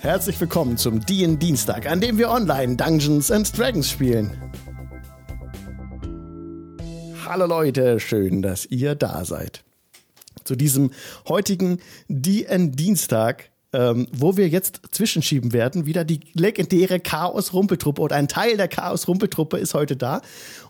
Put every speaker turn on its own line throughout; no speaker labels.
Herzlich willkommen zum DIN Dienstag, an dem wir online Dungeons and Dragons spielen. Hallo Leute, schön, dass ihr da seid. Zu diesem heutigen DIN Dienstag, ähm, wo wir jetzt zwischenschieben werden, wieder die legendäre Chaos Rumpeltruppe und ein Teil der Chaos Rumpeltruppe ist heute da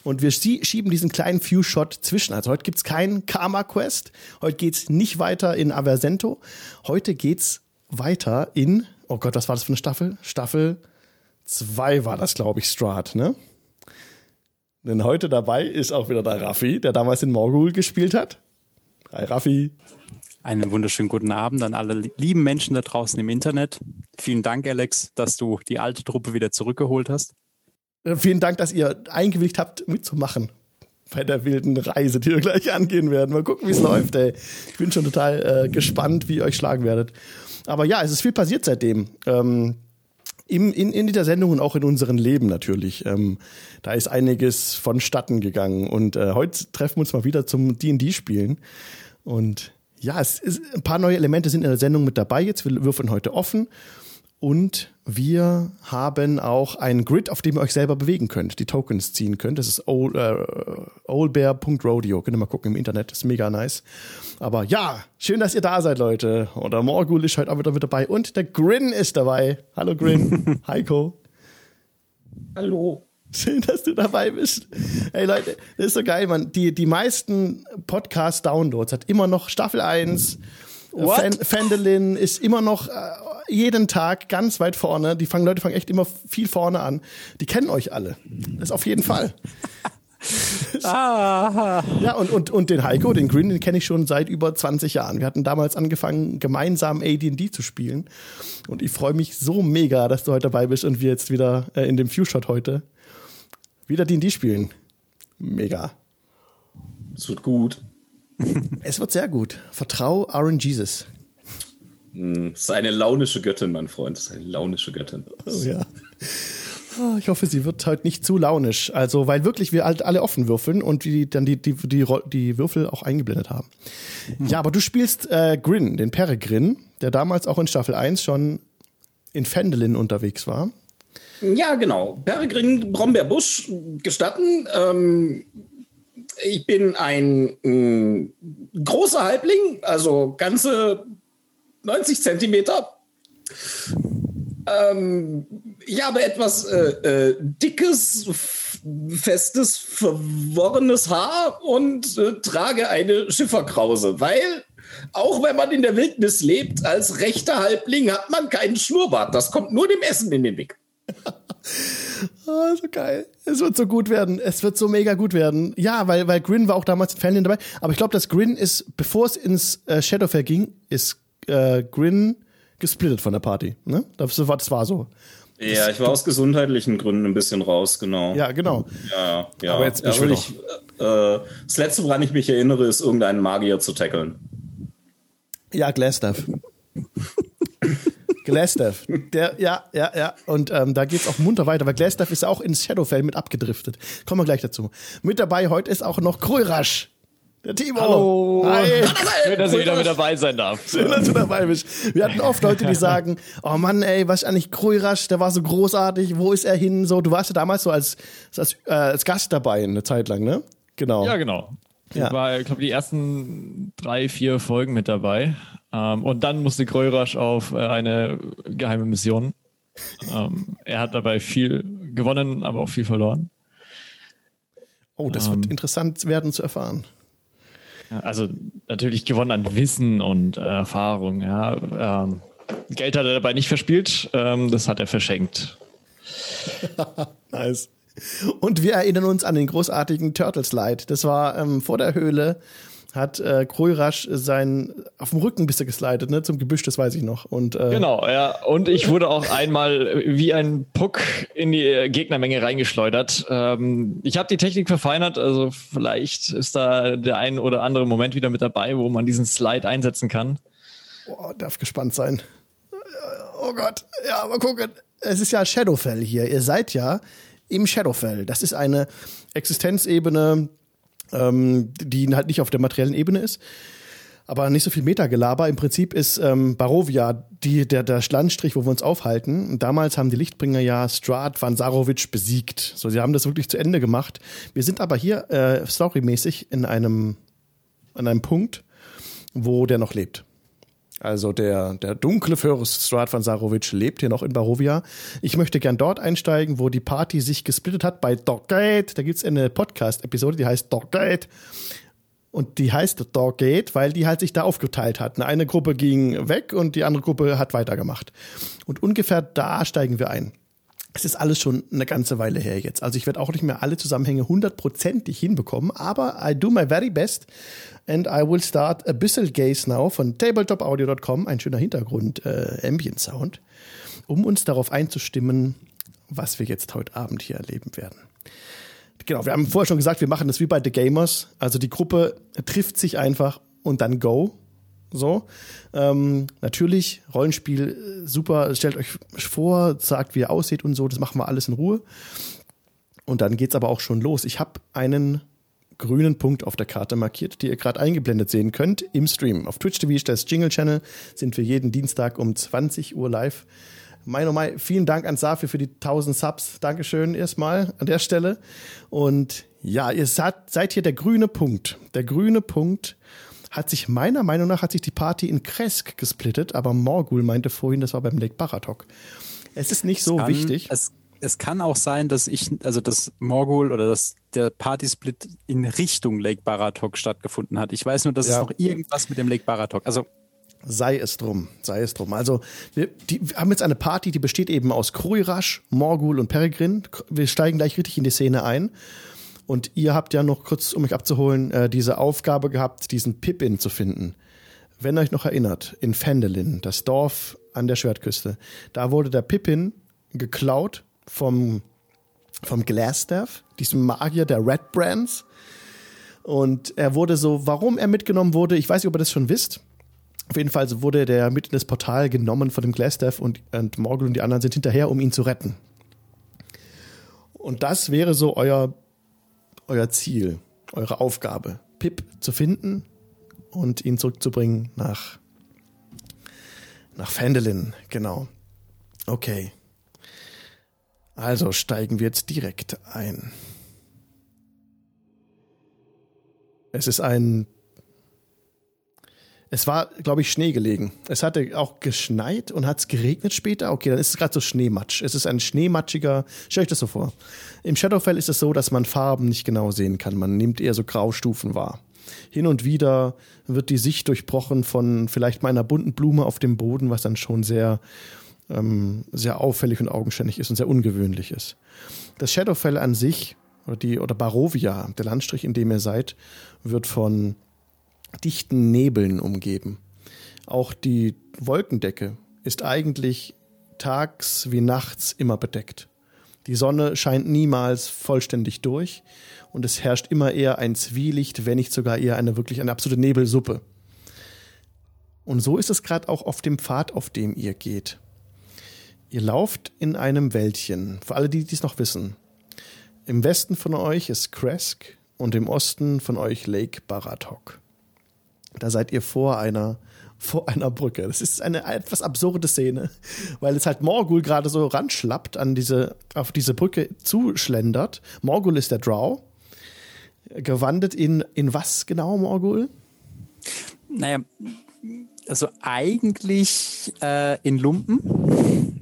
und wir schie- schieben diesen kleinen Few Shot zwischen. Also heute gibt's keinen Karma Quest, heute geht's nicht weiter in Aversento, heute geht's weiter in, oh Gott, was war das für eine Staffel? Staffel 2 war das, glaube ich, Strahd, ne? Denn heute dabei ist auch wieder der Raffi, der damals in Morgul gespielt hat. Hi Raffi.
Einen wunderschönen guten Abend an alle lieben Menschen da draußen im Internet. Vielen Dank, Alex, dass du die alte Truppe wieder zurückgeholt hast.
Äh, Vielen Dank, dass ihr eingewilligt habt, mitzumachen bei der wilden Reise, die wir gleich angehen werden. Mal gucken, wie es läuft, ey. Ich bin schon total äh, gespannt, wie ihr euch schlagen werdet. Aber ja, es ist viel passiert seitdem. Ähm, im, in, in dieser Sendung und auch in unserem Leben natürlich. Ähm, da ist einiges vonstatten gegangen. Und äh, heute treffen wir uns mal wieder zum DD-Spielen. Und ja, es ist, ein paar neue Elemente sind in der Sendung mit dabei. Jetzt wir würfeln heute offen. Und wir haben auch einen Grid, auf dem ihr euch selber bewegen könnt, die Tokens ziehen könnt. Das ist old, äh, oldbear.rodeo. Könnt ihr mal gucken im Internet, ist mega nice. Aber ja, schön, dass ihr da seid, Leute. Und der Morgul ist heute auch wieder mit dabei. Und der Grin ist dabei. Hallo Grin. Heiko.
Hallo.
Schön, dass du dabei bist. Ey Leute, das ist so geil, man. Die, die meisten Podcast-Downloads hat immer noch Staffel 1.
What?
Fan, Fendelin ist immer noch äh, jeden Tag ganz weit vorne. Die fangen, Leute fangen echt immer viel vorne an. Die kennen euch alle. Das auf jeden Fall. Ja, und, und, und den Heiko, den Green, den kenne ich schon seit über 20 Jahren. Wir hatten damals angefangen, gemeinsam AD&D zu spielen. Und ich freue mich so mega, dass du heute dabei bist und wir jetzt wieder äh, in dem Few-Shot heute wieder D&D spielen. Mega.
Es wird gut.
Es wird sehr gut. Vertrau Aaron Jesus.
Es ist eine launische Göttin, mein Freund. Es ist eine launische Göttin.
Oh, ja. Ah, Ich hoffe, sie wird halt nicht zu launisch. Also, weil wirklich wir halt alle offen würfeln und die, dann die, die, die, Ro- die Würfel auch eingeblendet haben. Ja, aber du spielst äh, Grin, den Peregrin, der damals auch in Staffel 1 schon in Fendelin unterwegs war.
Ja, genau. Peregrin Brombeerbusch, gestatten. Ähm, ich bin ein ähm, großer Halbling, also ganze 90 Zentimeter. Ähm, ich habe etwas äh, äh, dickes, f- festes, verworrenes Haar und äh, trage eine Schifferkrause, weil auch wenn man in der Wildnis lebt, als rechter Halbling hat man keinen Schnurrbart. Das kommt nur dem Essen in den Weg.
Ah, so geil. Es wird so gut werden. Es wird so mega gut werden. Ja, weil, weil Grin war auch damals in Fendelin dabei. Aber ich glaube, dass Grin ist, bevor es ins äh, Shadowfell ging, ist äh, Grin gesplittet von der Party. Ne? Das, war, das war so.
Ja, ich war aus gesundheitlichen Gründen ein bisschen raus, genau.
Ja, genau.
ja, ja.
Aber jetzt bist
ja,
du
aber ich, äh, Das letzte, woran ich mich erinnere, ist irgendeinen Magier zu tackeln.
Ja, Glastaff. Glastaff. Der, ja, ja, ja. Und ähm, da geht's auch munter weiter, weil Glastaff ist auch ins Shadowfell mit abgedriftet. Kommen wir gleich dazu. Mit dabei heute ist auch noch Krörasch. Der Timo.
Hallo.
Hi.
Schön, dass ich wieder mit dabei sein darf.
Schön, dass du dabei bist. Wir hatten oft Leute, die sagen, oh Mann, ey, was eigentlich Krörasch, der war so großartig, wo ist er hin? So, du warst ja damals so als, als, äh, als Gast dabei eine Zeit lang, ne? Genau.
Ja, genau. Ich
Ja.
war, ich glaube, die ersten drei, vier Folgen mit dabei. Ähm, und dann musste Krörasch auf äh, eine geheime Mission. Ähm, er hat dabei viel gewonnen, aber auch viel verloren.
oh, das
Ähm.
wird interessant werden zu erfahren.
Ja, Also natürlich gewonnen an Wissen und äh, Erfahrung. Ja. Ähm, Geld hat er dabei nicht verspielt, ähm, das hat er verschenkt.
Nice. Und wir erinnern uns an den großartigen Turtle Slide. Das war ähm, vor der Höhle, hat äh, Krörasch sein auf dem Rücken bist du geslidet, ne? Zum Gebüsch, das weiß ich noch. Und äh,
Genau, ja. Und ich wurde auch einmal äh, wie ein Puck in die äh, Gegnermenge reingeschleudert. Ähm, ich habe die Technik verfeinert, also vielleicht ist da der ein oder andere Moment wieder mit dabei, wo man diesen Slide einsetzen kann.
oh, darf gespannt sein. Äh, Oh Gott, ja, mal gucken. Es ist ja Shadowfell hier. Ihr seid ja im Shadowfell. Das ist eine Existenzebene, ähm, die halt nicht auf der materiellen Ebene ist. aber nicht so viel Metagelaber. Im Prinzip ist ähm, Barovia die, der, der Landstrich, wo wir uns aufhalten, und damals haben die Lichtbringer ja Strad Vansarovic besiegt. So, sie haben das wirklich zu Ende gemacht. Wir sind aber hier äh, storymäßig in einem, an einem Punkt, wo der noch lebt. Also der, der dunkle Fürst Strad Vansarovic lebt hier noch in Barovia. Ich möchte gern dort einsteigen, wo die Party sich gesplittet hat bei Doggate. Da gibt's eine Podcast-Episode, die heißt Doggate. Und die heißt Doggate, weil die halt sich da aufgeteilt hatten. Eine Gruppe ging weg und die andere Gruppe hat weitergemacht. Und ungefähr da steigen wir ein. Es ist alles schon eine ganze Weile her jetzt. Also ich werde auch nicht mehr alle Zusammenhänge hundertprozentig hinbekommen, aber I do my very best and I will start a bissel gaze now von tabletopaudio.com, ein schöner Hintergrund, äh, Ambient Sound, um uns darauf einzustimmen, was wir jetzt heute Abend hier erleben werden. Genau, wir haben vorher schon gesagt, wir machen das wie bei The Gamers. Also die Gruppe trifft sich einfach und dann go. So. Ähm, natürlich, Rollenspiel, äh, super. Stellt euch vor, sagt, wie ihr aussieht und so. Das machen wir alles in Ruhe. Und dann geht's aber auch schon los. Ich habe einen grünen Punkt auf der Karte markiert, die ihr gerade eingeblendet sehen könnt im Stream. Auf Twitch TV ist das Jingle Channel, sind wir jeden Dienstag um 20 Uhr live. Mein oh mein, vielen Dank an Safi für die 1000 Subs. Dankeschön erstmal an der Stelle. Und ja, ihr seid, seid hier der grüne Punkt. Der grüne Punkt hat sich meiner Meinung nach hat sich die Party in Kresk gesplittet, aber Morgul meinte vorhin, das war beim Lake Baratok. Es ist nicht so
kann,
wichtig.
Ah. Es, es kann auch sein, dass ich, also dass Morgul oder dass der Partysplit in Richtung Lake Baratok stattgefunden hat. Ich weiß nur, dass
Ja.
es noch irgendwas mit dem Lake Baratok. Also
Sei es drum, sei es drum. Also, wir, die, wir haben jetzt eine Party, die besteht eben aus Kroirasch, Morgul und Peregrin. Wir steigen gleich richtig in die Szene ein. Und ihr habt ja noch kurz, um mich abzuholen, äh, diese Aufgabe gehabt, diesen Pippin zu finden. Wenn ihr euch noch erinnert, in Fendelin, das Dorf an der Schwertküste, da wurde der Pippin geklaut vom, vom Glassstaff, diesem Magier der Red Brands. Und er wurde so, warum er mitgenommen wurde, ich weiß nicht, ob ihr das schon wisst. Auf jeden Fall wurde der mit in das Portal genommen von dem Glassstaff und, und Morgul und die anderen sind hinterher, um ihn zu retten. Und das wäre so euer, euer Ziel, eure Aufgabe, Pip zu finden und ihn zurückzubringen nach, nach Fendelin, genau. Okay. Also steigen wir jetzt direkt ein. Es ist ein es war, glaube ich, Schnee gelegen. Es hatte auch geschneit und hat es geregnet später. Okay, dann ist es gerade so Schneematsch. Es ist ein schneematschiger, stell euch das so vor. Im Shadowfell ist es so, dass man Farben nicht genau sehen kann. Man nimmt eher so Graustufen wahr. Hin und wieder wird die Sicht durchbrochen von vielleicht mal einer bunten Blume auf dem Boden, was dann schon sehr, ähm, sehr auffällig und augenständig ist und sehr ungewöhnlich ist. Das Shadowfell an sich, oder, die, oder Barovia, der Landstrich, in dem ihr seid, wird von dichten Nebeln umgeben. Auch die Wolkendecke ist eigentlich tags wie nachts immer bedeckt. Die Sonne scheint niemals vollständig durch und es herrscht immer eher ein Zwielicht, wenn nicht sogar eher eine wirklich eine absolute Nebelsuppe. Und so ist es gerade auch auf dem Pfad, auf dem ihr geht. Ihr lauft in einem Wäldchen, für alle, die dies noch wissen. Im Westen von euch ist Kresk und im Osten von euch Lake Baratok. Da seid ihr vor einer vor einer Brücke. Das ist eine etwas absurde Szene, weil es halt Morgul gerade so ranschlappt an diese auf diese Brücke zuschlendert. Morgul ist der Drow. Gewandet in in was genau Morgul?
Naja, also eigentlich äh, in Lumpen.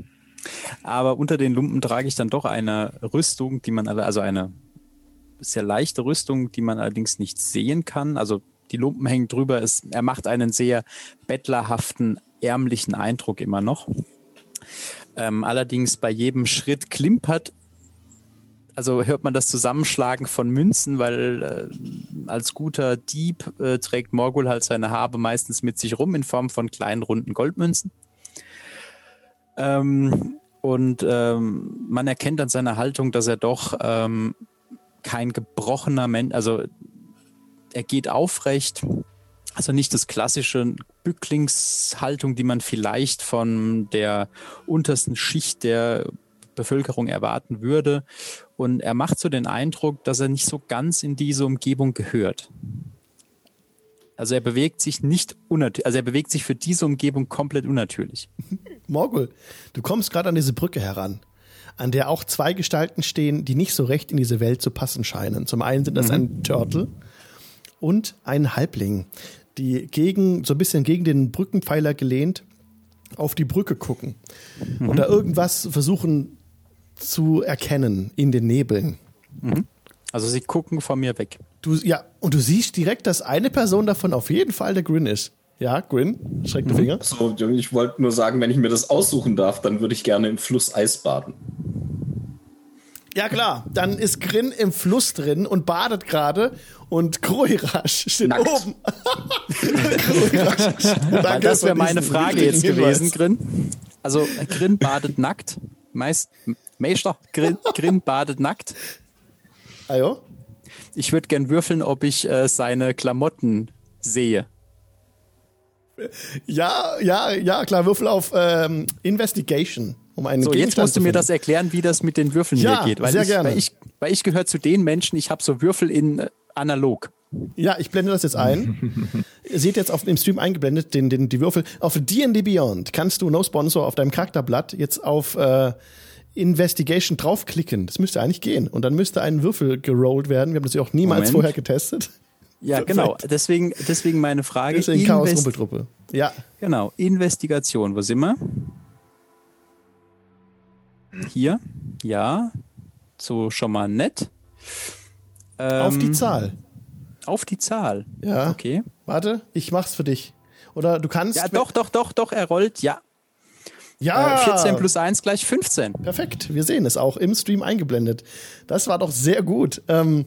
Aber unter den Lumpen trage ich dann doch eine Rüstung, die man alle, also eine sehr leichte Rüstung, die man allerdings nicht sehen kann. Also die Lumpen hängen drüber. Es, er macht einen sehr bettlerhaften, ärmlichen Eindruck immer noch. Ähm, allerdings bei jedem Schritt klimpert, also hört man das Zusammenschlagen von Münzen, weil äh, als guter Dieb äh, trägt Morgul halt seine Habe meistens mit sich rum in Form von kleinen runden Goldmünzen. Ähm, und ähm, man erkennt an seiner Haltung, dass er doch ähm, kein gebrochener Mensch, also er geht aufrecht, also nicht das klassische Bücklingshaltung, die man vielleicht von der untersten Schicht der Bevölkerung erwarten würde. Und er macht so den Eindruck, dass er nicht so ganz in diese Umgebung gehört. Also er bewegt sich nicht unnatürlich, also er bewegt sich für diese Umgebung komplett unnatürlich.
Morgul, du kommst gerade an diese Brücke heran, an der auch zwei Gestalten stehen, die nicht so recht in diese Welt zu passen scheinen. Zum einen sind das ein Turtle und ein Halbling, die gegen, so ein bisschen gegen den Brückenpfeiler gelehnt auf die Brücke gucken und da irgendwas versuchen zu erkennen in den Nebeln.
Also sie gucken von mir weg.
Du, ja, und du siehst direkt, dass eine Person davon auf jeden Fall der Grin ist. Ja, Grin, schreck die Finger.
So, ich wollte nur sagen, wenn ich mir das aussuchen darf, dann würde ich gerne im Fluss Eis baden.
Ja klar, dann ist Grin im Fluss drin und badet gerade und Kroirasch steht
Nackt.
oben. Kroirasch.
Weil
Danke
das
für
wäre meine
diesen
Frage
wichtigen
jetzt
Hinweis.
gewesen, Grin. Also Grin badet nackt. Meist, Meister, Grin, Grin badet nackt.
Ah, jo?
Ich würde gern würfeln, ob ich äh, seine Klamotten sehe.
Ja, ja, ja, klar, Würfel auf ähm, Investigation. Um einen
So, jetzt
Gegenstand
musst du
zu
mir das
finden.
erklären, wie das mit den Würfeln
Ja,
hier geht. Weil
sehr
ich,
gerne.
Weil ich, weil ich gehöre zu den Menschen, ich habe so Würfel in äh, analog.
Ja, ich blende das jetzt ein. Ihr seht jetzt auf dem Stream eingeblendet den, den, die Würfel. Auf D&D Beyond kannst du No Sponsor auf deinem Charakterblatt jetzt auf äh, Investigation draufklicken. Das müsste eigentlich gehen. Und dann müsste ein Würfel gerollt werden. Wir haben das ja auch niemals
Moment.
vorher getestet.
Ja,
Perfekt.
genau. Deswegen, deswegen meine Frage.
Deswegen Chaos
Äh, Invest-
Rumpeltruppe. Ja.
Genau, Investigation. Wo sind wir? Hier. Ja. So schon mal nett.
Auf die
Ähm,
Zahl.
Auf die Zahl.
Ja.
Okay.
Warte, ich mach's für dich. Oder du kannst.
Ja, doch, doch, doch, doch, er rollt. Ja.
Ja. Ah.
Äh, 14 plus 1 gleich 15.
Perfekt, wir sehen es auch im Stream eingeblendet. Das war doch sehr gut. Ähm,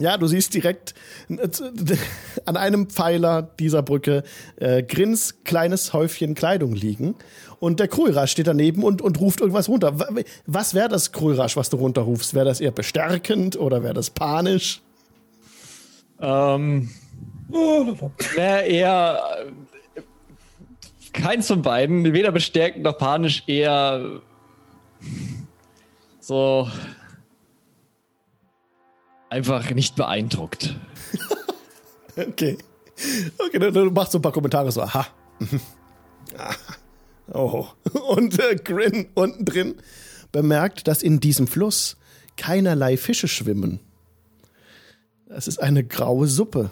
ja, du siehst direkt äh, z- d- an einem Pfeiler dieser Brücke äh, Grins kleines Häufchen Kleidung liegen und der Krulrasch steht daneben und, und ruft irgendwas runter. W- Was wäre das Krulrasch, was du runterrufst? Wäre das eher bestärkend oder wäre das panisch?
Ähm, Wäre eher äh, keins von beiden, weder bestärkt noch panisch, eher so einfach nicht beeindruckt.
Okay. Okay, du, du machst so ein paar Kommentare so, aha. Mhm. Ah. Oh. Und äh, Grin unten drin bemerkt, dass in diesem Fluss keinerlei Fische schwimmen. Es ist eine graue Suppe.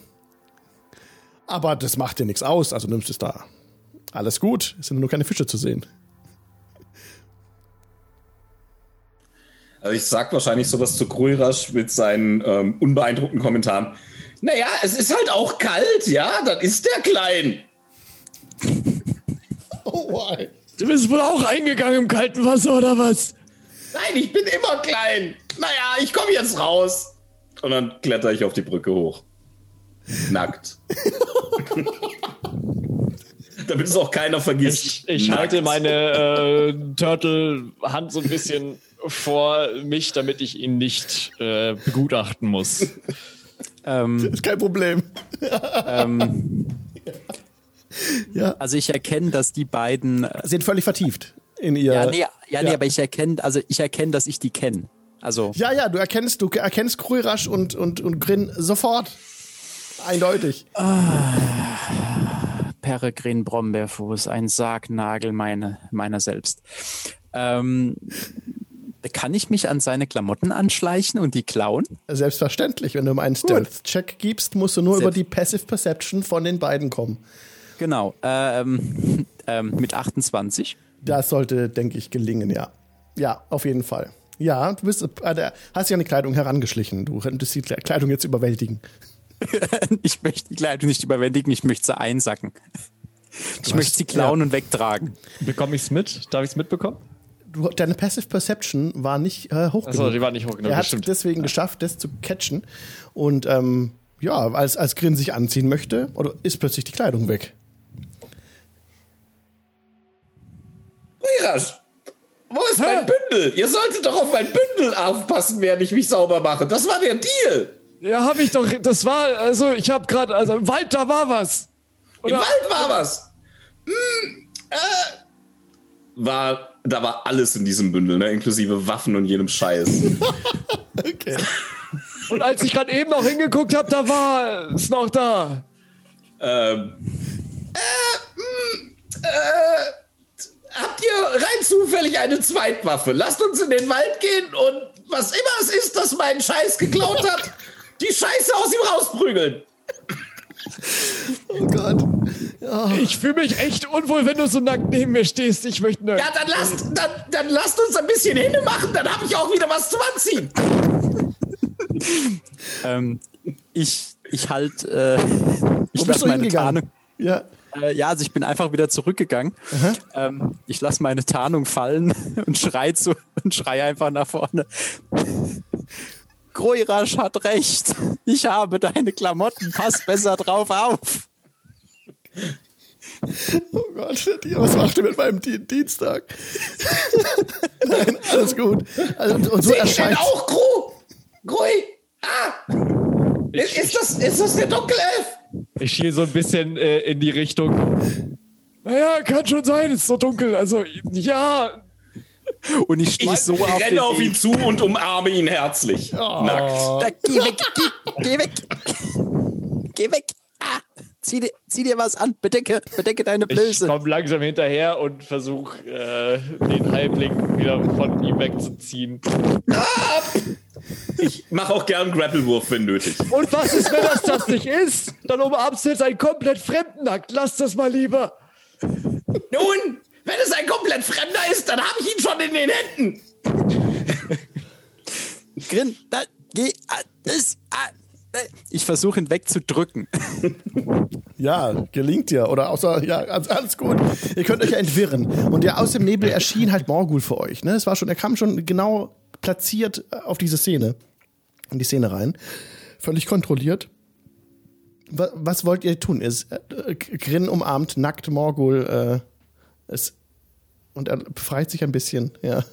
Aber das macht dir nichts aus, also nimmst es da. Alles gut, es sind nur keine Fische zu sehen.
Also ich sag wahrscheinlich sowas zu Krulrasch mit seinen ähm, unbeeindruckten Kommentaren. Naja, es ist halt auch kalt, ja, dann ist der klein.
Oh, why?
Du bist wohl auch eingegangen im kalten Wasser oder was?
Nein, ich bin immer klein. Naja, ich komme jetzt raus. Und dann kletter ich auf die Brücke hoch. Nackt. Damit es auch keiner vergisst.
Ich, ich
Nackt.
halte meine äh, Turtle-Hand so ein bisschen vor mich, damit ich ihn nicht äh, begutachten muss.
Ähm,
Ist kein Problem.
ähm,
Ja,
also ich erkenne, dass die beiden. Äh,
sind völlig vertieft in ihr.
ja, nee, ja, nee,
ja.
aber ich erkenne, also ich erkenne, dass ich die kenne. Also
Ja, ja, du erkennst, du erkennst Krürasch und, und, und Grin sofort. Eindeutig.
Peregrin Brombeerfuß, ein Sargnagel meine, meiner selbst. Ähm, kann ich mich an seine Klamotten anschleichen und die klauen?
Selbstverständlich, wenn du ihm einen Stealth-Check gibst, musst du nur
Selbst-
über die Passive Perception von den beiden kommen.
Genau. Ähm, ähm, mit 28.
Das sollte, denke ich, gelingen, ja. Ja, auf jeden Fall. Ja, du bist, äh, der- hast ja eine Kleidung herangeschlichen. Du könntest die Kle- Kleidung jetzt überwältigen.
Ich möchte die Kleidung nicht überwältigen, ich möchte sie einsacken. Ich möchte sie klauen und wegtragen.
Bekomme ich's mit? Darf ich's mitbekommen?
Du, deine Passive Perception war nicht äh, hoch
Ach so,
genug.
die war nicht hoch genug,
Er hat
stimmt.
deswegen geschafft, das zu catchen. Und ähm, ja, als, als Grin sich anziehen möchte, oder ist plötzlich die Kleidung weg.
Mirasch, wo ist mein Bündel? Ihr solltet doch auf mein Bündel aufpassen, während ich mich sauber mache. Das war der Deal.
Ja, habe ich doch. Das war, also ich habe gerade, also im Wald, da war was.
Im Wald war was. Hm, äh, war, da war alles in diesem Bündel, ne? inklusive Waffen und jedem Scheiß.
Okay.
Und als ich gerade eben noch hingeguckt habe, da war es noch da.
Ähm, äh, mh, äh, habt ihr rein zufällig eine Zweitwaffe? Lasst uns in den Wald gehen und was immer es ist, das meinen Scheiß geklaut hat, die Scheiße aus ihm rausprügeln.
Oh Gott. Ja.
Ich fühle mich echt unwohl, wenn du so nackt neben mir stehst. Ich möchte nirgends.
Ja, dann lasst, dann, dann lasst uns ein bisschen hinmachen, dann habe ich auch wieder was zu anziehen.
Ähm, ich ich halt, äh, ich
Wo bist
lasse
du
meine
hingegangen?
Tarnung.
Ja.
Äh, ja, also ich bin einfach wieder zurückgegangen. Ähm, ich lasse meine Tarnung fallen und schrei zu und schrei einfach nach vorne. Groirasch hat recht. Ich habe deine Klamotten. Pass besser drauf auf.
Oh Gott, die- was macht ihr mit meinem Di Dienstag? Nein, alles gut. Also, und- und so
Ich bin
erscheint.
auch Gru. Grui. Ah. Ist, ist, das, ist das der Dunkelelf?
Ich schiel so ein bisschen äh, in die Richtung. Naja, kann schon sein, es ist so dunkel. Also, ja.
Und ich schmeiß so auf den Weg.
zu und umarme ihn herzlich. Nackt.
Da, geh weg, geh, geh weg. Geh weg. Ah, zieh, dir, zieh dir was an. Bedecke, bedecke deine
Ich
Blöße.
komme langsam hinterher und versuche, äh, den Halbling wieder von ihm wegzuziehen.
Ich mache auch gern Grapplewurf, wenn nötig.
Und was ist, wenn das das nicht ist? Dann umarmst du jetzt einen komplett fremden Akt. Lass das mal lieber.
Nun, wenn es ein komplett Fremder ist, dann habe ich ihn schon in den Händen.
Grin, da, geh, ah, das, ah, da. Ich versuche ihn wegzudrücken.
Ja, gelingt dir. Oder außer, ja, alles, alles gut. Ihr könnt euch ja entwirren. Und ja, aus dem Nebel erschien halt Morgul für euch. Ne? Es war schon, er kam schon genau platziert äh, auf diese Szene, in die Szene rein. Völlig kontrolliert. Wa- Was wollt ihr tun? Ist, äh, Grin umarmt nackt Morgul äh, es, und er befreit sich ein bisschen. Ja.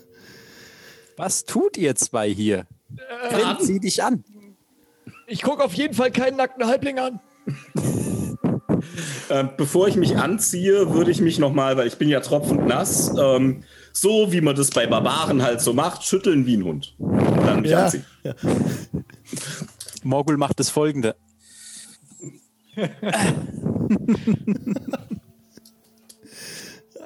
Was tut ihr zwei hier? Grin, zieh dich an.
Ich gucke auf jeden Fall keinen nackten Halbling an.
Ähm, bevor ich mich anziehe, würde ich mich nochmal, weil ich bin ja tropfend nass, ähm, so wie man das bei Barbaren halt so macht, schütteln wie ein Hund. Und Dann mich
Ja.
anziehen.
ja.
Morgul macht das folgende.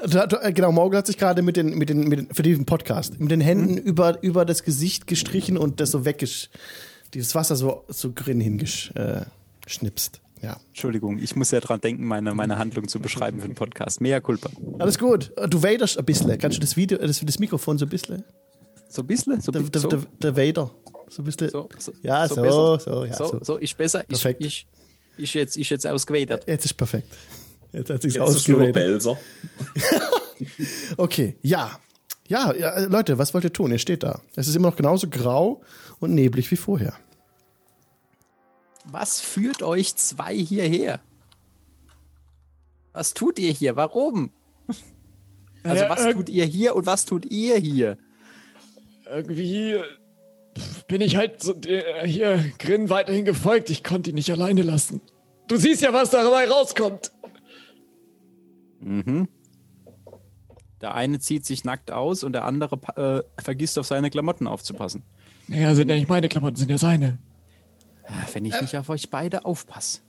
Da- da- Genau, Morgul hat sich gerade mit den, mit den, mit den, für diesen Podcast, mit den
Mhm.
Händen über, über das Gesicht gestrichen und das so weggesch, dieses Wasser so, so grin hingeschnipst. Äh, schnipst. ja.
Entschuldigung, ich muss ja dran denken, meine, meine Handlung zu beschreiben für den Podcast. Mea culpa.
Alles gut. Äh, Du waderst ein bisschen. Kannst du das Video, äh, das, das Mikrofon so ein bisschen?
So ein bisschen? So,
Der, der,
so,
der, der Vader. So ein bisschen.
so, so,
ja, so, so,
besser.
ja,
so,
so.
so ist besser. Ich,
Perfekt.
ich, ich, jetzt, ich jetzt ausgewedert.
Jetzt ist perfekt. Jetzt hat sich's
Jetzt ist es nur
ausgeredet.
Belser.
Okay, ja. Ja, ja, äh, Leute, was wollt ihr tun? Ihr steht da. Es ist immer noch genauso grau und neblig wie vorher.
Was führt euch zwei hierher? Was tut ihr hier? Warum? Also,
Ja,
was
äh,
tut ihr hier und was tut ihr hier?
Irgendwie äh, bin ich halt so, der, hier Grin weiterhin gefolgt. Ich konnte ihn nicht alleine lassen. Du siehst ja, was dabei rauskommt.
Der eine zieht sich nackt aus und der andere pa- äh, vergisst auf seine Klamotten aufzupassen.
Naja, sind ja nicht meine Klamotten, sind ja seine.
Ah, Wenn ich nicht auf euch beide aufpasse.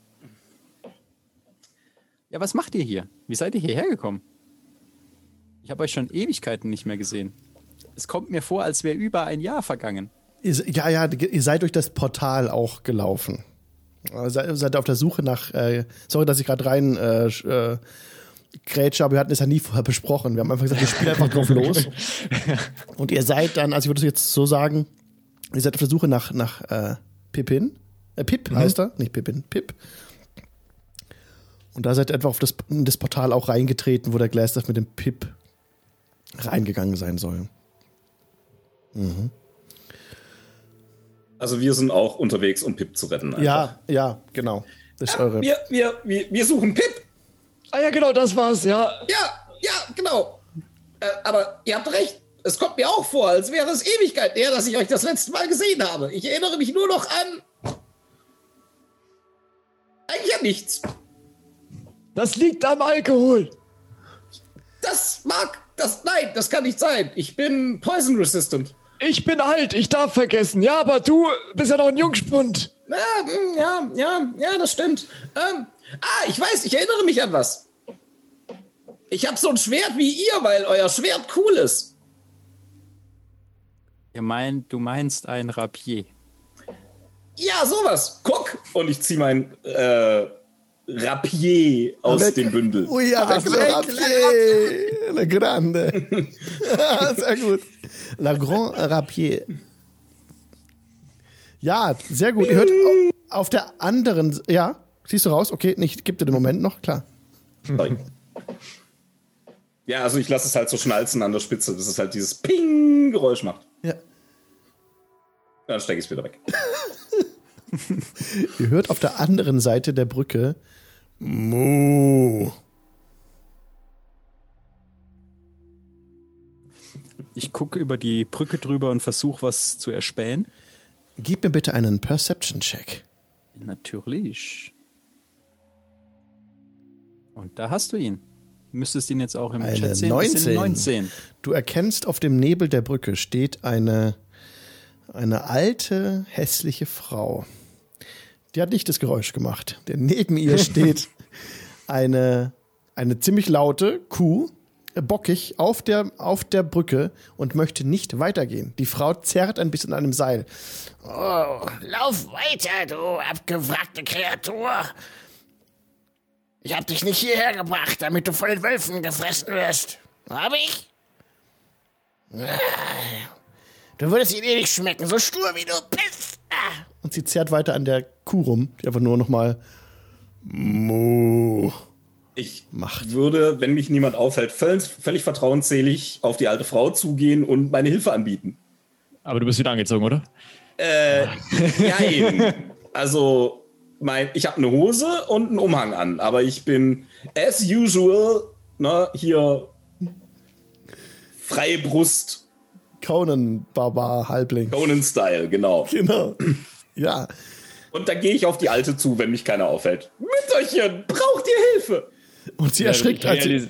Ja, was macht ihr hier? Wie seid ihr hierher gekommen? Ich habe euch schon Ewigkeiten nicht mehr gesehen. Es kommt mir vor, als wäre über ein Jahr vergangen.
Ihr, se- ja, ja, ge- ihr seid durch das Portal auch gelaufen. Äh, Seid, seid auf der Suche nach. Äh, sorry, dass ich gerade rein äh, sch- äh, grätsche, aber wir hatten es ja nie vorher besprochen. Wir haben einfach gesagt, wir spielen einfach drauf los. Und ihr seid dann, also ich würde es jetzt so sagen, ihr seid auf der Suche nach, nach äh, Pippin. Äh, Pip heißt er, nicht Pippin, Pip. Und da seid ihr etwa auf das, in das Portal auch reingetreten, wo der Glasdorf mit dem Pip reingegangen sein soll.
Also wir sind auch unterwegs, um Pip zu retten.
Ja, ja, genau. Das ist eure.
Wir, wir, wir, wir suchen Pip.
Ah ja, genau, das war's, ja.
Ja, ja, genau. Äh, aber ihr habt recht. Es kommt mir auch vor, als wäre es Ewigkeit her, dass ich euch das letzte Mal gesehen habe. Ich erinnere mich nur noch an. Eigentlich an nichts.
Das liegt am Alkohol.
Das mag. Das, nein, das kann nicht sein. Ich bin poison resistant.
Ich bin alt, ich darf vergessen. Ja, aber du bist ja noch ein Jungspund.
hm, Ja, mm, ja, ja, ja, das stimmt. Ähm, Ah, ich weiß, ich erinnere mich an was. Ich habe so ein Schwert wie ihr, weil euer Schwert cool ist.
Ihr meint, du meinst ein Rapier.
Ja, sowas. Guck.
Und ich ziehe mein äh, Rapier aus
Weg.
dem Bündel.
Ui, ja, la Grande. La Grande. Ah, sehr gut. La Grand Rapier. Ja, sehr gut. Ihr hört au- auf der anderen, ja, siehst du raus? Okay, nicht, gibt dir den Moment noch, klar.
Sorry. Ja, also ich lasse es halt so schnalzen an der Spitze, bis es halt dieses Ping-Geräusch macht.
Ja.
Dann stecke ich es wieder weg.
Ihr hört auf der anderen Seite der Brücke Mu.
Ich gucke über die Brücke drüber und versuche was zu erspähen.
Gib mir bitte einen Perception-Check.
Natürlich. Und da hast du ihn. Müsstest ihn jetzt auch im
Eine
Chat sehen. Das
19.
sind 19.
Du erkennst, auf dem Nebel der Brücke steht eine, eine alte, hässliche Frau. Die hat nicht das Geräusch gemacht. Denn neben ihr steht eine, eine ziemlich laute Kuh, äh, bockig, auf der, auf der Brücke und möchte nicht weitergehen. Die Frau zerrt ein bisschen an einem Seil.
Oh, lauf weiter, du abgewrackte Kreatur. Ich hab dich nicht hierher gebracht, damit du von den Wölfen gefressen wirst. Hab ich? Ah, Du würdest ihn eh nicht schmecken, so stur wie du bist. Ah,
Und sie zerrt weiter an der Kuh rum, die einfach nur nochmal Mu
Ich
macht.
würde, wenn mich niemand auffällt, völlig, völlig vertrauensselig auf die alte Frau zugehen und meine Hilfe anbieten.
Aber du bist wieder angezogen, oder?
Ja, eben. Also, mein, ich habe eine Hose und einen Umhang an, aber ich bin as usual, ne, hier freie Brust,
Conan, Barbar, Halbling.
Conan-Style, genau.
Genau. Ja.
Und da gehe ich auf die alte zu, wenn mich keiner auffällt. Mütterchen, braucht ihr Hilfe?
Und sie erschrickt,
ich,
als sie,
realis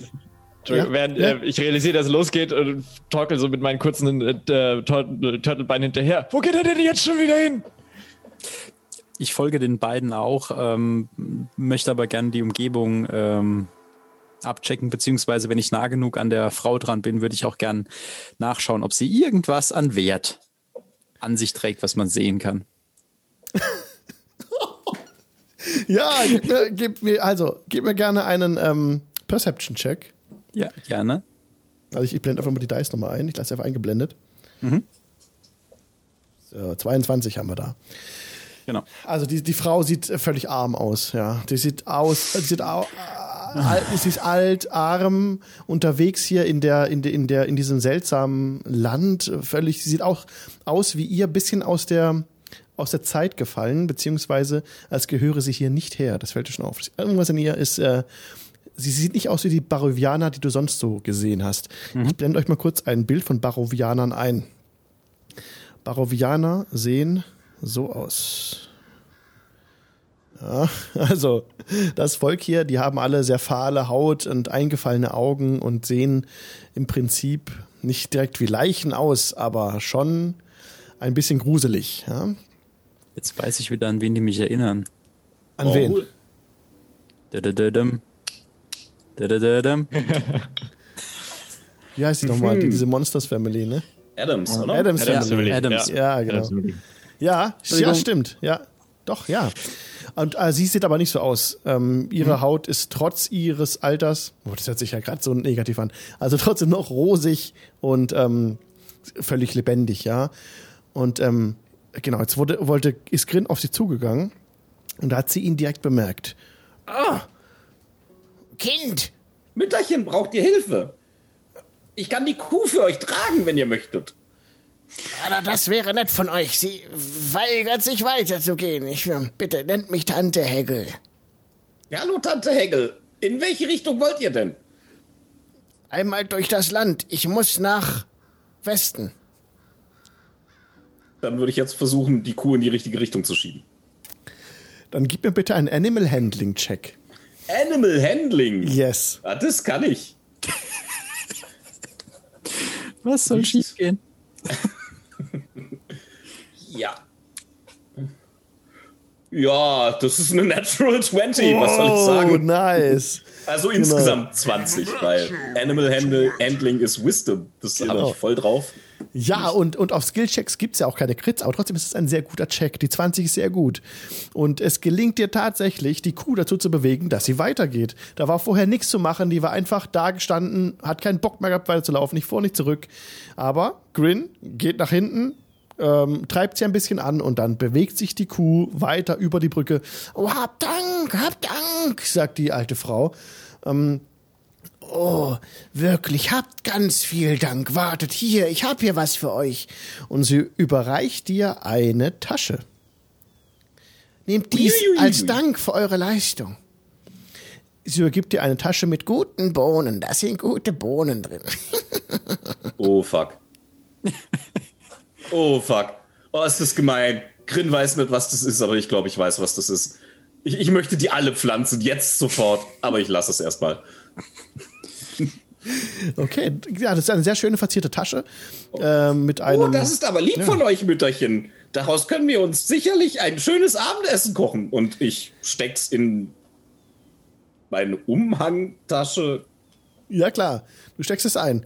Entschuldigung,
also- Ja,
während,
ja.
Äh, ich realisiere, dass es losgeht und torkel so mit meinen kurzen äh, äh, Tur- äh, Turtlebein hinterher. Wo geht er denn jetzt schon wieder hin?
Ich folge den beiden auch, ähm, möchte aber gerne die Umgebung ähm, abchecken, beziehungsweise wenn ich nah genug an der Frau dran bin, würde ich auch gern nachschauen, ob sie irgendwas an Wert an sich trägt, was man sehen kann.
ja, gib mir, gib mir, also, gib mir gerne einen ähm, Perception-Check.
Ja, gerne.
Also ich, ich blende einfach mal die Dice nochmal ein. Ich lasse sie einfach eingeblendet. So, 22 haben wir da.
Genau.
Also die, die Frau sieht äh, völlig arm aus, ja. Die sieht aus, äh, sie, sieht au, äh, alt, sie ist alt, arm, unterwegs hier in der, in der, in der, in diesem seltsamen Land. äh, Völlig, sie sieht auch aus wie ihr, bisschen aus der, aus der Zeit gefallen, beziehungsweise als gehöre sie hier nicht her. Das fällt dir schon auf. Irgendwas in ihr ist, äh, sie sieht nicht aus wie die Barovianer, die du sonst so gesehen hast. Ich blende euch mal kurz ein Bild von Barovianern ein. Barovianer sehen so aus. Also, das Volk hier, die haben alle sehr fahle Haut und eingefallene Augen und sehen im Prinzip nicht direkt wie Leichen aus, aber schon ein bisschen gruselig. Ja? An
Jetzt weiß ich wieder, an wen die mich erinnern.
wen?
cool.
Dadadadam. Dadadadam.
Wie heißt die nochmal? Die, diese Monsters Family, ne?
Adams, oder?
Adams,
Adams
Family.
Family.
Adams.
Ja, genau.
Adams
Also
Family.
Ja, ja,
Entschuldigung.
stimmt. Ja, doch, ja. Und äh, sie sieht aber nicht so aus. Ähm, ihre Haut ist trotz ihres Alters, oh, das hört sich ja gerade so negativ an, also trotzdem noch rosig und ähm, völlig lebendig, ja. Und ähm, genau, jetzt wurde, wollte, ist Grin auf sie zugegangen und da hat sie ihn direkt bemerkt.
Kind,
Mütterchen, braucht ihr Hilfe? Ich kann die Kuh für euch tragen, wenn ihr möchtet.
aber das wäre nett von euch. Sie weigert sich weiterzugehen. Ich, ähm, bitte nennt mich Tante Hegel.
Ja, hallo, Tante Hegel. In welche Richtung wollt ihr denn?
Einmal durch das Land. Ich muss nach Westen.
Dann würde ich jetzt versuchen, die Kuh in die richtige Richtung zu schieben.
Dann gib mir bitte einen Animal Handling Check.
Animal Handling.
Yes.
Ah, das kann ich.
Was soll schiefgehen?
Ja. Ja, das ist eine Natural 20, was soll ich
Oh,
sagen?
nice.
Also insgesamt 20, weil Animal Handle, Handling ist Wisdom. Das ist
Genau.
ich voll drauf.
Ja, und, und auf Skillchecks gibt es ja auch keine Crits, aber trotzdem ist es ein sehr guter Check. Die 20 ist sehr gut. Und es gelingt dir tatsächlich, die Kuh dazu zu bewegen, dass sie weitergeht. Da war vorher nichts zu machen, die war einfach da gestanden, hat keinen Bock mehr gehabt, weiterzulaufen, nicht vor, nicht zurück. Aber Grin geht nach hinten, ähm, treibt sie ein bisschen an und dann bewegt sich die Kuh weiter über die Brücke. Oh, hab Dank, hab Dank, sagt die alte Frau.
Oh, wirklich, habt ganz viel Dank. Wartet hier, ich hab hier was für euch.
Und sie überreicht dir eine Tasche.
Nehmt dies
Uiuiui.
als Dank für eure Leistung.
Sie übergibt dir eine Tasche mit gut
Guten Bohnen, da sind gute Bohnen drin.
Oh fuck. Oh fuck. Oh, ist das gemein. Grin weiß nicht, was das ist, aber ich glaube, ich weiß, was das ist. Ich, ich möchte die alle pflanzen, jetzt sofort, aber ich lasse es erstmal.
Okay, ja, das ist eine sehr schöne verzierte Tasche ähm, mit einem.
Oh, das ist aber lieb von euch, Mütterchen. Daraus können wir uns sicherlich ein schönes Abendessen kochen. Und ich steck's in meine Umhangtasche.
ja klar, du steckst es ein.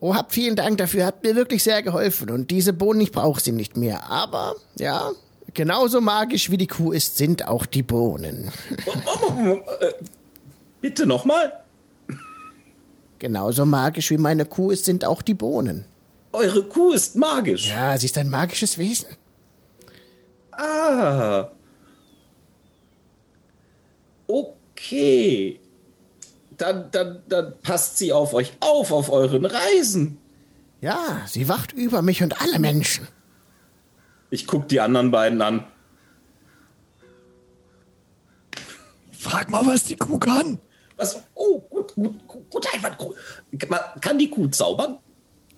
Oh, habt vielen Dank dafür, habt mir wirklich sehr geholfen. Und diese Bohnen, ich brauche sie nicht mehr. Aber, ja, genauso magisch wie die Kuh ist, sind auch die Bohnen.
Äh, Bitte nochmal.
Genauso magisch wie meine Kuh ist, sind auch die Bohnen.
Eure Kuh ist magisch.
Ja, sie ist ein magisches Wesen.
Ah. Okay. Dann, dann, dann passt sie auf euch auf, auf euren Reisen.
Ja, sie wacht über mich und alle Menschen.
Ich guck die anderen beiden an.
Frag mal, was die Kuh kann.
Was? Oh, gut, gut, gut, gut Einwand. gut. Kann die Kuh zaubern?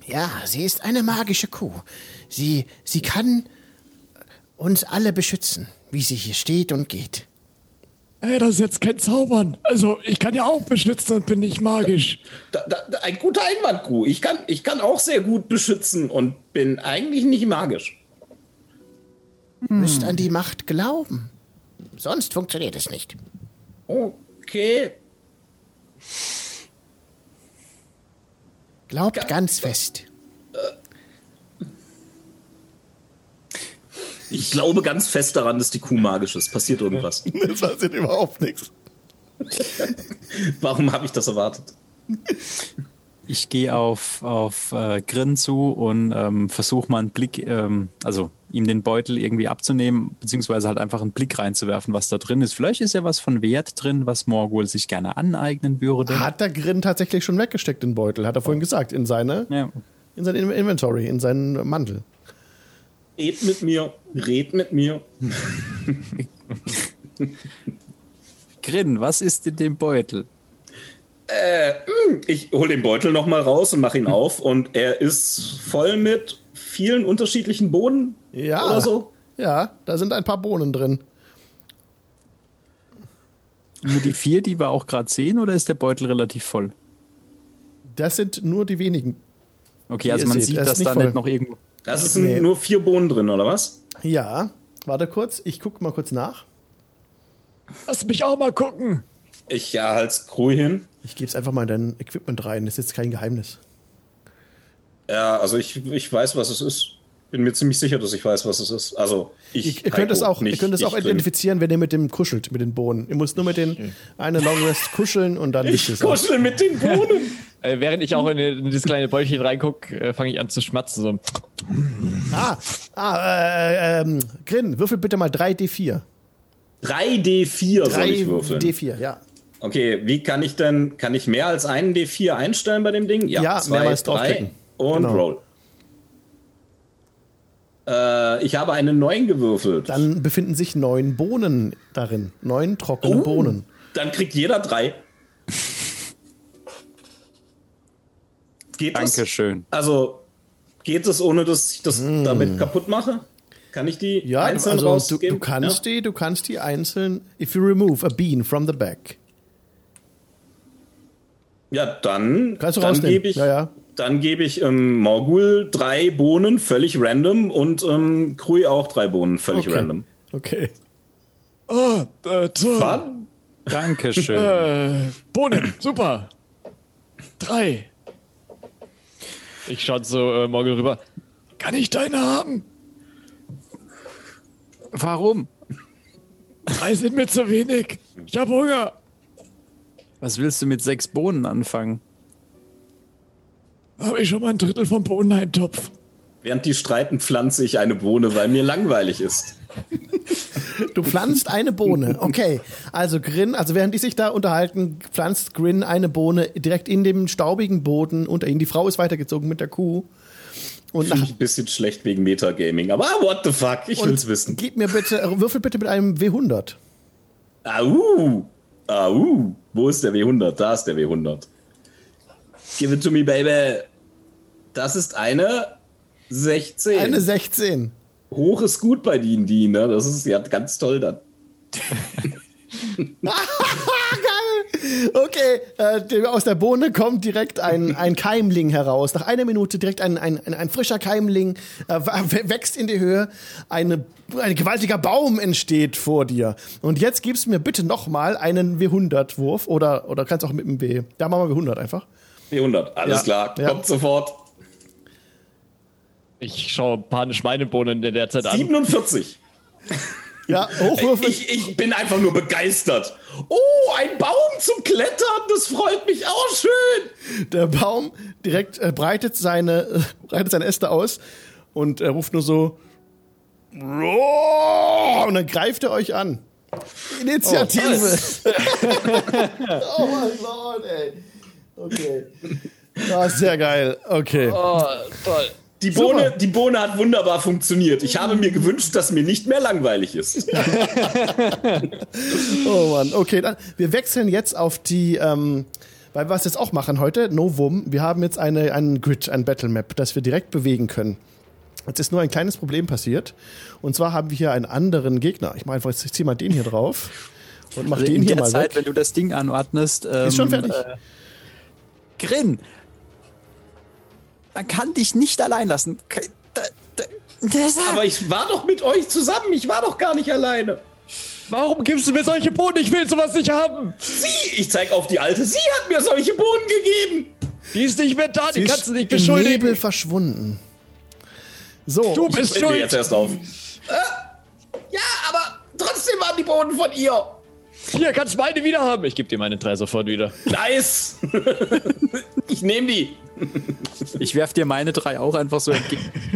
Ja, sie ist eine magische Kuh. Sie, sie kann uns alle beschützen, wie sie hier steht und geht.
Ey, das ist jetzt kein Zaubern. Also, ich kann ja auch beschützen und bin nicht magisch.
Da, da, da, ein guter Einwand, Kuh. Ich kann, ich kann auch sehr gut beschützen und bin eigentlich nicht magisch.
Hm.
Müsst an die Macht glauben. Sonst funktioniert es nicht.
Okay.
Glaubt ganz fest.
Ich glaube ganz fest daran, dass die Kuh magisch ist. Passiert irgendwas.
Das passiert überhaupt nichts.
Warum habe ich das erwartet?
Ich gehe auf, auf äh, Grin zu und ähm, versuche mal einen Blick, ähm, also ihm den Beutel irgendwie abzunehmen, beziehungsweise halt einfach einen Blick reinzuwerfen, was da drin ist. Vielleicht ist ja was von Wert drin, was Morgul sich gerne aneignen würde.
Hat der Grin tatsächlich schon weggesteckt den Beutel? Hat er vorhin gesagt in seine,
Ja.
in sein In- Inventory, in seinen Mantel.
Red mit mir. Red mit mir.
Grin, was ist in dem Beutel?
Ich hole den Beutel nochmal raus und mache ihn auf und er ist voll mit vielen unterschiedlichen Bohnen
Ja.
oder so.
Ja, da sind ein paar Bohnen drin.
Nur die vier, die wir auch gerade sehen, oder ist der Beutel relativ voll?
Das sind nur die wenigen.
Okay,
Ihr
also man
seht,
sieht,
er ist
dass
nicht
da
voll.
nicht noch irgendwo.
Das ist nur vier Bohnen drin, oder was?
Ja, warte kurz, ich gucke mal kurz nach.
Lass mich auch mal gucken.
Ich ja, halt's Crew hin.
Ich gebe es einfach mal in dein Equipment rein, das ist jetzt kein Geheimnis.
Ja, also ich, ich weiß, was es ist. Bin mir ziemlich sicher, dass ich weiß, was es ist. Also ich.
Ihr, ihr könnt
Heiko,
es auch, ihr
nicht
könnt es
ich
auch
drin.
identifizieren, wenn ihr mit dem kuschelt, mit den Bohnen. Ihr müsst nur mit den eine Long Rest kuscheln und dann wisst ihr
Ich
es auch.
kuschel mit den Bohnen.
Äh, während ich auch in, in dieses kleine Bäuchchen reingucke, äh, fange ich an zu schmatzen. So.
Ah, ah äh, ähm, Grin, würfel bitte mal 3D4.
3D4 soll ich würfeln.
3D4, ja.
Okay, wie kann ich denn, kann ich mehr als einen D4 einstellen bei dem Ding?
Ja, mehrmals draufklicken.
und
Genau.
Roll. Äh, ich habe eine 9 gewürfelt. Dann,
Dann befinden sich neun Bohnen darin. Neun trockene
Oh.
Bohnen.
Uh, kriegt jeder 3. Geht das?
Dankeschön.
Also, geht es, ohne dass ich das damit kaputt mache? Kann ich die
Hm. Ja, du,
einzeln
also du,
rausgeben?
du kannst
ja.
die, du kannst die einzeln. If you remove a bean from the bag.
Ja, dann,
Kannst du
dann
rausnehmen.
gebe ich,
Ja, ja.
dann gebe ich ähm, Morgul drei Bohnen völlig random und ähm, Krui auch drei Bohnen völlig
Okay.
random.
Okay.
Oh, äh, toll.
Wann?
Dankeschön.
Äh, Bohnen, super. Drei. Ich schaue so äh, Morgel rüber. Kann ich deine haben?
Warum?
Drei sind mir zu wenig. Ich habe Hunger.
Was willst du mit sechs Bohnen anfangen?
Habe ich schon mal ein Drittel vom Bohneneintopf.
Während die streiten, pflanze ich eine Bohne, weil mir langweilig ist.
Du pflanzt eine Bohne. Okay. Also Grin, also während die sich da unterhalten, pflanzt Grin eine Bohne direkt in dem staubigen Boden unter ihnen. Die Frau ist weitergezogen mit der Kuh. Und nach,
Ein bisschen schlecht wegen Metagaming, aber ah, what the fuck, ich will's wissen.
gib mir bitte, äh, würfel bitte mit einem W100.
Au! Au! Wo ist der W100? Da ist der W100. Give it to me, baby. Das ist eine 16.
Eine 16.
Hoch ist gut bei denen, die, ne? Das ist ja ganz toll dann.
Geil. Okay, äh, dem- aus der Bohne kommt direkt ein, ein Keimling heraus. Nach einer Minute direkt ein, ein, ein, ein frischer Keimling äh, w- wächst in die Höhe. Eine, ein gewaltiger Baum entsteht vor dir. Und jetzt gibst du mir bitte nochmal einen W100-Wurf oder, oder kannst auch mit dem W. Da machen wir W100 einfach.
W100, alles
Ja,
klar,
ja.
kommt sofort.
Ich schaue panisch meine Bohnen in der Zeit an.
47.
Ja, hochwürfel.
Ich, ich bin einfach nur begeistert. Oh, ein Baum zum Klettern, das freut mich auch schön.
Der Baum direkt äh, breitet, seine, äh, breitet seine Äste aus und äh, ruft nur so. "Roar!" Und dann greift er euch an. Initiative. Oh, mein Lord, ey. Okay. Ah, sehr geil. Okay.
Die Bohne, die Bohne hat wunderbar funktioniert. Ich habe mir gewünscht, dass mir nicht mehr langweilig ist.
Oh Mann. Okay, dann, wir wechseln jetzt auf die, ähm, weil wir was jetzt auch machen heute, Novum. Wir haben jetzt eine, einen Grid, ein Battlemap, das wir direkt bewegen können. Jetzt ist nur ein kleines Problem passiert. Und zwar haben wir hier einen anderen Gegner. Ich meine, einfach, jetzt- ich ziehe mal den hier drauf und mach
Also
den
in
hier
der
mal
Zeit,
weg.
wenn du das Ding anordnest. Ähm,
Ist schon fertig.
Äh, Grin, man kann dich nicht allein lassen. Ke- da- da- Deshalb.
Aber ich war doch mit euch zusammen, ich war doch gar nicht alleine.
Warum gibst du mir solche Bohnen? Ich will sowas nicht haben.
Sie, ich zeig auf die alte, sie hat mir solche Bohnen gegeben.
Die ist nicht mehr da. Die
Die
kannst du nicht
im Nebel
beschuldigen.
verschwunden. So,
Du bist
Bring mir jetzt
schuld.
erst auf. Äh, ja, aber trotzdem waren die Bohnen von ihr.
Hier, kannst meine wieder haben. Ich gebe dir meine drei sofort wieder.
Nice. ich nehme die.
Ich werf dir meine drei auch einfach so entgegen.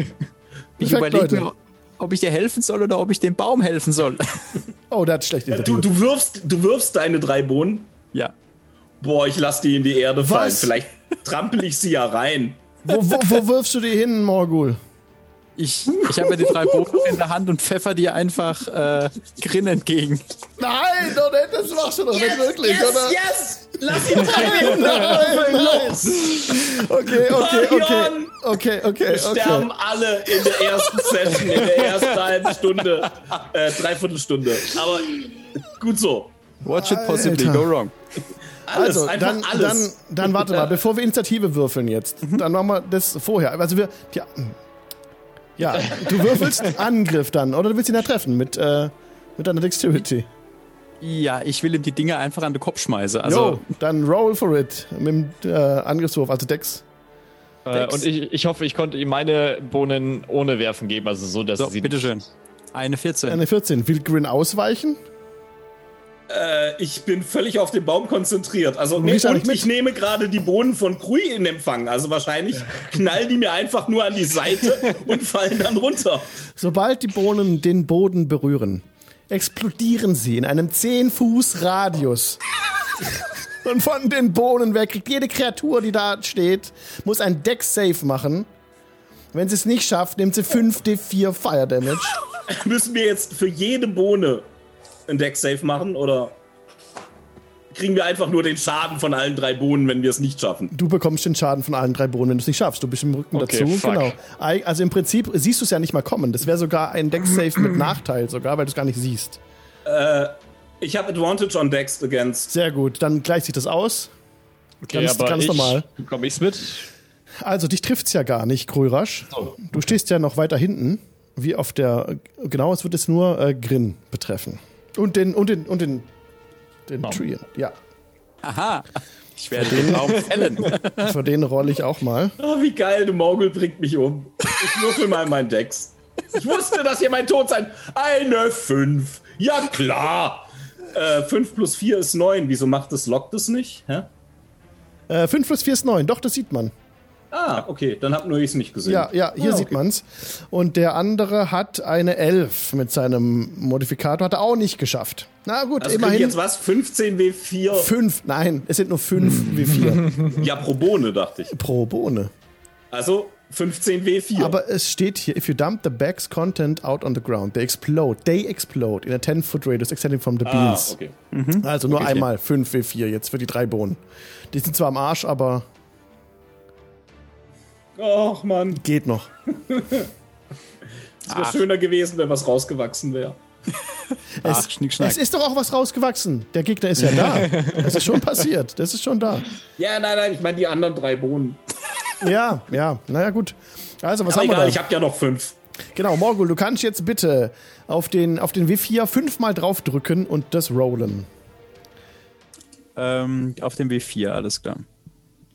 Ich
Perfekt,
überlege mir,
Leute.
ob ich dir helfen soll oder ob ich dem Baum helfen soll.
oh, der hat schlecht
Du,
Initiative.
du, wirfst, du wirfst deine drei Bohnen.
Ja.
Boah, ich lass die in die Erde fallen.
Was?
Vielleicht trampel ich sie ja rein.
Wo, wo, wo wirfst du die hin, Morgul?
Ich, ich habe mir die drei Bohnen in der Hand und pfeffer dir einfach äh, Grin entgegen.
Nein, doch nicht, das machst du doch nicht wirklich,
yes,
oder?
yes! Lass ihn rein!
Nein, nein. Okay, okay, okay.
Marion!
Okay, okay, okay.
Sterben alle in der ersten Session, in der ersten halben Stunde, äh, Dreiviertelstunde. Aber gut so.
What should possibly
Alter.
go wrong?
Alles,
also,
einfach
dann, dann,
alles. Mhm.
dann warte mal, bevor wir Initiative würfeln jetzt, dann machen wir das vorher. Also wir, ja, ja du würfelst Angriff dann, oder du willst ihn ja treffen mit, äh, mit deiner Dexterity.
Ja, ich will ihm die Dinger einfach an den Kopf schmeißen.
Also,
Also,
dann roll for it mit dem äh, Angriffswurf, also Dex.
Äh, und ich, ich hoffe, ich konnte ihm meine Bohnen ohne werfen geben. Also so, dass
so,
sie.
bitteschön. Eine 14.
Eine 14. Will Grin ausweichen?
Äh, ich bin völlig auf den Baum konzentriert. Also, nee,
riechst auch
und
nicht mit.
ich nehme gerade die Bohnen von Krui in Empfang. Also wahrscheinlich knallen die mir einfach nur an die Seite und fallen dann runter.
Sobald die Bohnen den Boden berühren, explodieren sie in einem 10-Fuß-Radius. Und von den Bohnen weg kriegt jede Kreatur, die da steht, muss ein Deck-Safe machen. Wenn sie es nicht schafft, nimmt sie 5d4 Fire Damage.
Müssen wir jetzt für jede Bohne ein Deck-Safe machen oder kriegen wir einfach nur den Schaden von allen drei Bohnen, wenn wir es nicht schaffen?
Du bekommst den Schaden von allen drei Bohnen, wenn du es nicht schaffst. Du bist im Rücken
Okay,
dazu.
fuck.
Genau. Ei- Also im Prinzip siehst du es ja nicht mal kommen. Das wäre sogar ein Deck-Safe mit Nachteil, sogar, weil du es gar nicht siehst.
Ich habe Advantage on Decks against.
Sehr gut, dann gleicht sich das aus.
Okay,
ganz- ganz normal.
Komme ich's mit?
Also, dich trifft's ja gar nicht, Krörasch. Du stehst ja noch weiter hinten, wie auf der. Genau, es wird es nur äh, Grin betreffen. Und den, und den, und den, den Treant, ja.
Aha. Ich werde den Baum fällen.
Für den rolle ich auch mal.
Oh, wie geil, du Morgel bringt mich um. Ich würfel mal meinen Dex. Ich wusste, dass ihr mein Tod seid. Eine 5. Ja, klar. Äh, 5 plus 4 ist 9. Wieso macht das, lockt das nicht? Hä?
Äh, 5 plus 4 ist 9, doch, das sieht man.
Ah, okay, dann hab nur ich es nicht gesehen. Ah,
Ja, ja, hier sieht man's. Und der andere hat eine 11 mit seinem Modifikator, hat er auch nicht geschafft. Na gut,
Also krieg ich
immerhin
jetzt was? 15 W4.
5, nein, es sind nur 5 wie 4
Ja, pro Bohne, dachte ich.
pro Bohne.
Also 15 W4.
Aber es steht hier, if you dump the bag's content out on the ground, they explode. They explode in a 10-foot radius extending from the
ah,
beans.
okay.
Also nur einmal 5 W4 jetzt für die drei Bohnen. Die sind zwar am Arsch, aber
Och, Mann.
geht noch.
Es wäre schöner gewesen, wenn was rausgewachsen wäre.
Ach, schnick, schnack.
Es ist doch auch was rausgewachsen. Der Gegner ist ja da. Das ist schon passiert. Das ist schon da.
Ja, nein, nein, ich meine die anderen drei Bohnen.
Ja, ja. Naja, gut. Also, was
Aber
haben wir da?
egal, ich habe ja noch fünf.
Genau, Morgul, du kannst jetzt bitte auf den, auf den W4 fünfmal draufdrücken und das rollen.
ähm, auf dem W4, alles klar.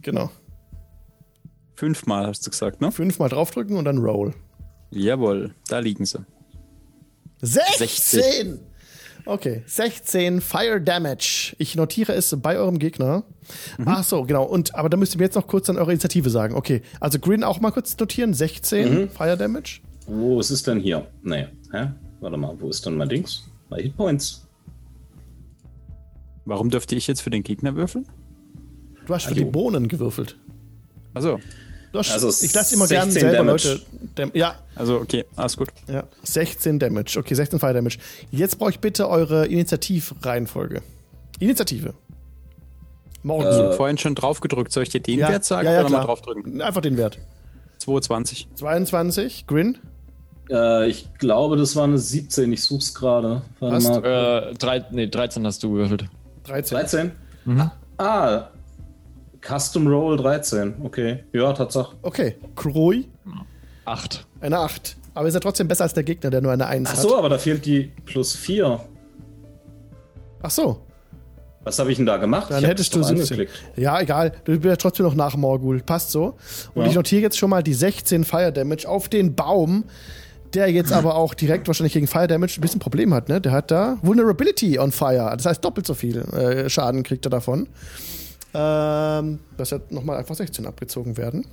Genau.
Fünfmal hast du gesagt, ne?
Fünfmal draufdrücken und dann roll.
Jawohl, da liegen sie.
16! Okay, 16 Fire Damage. Ich notiere es bei eurem Gegner. Ach so, genau. Und, aber da müsst ihr mir jetzt noch kurz dann eure Initiative sagen. Okay, also Green auch mal kurz notieren. 16 Fire Damage.
Wo ist es denn hier? Nee, hä? Warte mal, wo ist denn mein Dings? Bei Hitpoints.
Warum dürfte ich jetzt für den Gegner würfeln?
Du hast für die Bohnen gewürfelt.
Also,
Du hast,
Also
ich lasse immer gerne
16
selber
Damage.
Leute. Dam ja,
also okay, alles gut.
ja, 16 Damage. Okay, 16 Fire Damage. Jetzt brauche ich bitte eure Initiativreihenfolge. Initiative. Morgen.
Ich habe vorhin schon drauf gedrückt. Soll ich dir den Wert sagen Äh, oder mal drauf drücken?
Einfach den Wert.
22.
22, Grin.
Äh, ich glaube, das war eine 17. Ich such's gerade. Warte
Passt.
mal.
Äh, drei, nee, 13 hast du gewürfelt.
13.
13?
Mhm.
Ah, Custom Roll 13. Okay. Ja, Tatsache.
Okay, Kroi,
Acht.
eine 8. Aber ist ja trotzdem besser als der Gegner, der nur eine 1
Ach
hat.
so, aber da fehlt die plus 4.
Ach so.
Was habe ich denn da gemacht?
Dann
ich hab
hättest
das
du
doch
17. Ja, egal. Du bist ja trotzdem noch nach Morgul. Passt so. Und
Ja.
ich notiere jetzt schon mal die 16 Fire Damage auf den Baum, der jetzt aber auch direkt wahrscheinlich gegen Fire Damage ein bisschen Problem hat, ne? Der hat da Vulnerability on Fire. Das heißt, doppelt so viel äh, Schaden kriegt er davon. Ähm, dass er nochmal einfach 16 abgezogen werden.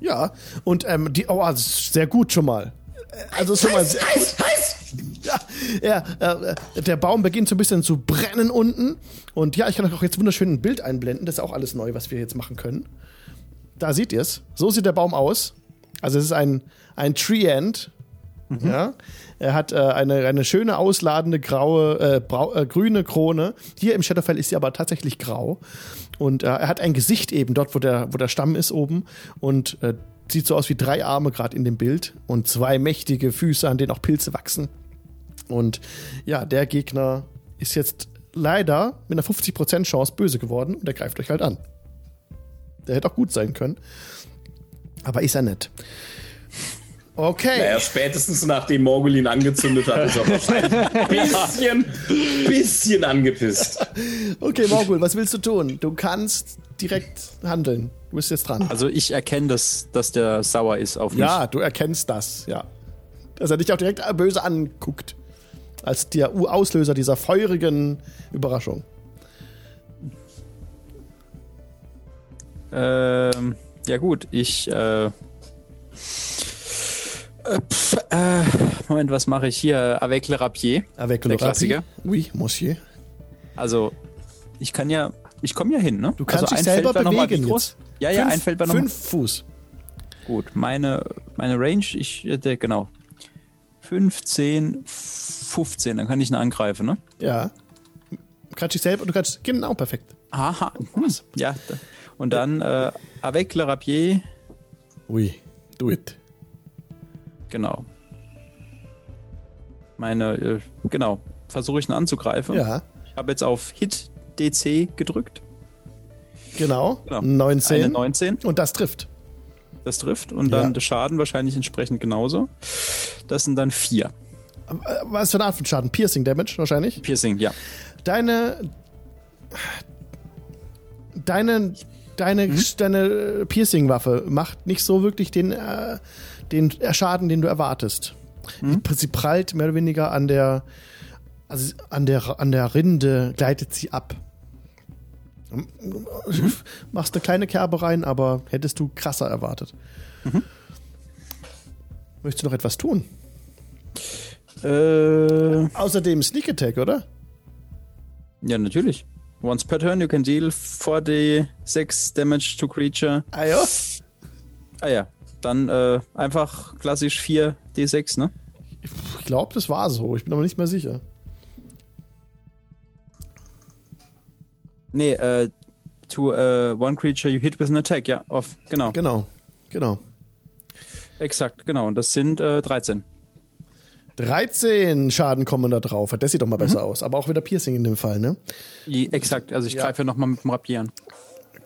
Ja, und ähm, die, oh, also sehr gut schon mal. Äh, Also schon mal sehr
Heiß, heiß!
ja, ja äh, äh, der Baum beginnt so ein bisschen zu brennen unten. Und ja, ich kann euch auch jetzt wunderschön ein Bild einblenden. Das ist auch alles neu, was wir jetzt machen können. Da seht ihr es. So sieht der Baum aus. Also es ist ein, ein Tree-End. Ja. Er hat äh, eine, eine schöne, ausladende, graue, äh, brau, äh, grüne Krone. Hier im Shadowfell ist sie aber tatsächlich grau. Und äh, er hat ein Gesicht eben dort, wo der, wo der Stamm ist oben. Und äh, sieht so aus wie drei Arme gerade in dem Bild. Und zwei mächtige Füße, an denen auch Pilze wachsen. Und ja, der Gegner ist jetzt leider mit einer 50% Chance böse geworden und er greift euch halt an. Der hätte auch gut sein können. Aber ist er nicht. Okay.
Naja, Äh, spätestens nachdem Morgulin angezündet hat, ist er wahrscheinlich ein bisschen, bisschen angepisst.
Okay, Morgul, was willst du tun? Du kannst direkt handeln. Du bist jetzt dran.
Also ich erkenne, dass, dass der sauer ist auf mich.
ja, du erkennst das, ja. Dass er dich auch direkt böse anguckt. Als der U Auslöser dieser feurigen Überraschung.
Ähm, ja gut, ich. Äh, äh, pf, äh, Moment, was mache ich hier? Avec le rapier.
Avec
Der
le
Klassiker.
rapide. Oui, monsieur.
Also ich kann ja, ich komme ja hin, ne?
Du kannst
also
dich selber
Feld war noch mal wie
bewegen
groß?
jetzt.
Ja, ja,
fünf,
ein Feld war noch
Fünf Fuß.
mal- Gut, meine, meine Range, ich, äh, der, genau. 15, 15, dann kann ich ihn angreifen, ne?
Ja. Du kannst dich selber, du kannst, genau, perfekt.
Aha. Hm. Ja. da- Und dann äh, avec le rapier,
Ui, do it.
genau. Meine, äh, genau, versuche ich ihn anzugreifen.
Ja,
Ich habe jetzt auf Hit DC gedrückt.
genau.
Genau. Eine
19.
19,
Und das trifft.
das trifft. Und
Ja.
dann der Schaden wahrscheinlich entsprechend genauso. Das sind dann vier.
Äh, Was für eine Art von Schaden? Piercing Damage wahrscheinlich.
Piercing, ja.
Deine. Deine. Deine, deine äh, Piercing-Waffe macht nicht so wirklich den, äh, den Schaden, den du erwartest. Sie prallt mehr oder weniger an der, also an der, an der Rinde, gleitet sie ab. Machst eine kleine Kerbe rein, aber hättest du krasser erwartet. Möchtest du noch etwas tun?
Äh,
Außerdem Sneak Attack, oder?
ja, natürlich. Once per turn, you can deal 4d6 damage to creature.
Ah ja.
Ah ja, dann äh, einfach klassisch 4d6, ne?
Ich glaube, das war so. Ich bin aber nicht mehr sicher.
Nee, äh, to äh, one creature you hit with an attack, ja, off, genau.
Genau. Genau.
Exakt, genau. Und das sind äh, 13.
13 Schaden kommen da drauf. Das sieht doch mal besser aus. Aber auch wieder Piercing in dem Fall, ne?
Die, exakt, also ich
Ja.
greife nochmal mit dem Rapier an.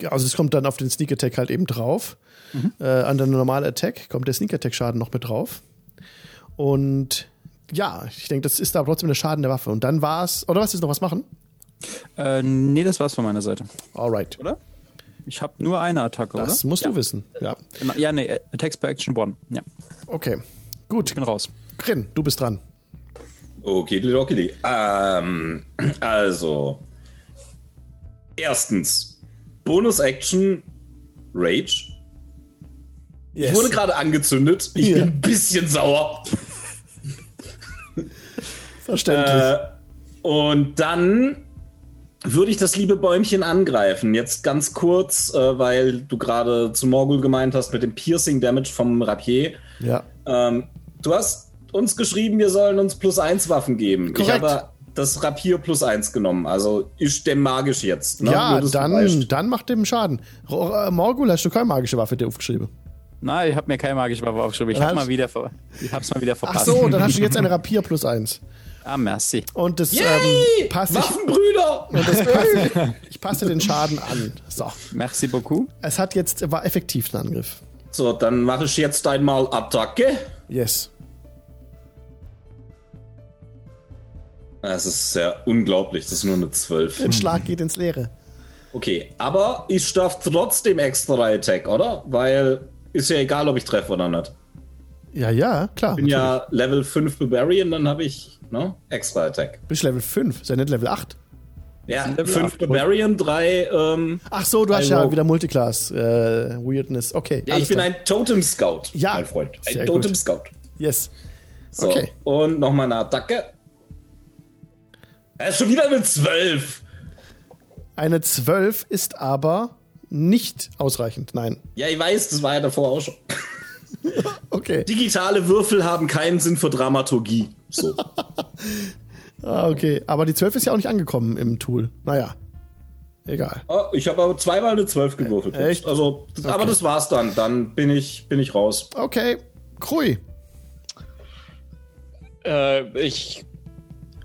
Ja, Also es kommt dann auf den Sneak Attack halt eben drauf. Äh, an den normalen Attack kommt der Sneak Attack Schaden noch mit drauf. Und ja, ich denke, das ist aber trotzdem der Schaden der Waffe. Und dann war's. Oder was jetzt noch was machen?
Äh, nee, das war's von meiner Seite,
Alright.
oder? Ich habe nur eine Attacke,
Das
oder?
musst du wissen. Ja.
Genau. Ja, nee, äh, Attacks per Action One. Ja,
Okay. Gut.
ich bin raus.
Grin, du bist dran.
Okay, okay. Ähm, also. Erstens, Bonus-Action Rage. Ich wurde gerade angezündet. Ich
Ja.
bin ein bisschen sauer.
Verständlich.
Äh, und dann würde ich das liebe Bäumchen angreifen. Jetzt ganz kurz, äh, weil du gerade zu Morgul gemeint hast mit dem Piercing Damage vom Rapier.
ja.
Ähm, du hast uns geschrieben, wir sollen uns plus eins Waffen geben.
Korrekt.
Ich habe das Rapier plus eins genommen. Also ist der magisch jetzt. Ne?
ja,
Nur, dass du
dann,
weißt.
dann macht dem Schaden. Ro- äh, Morgul, hast du keine magische Waffe dir aufgeschrieben?
Nein, ich habe mir keine magische Waffe aufgeschrieben. Ich,
Dann
hab
hast-
mal wieder ver ich hab's mal wieder
Ach
verpasst.
so, dann hast du jetzt eine Rapier plus eins.
Ah, merci.
Und das ähm,
Yay!
passe ich,
Waffenbrüder!
und das passe ich, ich passe den Schaden an. So,
Merci beaucoup.
es hat jetzt war effektiv ein Angriff.
So, dann mache ich jetzt einmal Attacke.
Yes.
Das ist ja unglaublich, das ist nur eine 12.
Ein Schlag geht ins Leere.
Okay, aber ich darf trotzdem extra Attack, oder? Weil ist ja egal, ob ich treffe oder nicht.
Ja, ja, klar.
Bin ja Level 5 Barbarian, dann habe ich ne, extra Attack.
Bist Level 5, sei nicht Level 8.
Ja,
Level
5
acht.
Barbarian, 3 ähm,
Ach so, du hast
Ein
ja
Rogue.
wieder Multiclass äh, Weirdness. Okay,
Ja, ich bin
klar.
ein Totem Scout,
Ja,
mein Freund.
sehr
Ein
gut.
Totem Scout.
Yes.
So,
Okay.
und nochmal eine Attacke. Er ist schon wieder eine 12.
Eine 12 ist aber nicht ausreichend. Nein.
Ja, ich weiß, das war ja davor auch schon.
Okay.
Digitale Würfel haben keinen Sinn für Dramaturgie. So.
Ah, okay. Aber die 12 ist ja auch nicht angekommen im Tool. Naja. Egal.
Oh, ich habe aber zweimal eine 12 gewürfelt.
Echt?
Also, das, aber das war's dann. Dann bin ich, bin ich raus.
Okay. Krui.
Äh, ich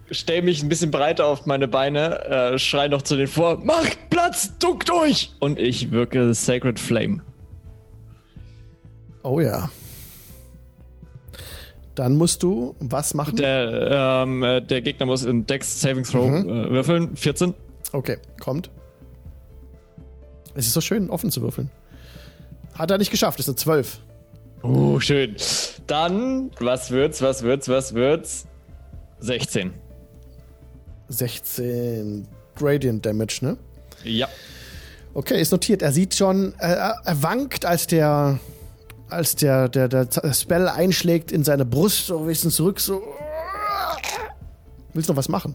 stelle mich ein bisschen breiter auf meine Beine, äh, schrei noch zu den vor, macht Platz, duckt euch! Und ich wirke Sacred Flame.
Oh ja. Dann musst du was machen?
Der, ähm, äh, der Gegner muss in Dex Saving Throw
Mhm.
äh, würfeln, 14.
Okay, kommt. Es ist so schön, offen zu würfeln. Hat er nicht geschafft, ist eine 12.
Oh, schön. Dann, was wird's, was wird's, was wird's? 16.
16 Gradient Damage, ne?
Ja.
Okay, ist notiert. Er sieht schon, äh, er er wankt, als der, als der, der, der Z- Spell einschlägt in seine Brust, so ein bisschen zurück, so. Willst du noch was machen?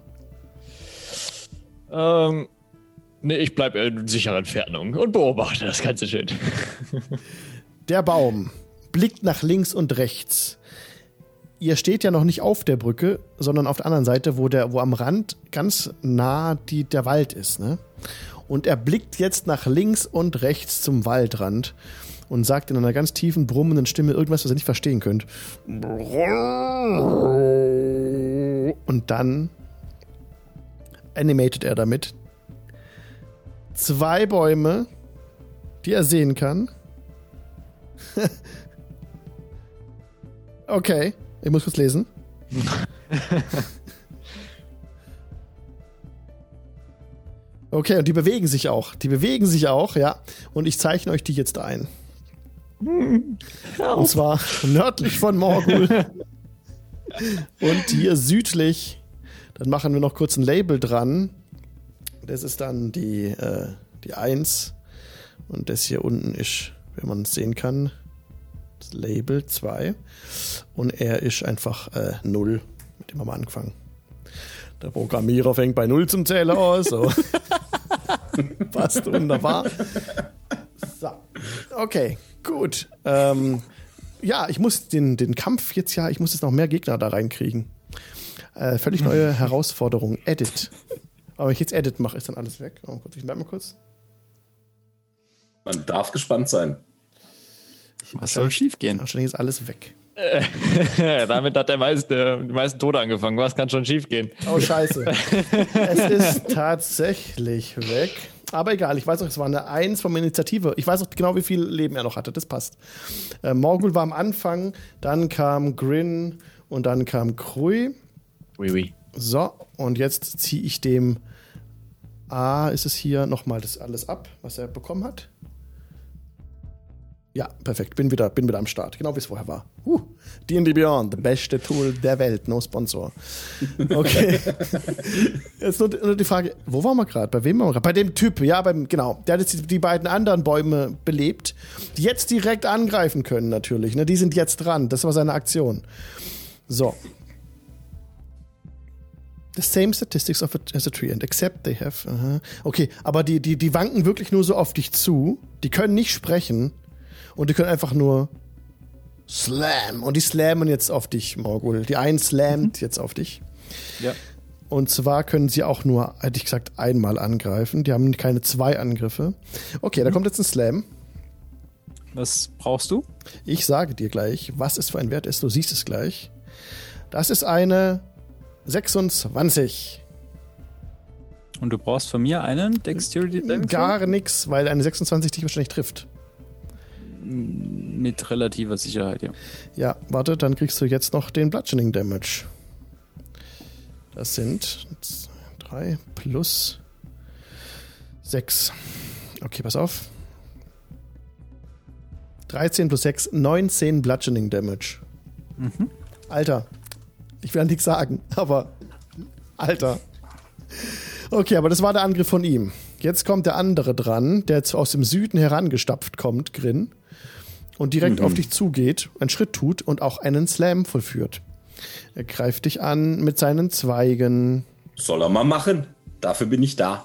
Ähm, nee, ich bleib in sicherer Entfernung und beobachte das Ganze schön.
Der Baum blickt nach links und rechts. Ihr steht ja noch nicht auf der Brücke, sondern auf der anderen Seite, wo, der, wo am Rand ganz nah die, der Wald ist. Ne? Und er blickt jetzt nach links und rechts zum Waldrand und sagt in einer ganz tiefen, brummenden Stimme irgendwas, was ihr nicht verstehen könnt. Und dann animated er damit zwei Bäume, die er sehen kann. Okay, ich muss kurz lesen. Okay, und die bewegen sich auch. Die bewegen sich auch, ja. Und ich zeichne euch die jetzt ein. Und zwar nördlich von Morgul und hier südlich. Dann machen wir noch kurz ein Label dran. Das ist dann die, äh, die 1. Und das hier unten ist, wenn man es sehen kann, das Label 2. Und er ist einfach äh, 0, mit dem haben wir angefangen. Der Programmierer fängt bei 0 zum Zähler aus. So. Passt wunderbar. So. Okay, gut. Ähm, ja, ich muss den, den Kampf jetzt ja, ich muss jetzt noch mehr Gegner da reinkriegen. Äh, völlig neue Herausforderung. Edit. Aber wenn ich jetzt Edit mache, ist dann alles weg. Oh, kurz, ich bleib mal kurz.
Man darf gespannt sein.
Was soll schiefgehen?
Wahrscheinlich ist alles weg.
Damit hat der meiste, die meisten Tode angefangen. Was kann schon schief gehen?
Oh, scheiße. es ist tatsächlich weg. Aber egal, ich weiß noch, es war eine Eins vom Initiative. Ich weiß noch genau, wie viel Leben er noch hatte. Das passt. Äh, Morgul war am Anfang, dann kam Grin und dann kam Krui.
Oui, oui.
So, und jetzt ziehe ich dem A, ist es hier, nochmal das alles ab, was er bekommen hat. Ja, perfekt. Bin wieder, bin wieder am Start. Genau wie es vorher war. Huh. D&D Beyond, the beste Tool der Welt. No Sponsor. Okay. Jetzt nur, nur die Frage, wo waren wir gerade? Bei wem waren wir gerade? Bei dem Typ, ja, beim, genau. Der hat jetzt die, die beiden anderen Bäume belebt, die jetzt direkt angreifen können natürlich. Ne? Die sind jetzt dran. Das war seine Aktion. So. The same statistics of a, as a tree and except they have. aha. Okay, aber die, die, die wanken wirklich nur so auf dich zu. Die können nicht sprechen und die können einfach nur slam. Und die slammen jetzt auf dich, Morgul. Die einen slammt jetzt auf dich.
Ja.
Und zwar können sie auch nur, hätte ich gesagt, einmal angreifen. Die haben keine zwei Angriffe. Okay, da kommt jetzt ein Slam.
Was brauchst du?
Ich sage dir gleich, was es für ein Wert ist. Du siehst es gleich. Das ist eine 26.
Und du brauchst von mir einen Dexterity Saving Throw?
Gar nichts, weil eine 26 dich wahrscheinlich trifft.
Mit relativer Sicherheit, ja.
Ja, warte, dann kriegst du jetzt noch den Bludgeoning Damage. Das sind 3 plus 6. Okay, pass auf. 13 plus 6, 19 Bludgeoning Damage. Alter, ich will ja nichts sagen, aber Alter. Okay, aber das war der Angriff von ihm. Jetzt kommt der andere dran, der jetzt aus dem Süden herangestapft kommt, Grin, und direkt auf dich zugeht, einen Schritt tut und auch einen Slam vollführt. Er greift dich an mit seinen Zweigen.
Soll er mal machen. Dafür bin ich da.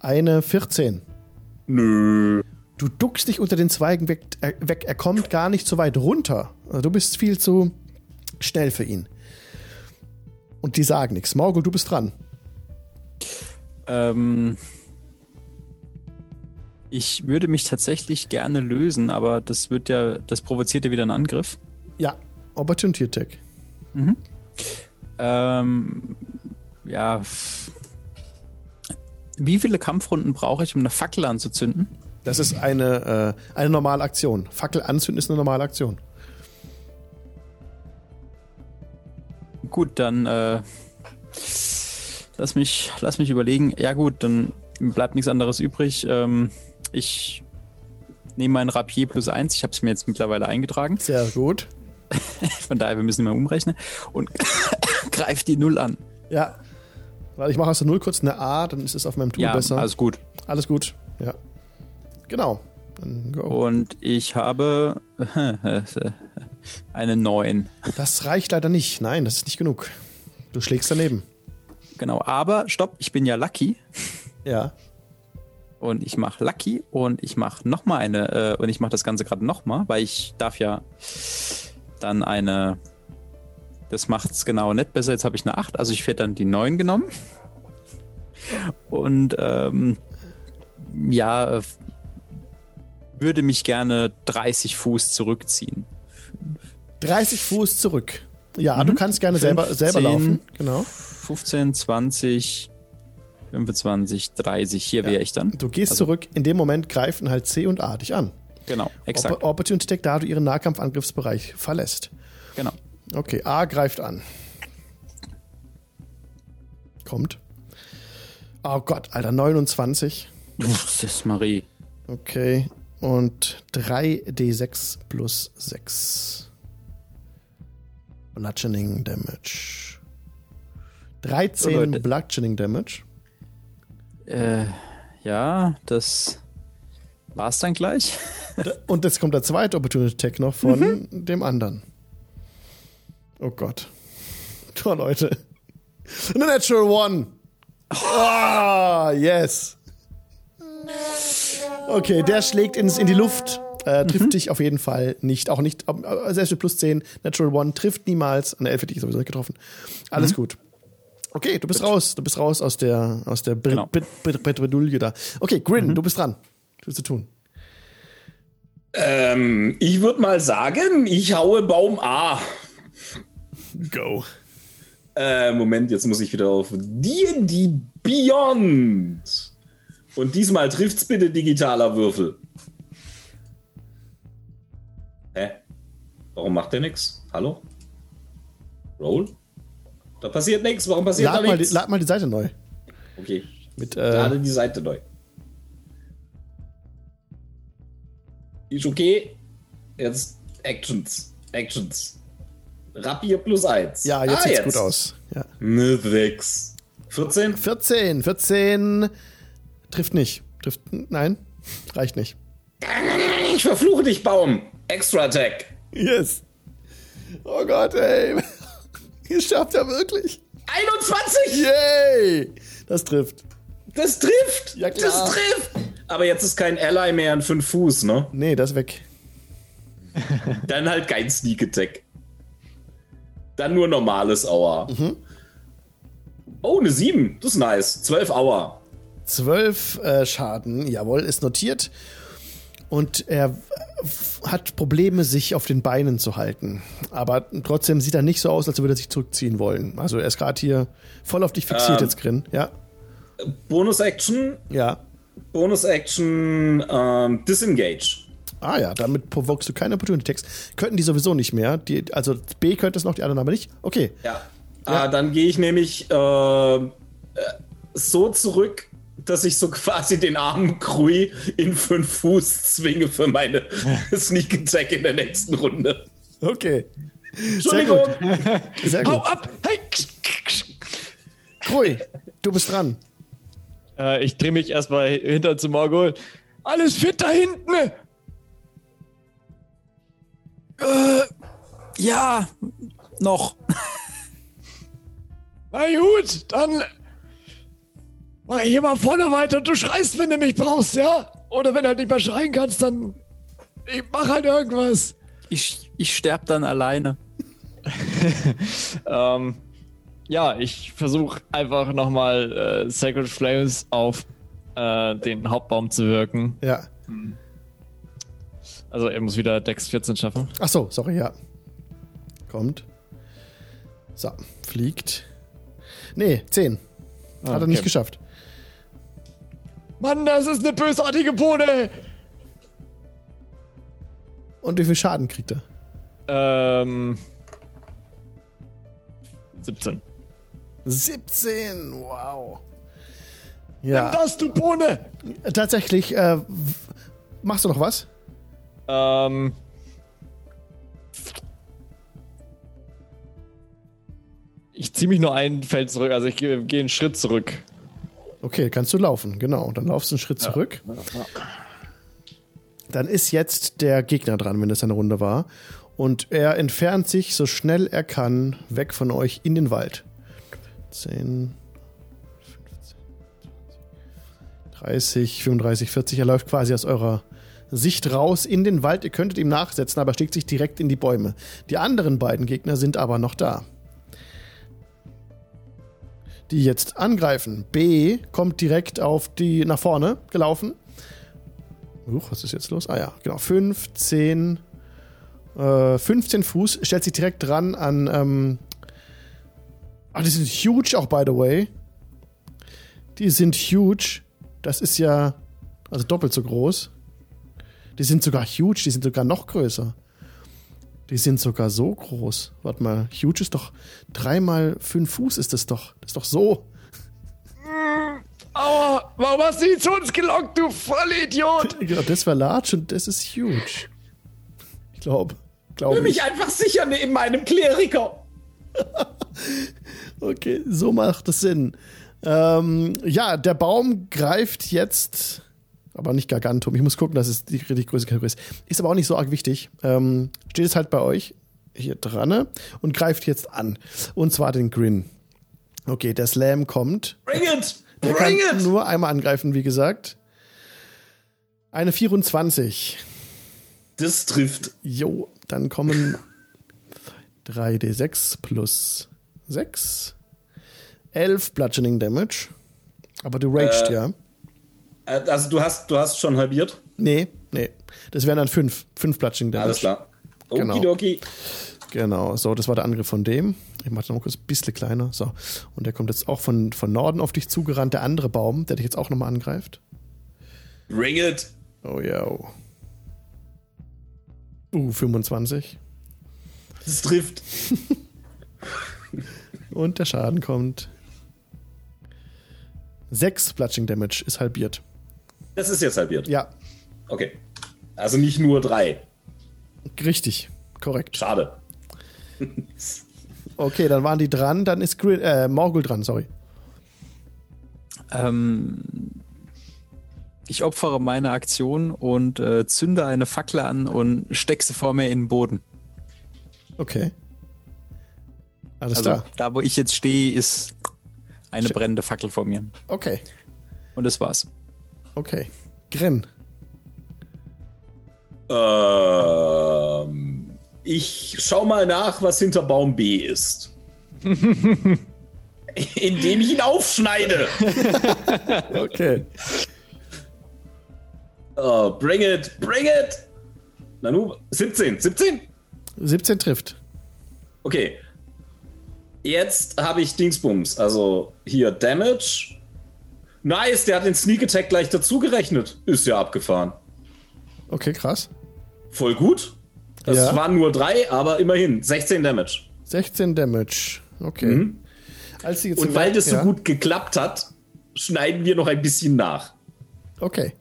Eine 14.
Nö.
Du duckst dich unter den Zweigen weg. Er, weg. er kommt gar nicht so weit runter. Also Du bist viel zu schnell für ihn. Und die sagen nichts. Morgul, du bist dran.
Ähm, ich würde mich tatsächlich gerne lösen, aber das wird ja, das provoziert ja wieder einen Angriff.
Ja, Opportunity Attack.
Ähm, ja. f- Wie viele Kampfrunden brauche ich, um eine Fackel anzuzünden?
Das ist eine, äh, eine normale Aktion. Fackel anzünden ist eine normale Aktion.
Gut, dann äh, lass, mich, lass mich überlegen. Ja gut, dann bleibt nichts anderes übrig. Ähm, ich nehme meinen Rapier plus eins. Ich habe es mir jetzt mittlerweile eingetragen.
Sehr gut.
Von daher, wir müssen immer umrechnen. Und greift die Null an.
Ja. Weil ich mache aus der Null kurz eine A, dann ist es auf meinem Tool
ja,
besser.
alles gut.
Alles gut. Ja. Genau. Dann go.
Und ich habe eine 9.
Das reicht leider nicht. Nein, das ist nicht genug. Du schlägst daneben.
Genau, aber stopp, ich bin ja lucky.
Ja.
Und ich mache lucky und ich mache nochmal eine, äh, und ich mache das Ganze gerade nochmal, weil ich darf ja dann eine, das macht's genau nicht besser, jetzt habe ich eine 8, also ich werde dann die 9 genommen. Und ähm, ja, äh, würde mich gerne 30 Fuß zurückziehen.
30 Fuß zurück. Ja, du kannst gerne selber, selber
15.
laufen. Genau.
15, 20, 25, 30. Hier wäre ich dann.
Du gehst zurück. In dem Moment greifen halt C und A dich an.
Genau, exakt.
Opp Opportunity Attack, da du ihren Nahkampfangriffsbereich verlässt.
Genau.
Okay, A greift an. kommt. Oh Gott, Alter, 29.
Jesus Marie.
Okay. Und 3d6 plus 6. Bludgeoning Damage. 13
Oh, Leute.
Bludgeoning Damage.
Äh, ja, das war's dann gleich.
Und jetzt kommt der zweite Opportunity Tag noch von dem anderen. Oh Gott. Oh, Leute. Eine Natural One. Ah, yes. Okay, der schlägt ins, in die Luft. Äh, trifft dich auf jeden Fall nicht. Auch nicht, äh, selbst mit plus 10. Natural One trifft niemals. Eine 11 hätte ich sowieso nicht getroffen. Alles gut. Okay, du bist raus. Du bist raus aus der, aus der Bre-
Genau.
Bre- Bre- Bre- Bredouille da. Okay, Grin, du bist dran. Du bist zu tun.
Ähm, ich würde mal sagen, ich haue Baum A.
Go.
Äh, Moment, jetzt muss ich wieder auf D&D Beyond. Und diesmal trifft's bitte digitaler Würfel. Hä? Warum macht der nix? Hallo? Roll? Da passiert nichts. Warum passiert
Lad
da
mal, die,
nichts?
lad mal die Seite neu.
Okay,
Mit,
lade
äh,
die Seite neu. Ist okay. Jetzt Actions. Actions. Rapier plus eins.
ja, jetzt
Ah,
sieht's gut aus. Ja.
Ne, sechs. 14?
14, 14 trifft nicht. Trifft, nein, reicht nicht.
Ich verfluche dich, Baum. Extra Attack.
Yes. Oh Gott, ey. Ihr schafft ja wirklich.
21!
Yay. Das trifft.
Das trifft!
Ja, klar.
Das trifft! Aber jetzt ist kein Ally mehr an 5 Fuß, ne?
Nee, das ist weg.
Dann halt kein Sneak Attack. Dann nur normales Aua.
Mhm.
Oh, eine 7. Das ist nice. 12 Aua.
12 äh, Schaden, jawohl, ist notiert. Und er f- hat Probleme, sich auf den Beinen zu halten. Aber trotzdem sieht er nicht so aus, als würde er sich zurückziehen wollen. Also er ist gerade hier voll auf dich fixiert jetzt, Grin. Ja,
Bonus Action.
ja.
Bonus Action. Ähm, Disengage.
Ah ja, damit provokst du keine Opportunity Text. Könnten die sowieso nicht mehr. Die, also B könnte es noch, die anderen aber nicht. Okay.
Ja. Ah, dann gehe ich nämlich äh, äh, so zurück, dass ich so quasi den armen Krui in fünf Fuß zwinge für meine Sneak Attack in der nächsten Runde.
Okay. Sehr
Entschuldigung.
gut. Sehr
Hau
gut.
ab! Hey!
Krui, du bist dran.
Äh, ich drehe mich erstmal hinter zum Morgul. Alles fit da hinten! Äh,
Ja, noch.
Na gut, dann mach ich immer vorne weiter und du schreist, wenn du mich brauchst, ja? Oder wenn du halt nicht mehr schreien kannst, dann ich mach halt irgendwas.
Ich, ich sterb dann alleine.
Ähm, ja, ich versuche einfach nochmal äh, Sacred Flames auf äh, den Hauptbaum zu wirken.
Ja.
Also er muss wieder Dex 14 schaffen.
Ach so, sorry, ja. Kommt. So, fliegt. Nee, 10.
Ah,
Hat er
okay.
nicht geschafft.
Mann, das ist eine bösartige Bohne!
Und wie viel Schaden kriegt er?
Ähm. 17.
17, wow. Ja,
Das, du Bohne!
tatsächlich, äh, w- machst du noch was?
Ähm. Ich ziehe mich nur einen Feld zurück, also ich gehe geh einen Schritt zurück.
Okay, kannst du laufen, genau. Dann laufst du einen Schritt zurück. Dann ist jetzt der Gegner dran, wenn das seine Runde war. Und er entfernt sich so schnell er kann weg von euch in den Wald. 10, 15, 30, 35, 40. Er läuft quasi aus eurer Sicht raus in den Wald. Ihr könntet ihm nachsetzen, aber er schlägt sich direkt in die Bäume. Die anderen beiden Gegner sind aber noch da die jetzt angreifen. B kommt direkt auf die nach vorne gelaufen. Huch, was ist jetzt los? Ah ja, genau. 15, äh, 15 Fuß, stellt sich direkt dran an. Ähm, ah, die sind huge auch, by the way. Die sind huge. Das ist ja. Also doppelt so groß. Die sind sogar huge, die sind sogar noch größer. Die sind sogar so groß. Warte mal, huge ist doch dreimal fünf Fuß ist das doch. Das ist doch so.
Oh, Warum hast du ihn zu uns gelockt, du Vollidiot?
Ich glaube, Genau, das war large und das ist huge. Ich glaube.
will
Glaube ich.
mich einfach sichern in meinem Kleriker.
Okay, so macht es Sinn. Ähm, ja, der Baum greift jetzt, aber nicht Gargantum. Ich muss gucken, dass es die richtig Größe Kategorie ist. Ist aber auch nicht so arg wichtig. Ähm, steht es halt bei euch hier dran ne? und greift jetzt an. Und zwar den Grin. Okay, der Slam kommt.
Bring it!
Der kann
Bring it!
nur einmal angreifen, wie gesagt. Eine 24.
Das trifft.
Jo, dann kommen 3d6 plus 6. 11 Bludgeoning Damage. Aber du raged, ja?
Äh, Also du hast, du hast schon halbiert.
Nee, nee. Das wären dann 5. 5 Bludgeoning Damage.
Alles klar.
Genau.
Okidoki.
Genau, so, das war der Angriff von dem. Ich mache noch kurz ein bisschen kleiner. So, und der kommt jetzt auch von, von Norden auf dich zugerannt. Der andere Baum, der dich jetzt auch nochmal angreift.
Bring it!
Oh ja. oh. Uh, 25.
Das trifft.
Und der Schaden kommt. 6 Bludgeoning Damage ist halbiert.
Das ist jetzt halbiert.
Ja,
Okay. Also nicht nur drei.
richtig. Korrekt.
Schade.
Okay, dann waren die dran, dann ist Gri äh, Morgul dran, sorry.
Ähm, ich opfere meine Aktion und äh, zünde eine Fackel an und steck sie vor mir in den Boden.
Okay. Alles
Also
klar.
da, wo ich jetzt stehe, ist eine brennende Fackel vor mir.
Okay.
Und das war's.
Okay. Grin.
Ähm, ich schau mal nach, was hinter Baum B ist. Indem ich ihn aufschneide.
Okay.
Oh, bring it, bring it! Nanu, 17, 17?
17 trifft.
Okay. Jetzt habe ich Dingsbums. Also hier Damage. Nice, der hat den Sneak Attack gleich dazu gerechnet. Ist ja abgefahren.
Okay, krass.
Voll gut. Das
Ja.
waren nur drei, aber immerhin 16 Damage.
16 Damage. Okay. Als sie jetzt
Mhm. Und weil das so
ja.
gut geklappt hat, schneiden wir noch ein bisschen nach.
Okay.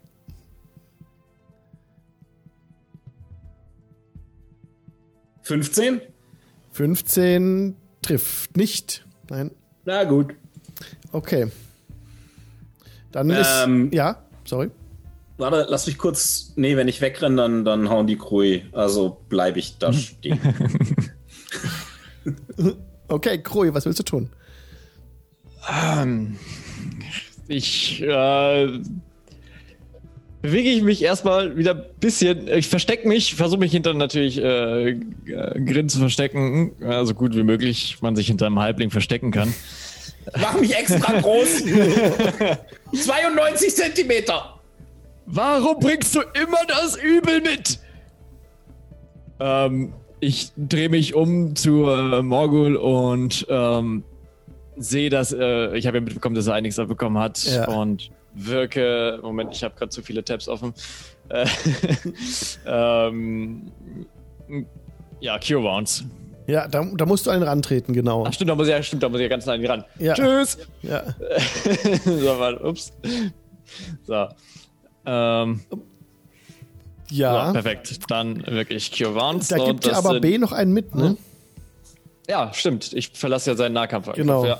Hm? 15?
15 trifft nicht. Nein.
Na gut.
Okay. Dann
Ähm.
ist. Ja, sorry.
Warte, lass mich kurz. Nee, wenn ich wegrenne, dann, dann hauen die Krui. Also bleibe ich da stehen.
Okay, Kroi, was willst du tun?
Ich äh, bewege ich mich erstmal wieder ein bisschen. Ich verstecke mich, versuche mich hinter natürlich äh, G- äh, Grin zu verstecken. Ja, so gut wie möglich man sich hinter einem Halbling verstecken kann.
Mach mich extra groß. 92 Zentimeter.
Warum bringst du immer das Übel mit? Ähm, ich drehe mich um zu äh, Morgul und ähm, sehe, dass äh, ich habe ja mitbekommen, dass er einiges abbekommen hat
Ja.
und wirke. Moment, ich habe gerade zu viele Tabs offen. Äh, ähm, ja, Cure Wounds.
Ja, da, da musst du einen rantreten, genau.
Ach, stimmt, da muss ich ja, stimmt, da muss ich ja ganz nah an die ran.
Ja.
Tschüss.
Ja.
so, warte, ups. So. Ähm,
Ja.
So, perfekt. Dann wirklich Cure Wounds.
Ah. Da
und
gibt dir
das
aber
sind- Hm?
B noch einen mit, ne?
Ja, stimmt. Ich verlasse ja seinen Nahkampf.
Genau.
Ja.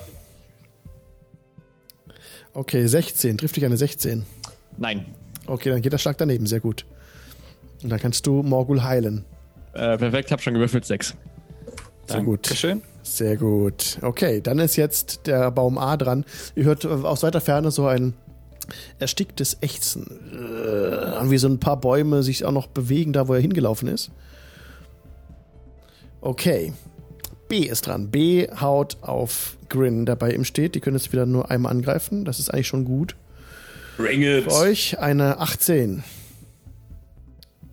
Okay, 16. Trifft dich eine 16.
Nein.
Okay, dann geht der Schlag daneben. Sehr gut. Und dann kannst du Morgul heilen.
Äh, perfekt, hab schon gewürfelt. Sechs.
Sehr gut.
Schön.
Sehr gut. Okay, dann ist jetzt der Baum A dran. Ihr hört äh, aus weiter Ferne so ein ersticktes Ächzen. Äh, und Wie so ein paar Bäume sich auch noch bewegen, da wo er hingelaufen ist. Okay. B ist dran. B haut auf Grin, der bei ihm steht. Die können jetzt wieder nur einmal angreifen. Das ist eigentlich schon gut.
Bring it.
Bei euch eine 18.
Äh,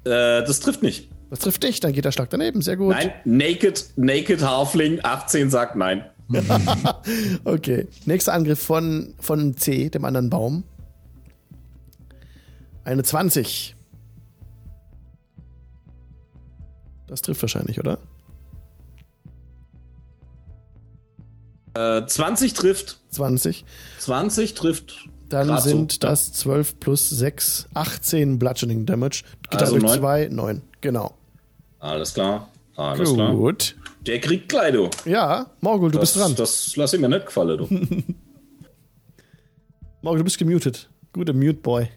das trifft nicht.
Das trifft dich, dann geht der Schlag daneben. Sehr gut.
Nein, Naked, Naked Halfling 18 sagt nein.
Okay. Nächster Angriff von, von C, dem anderen Baum. Eine 20. Das trifft wahrscheinlich, oder?
Äh, 20 trifft.
20.
20 trifft.
Dann
Grad so.
sind das 12 plus 6, 18 Bludgeoning Damage. Gitarre
Also
durch
neun.
2, 9. Genau.
Alles klar. Alles klar.
Gut.
Der kriegt Kleidung.
Ja, Morgul, du
Das,
bist dran.
das lass ich mir nicht gefallen, du.
Morgul, du bist gemutet. Guter Mute-Boy.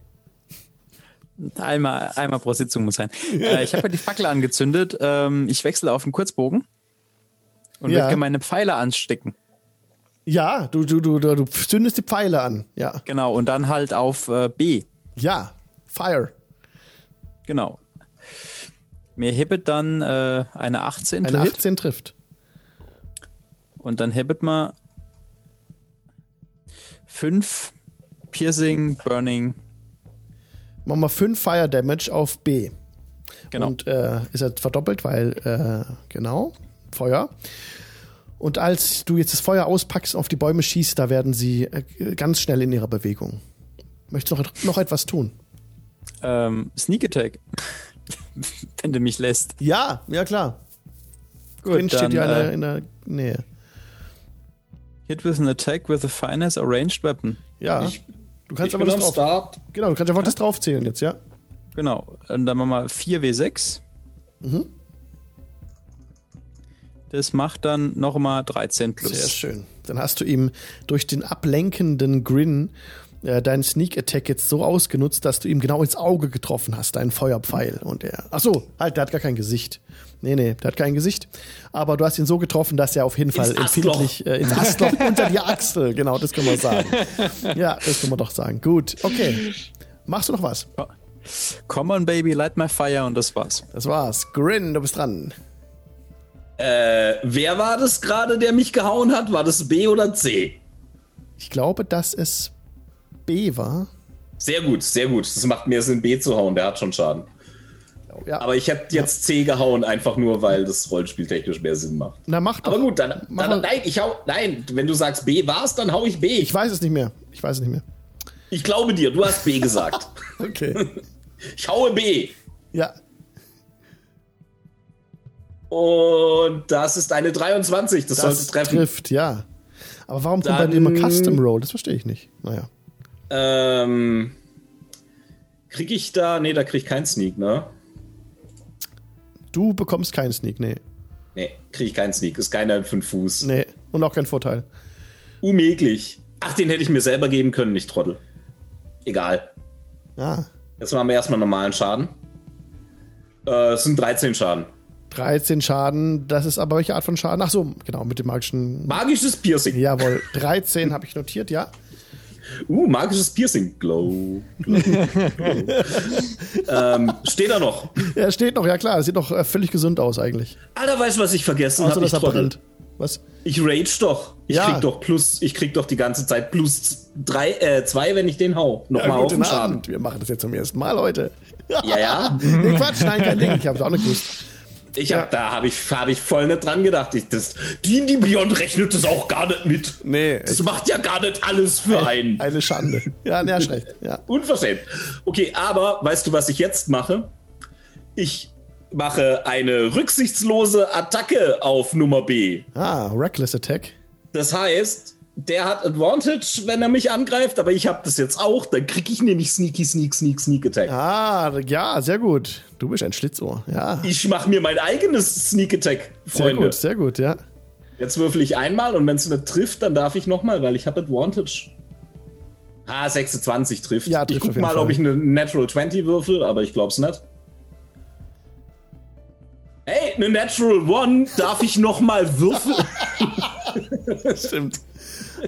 Einmal, einmal pro Sitzung muss sein. Äh, ich habe ja die Fackel angezündet. Ähm, ich wechsle auf den Kurzbogen und
Ja.
ja. werde meine Pfeile anstecken.
Ja, du, du, du, du, du zündest die Pfeile an. Ja.
Genau, und dann halt auf äh, B.
Ja. Fire.
Genau. Mir hebet dann äh, eine 18
Eine
to Hit
18 trifft.
und dann hebet man 5 Piercing, Burning.
Machen wir 5 Fire Damage auf B.
Genau.
Und äh, ist jetzt verdoppelt, weil, äh, genau, Feuer. Und als du jetzt das Feuer auspackst und auf die Bäume schießt, da werden sie äh, ganz schnell in ihrer Bewegung. Möchtest du noch, noch etwas tun?
ähm, Sneak Attack. Wenn du mich lässt.
Ja, ja klar.
Gut,
Drin steht
dann,
ja einer
äh,
in der Nähe.
Hit with an attack with a finest or ranged weapon.
Ja. du kannst
Ich
aber das
bin am
drauf.
Start.
Genau, du kannst einfach das draufzählen jetzt, ja?
Genau. Und dann machen wir 4W6.
Mhm.
Das macht dann nochmal 13 plus.
Sehr schön. Dann hast du ihm durch den ablenkenden Grin äh, deinen Sneak Attack jetzt so ausgenutzt, dass du ihm genau ins Auge getroffen hast, deinen Feuerpfeil. Und er. Ach so, halt, der hat gar kein Gesicht. Nee, nee, der hat kein Gesicht. Aber du hast ihn so getroffen, dass er auf jeden Fall
Astloch.
empfindlich äh, ins Astloch unter die Achsel. Genau, das können wir sagen. Ja, das können wir doch sagen. Gut, okay. Machst du noch was?
Come on, Baby, light my fire und das war's.
Das war's. Grin, du bist dran.
Wer war das gerade, der mich gehauen hat? War das B oder C?
Ich glaube, dass es B war.
Sehr gut, sehr gut. Das macht mehr Sinn, B zu hauen. Der hat schon Schaden.
Oh, Ja.
Aber ich hätte jetzt C gehauen, einfach nur, weil das Rollenspieltechnisch mehr Sinn macht.
Na, mach doch.
Aber gut, dann,
Mach
dann
mal-
nein, ich hau, nein, wenn du sagst B war's, dann hau ich B.
Ich
Ich,
weiß es nicht mehr. Ich weiß es nicht mehr.
ich glaube dir, du hast B gesagt.
Okay.
Ich haue B.
Ja,
Und das ist eine 23, das,
das
sollte treffen.
trifft, ja. Aber warum kommt dann,
Dann-
immer Custom Roll? Das verstehe ich nicht. Naja.
Ähm, krieg ich da, nee, da krieg ich keinen Sneak, ne?
Du bekommst keinen Sneak, nee.
Nee, krieg ich keinen Sneak, ist keiner 5 Fuß.
Nee. Und auch keinen Vorteil.
Unmöglich. Ach, den hätte ich mir selber geben können, nicht Trottel. Egal.
Ja.
Jetzt machen wir erstmal normalen Schaden. Äh, es sind 13 Schaden.
13 Schaden, das ist aber welche Art von Schaden? Ach so, genau, mit dem magischen.
Magisches Piercing.
Jawohl, 13 habe ich notiert, ja.
Uh, magisches Piercing. Glow. glow, glow. ähm, steht da noch.
Ja, steht noch, ja klar, sieht noch äh, völlig gesund aus eigentlich.
Alter, weißt du, was ich vergessen
Außer,
habe? Ich,
dass er
Trottel.
brennt. Was?
ich rage doch. Ich
Ja.
krieg doch plus, ich krieg doch die ganze Zeit plus 2, äh, zwei, wenn ich den hau. Nochmal
Ja,
auf
guten
den Schaden.
Abend. Wir machen das jetzt zum ersten Mal heute.
Ja, ja.
nee, Quatsch, nein, kein Ding. Ich habe es auch nicht gewusst.
Ich hab, Da habe ich, hab ich voll nicht dran gedacht. Ich, das, die, die Beyond rechnet das auch gar nicht mit.
Nee.
Das macht ja gar nicht alles für einen.
Eine Schande. Ja, na, schlecht. Ja.
Unverschämt. Okay, aber weißt du, was ich jetzt mache? Ich mache eine rücksichtslose Attacke auf Nummer B.
Ah, Reckless Attack.
Das heißt, der hat Advantage, wenn er mich angreift, aber ich habe das jetzt auch. Dann kriege ich nämlich Sneaky Sneak Sneak Sneak Attack.
Ah, ja, sehr gut. Du bist ein Schlitzohr. Ja.
Ich mache mir mein eigenes Sneak Attack,
Sehr
Freunde.
gut, sehr gut, ja.
Jetzt würfel ich einmal und wenn es nicht trifft, dann darf ich nochmal, weil ich habe Advantage. Ah, 26 trifft.
Ja,
ich
trifft auf
guck
jeden
mal,
Fall.
ob ich eine Natural 20 würfel, aber ich glaub's nicht. Hey, eine Natural One darf ich nochmal würfeln.
Stimmt.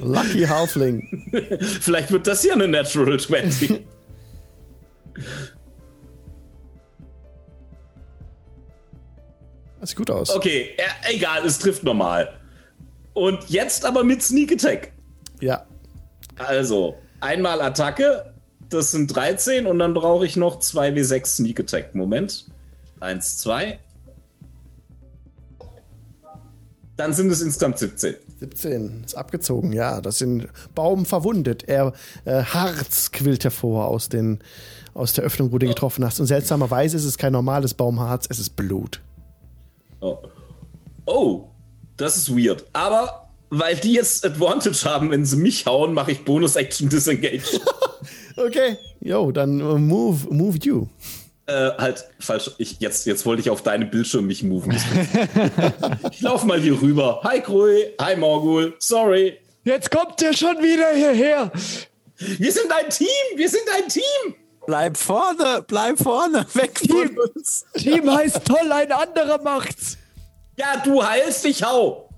Lucky Halfling.
Vielleicht wird das ja eine Natural 20.
Das sieht gut aus.
Okay, e- egal, es trifft normal. Und jetzt aber mit Sneak Attack.
Ja.
Also, einmal Attacke, das sind 13 und dann brauche ich noch 2W6 Sneak Attack. Moment. 1, 2. Dann sind es insgesamt 17.
17. Ist abgezogen, ja. Das sind Baum verwundet. Er äh, Harz quillt hervor aus, den, aus der Öffnung, wo du getroffen hast. Und seltsamerweise ist es kein normales Baumharz, es ist Blut.
Oh. oh, das ist weird. Aber Weil die jetzt Advantage haben, wenn sie mich hauen, mache ich Bonus-Action Disengage.
Okay. Yo, dann äh, move, move you.
äh, halt, falsch. Ich, jetzt, jetzt wollte ich auf deinem Bildschirm mich moven. ich laufe mal hier rüber. Hi, Krui. Hi, Morgul. Sorry.
Jetzt kommt der schon wieder hierher.
Wir sind ein Team. Wir sind ein Team.
Bleib vorne, bleib vorne, weg von uns.
Team heißt toll, ein anderer macht's.
Ja, du heilst, ich hau.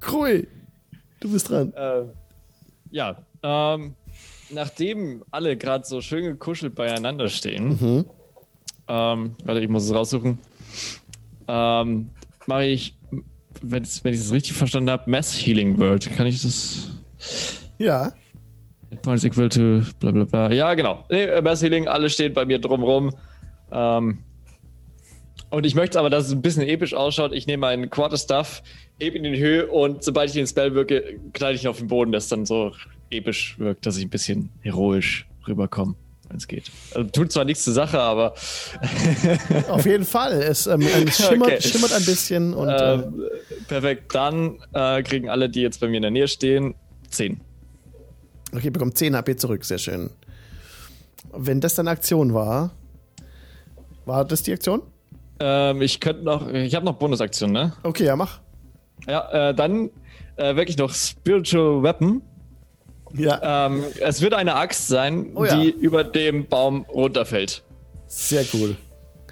Krui, du bist dran.
Äh, ja, ähm, nachdem alle gerade so schön gekuschelt beieinander stehen, ähm, warte, ich muss es raussuchen, ähm, mache ich, wenn's, wenn ich es richtig verstanden habe, Mass Healing World. Kann ich das?
Ja.
Points equal to bla bla bla. Ja, genau. Nee, äh, Mass Healing, alle stehen bei mir drumrum. Ähm, und ich möchte aber, dass es ein bisschen episch ausschaut. Ich nehme meinen Quarterstaff, heb ihn in die Höhe und sobald ich den Spell wirke, knall ich ihn auf den Boden, dass dann so episch wirkt, dass ich ein bisschen heroisch rüberkomme, wenn es geht. Also, tut zwar nichts zur Sache, aber
Auf jeden Fall. Es, ähm, es schimmert,
Okay.
schimmert ein bisschen und äh,
ähm, perfekt. Dann äh, kriegen alle, die jetzt bei mir in der Nähe stehen, 10.
okay, bekommt 10 HP zurück. Sehr schön. Wenn das dann Aktion war, war das die Aktion?
Ähm, ich könnte noch, ich habe noch Bonusaktion, ne?
Okay, ja, mach.
Ja, äh, dann äh, wirklich noch Spiritual Weapon.
Ja,
Ähm, es wird eine Axt sein,
Oh ja.
die über dem Baum runterfällt.
sehr cool.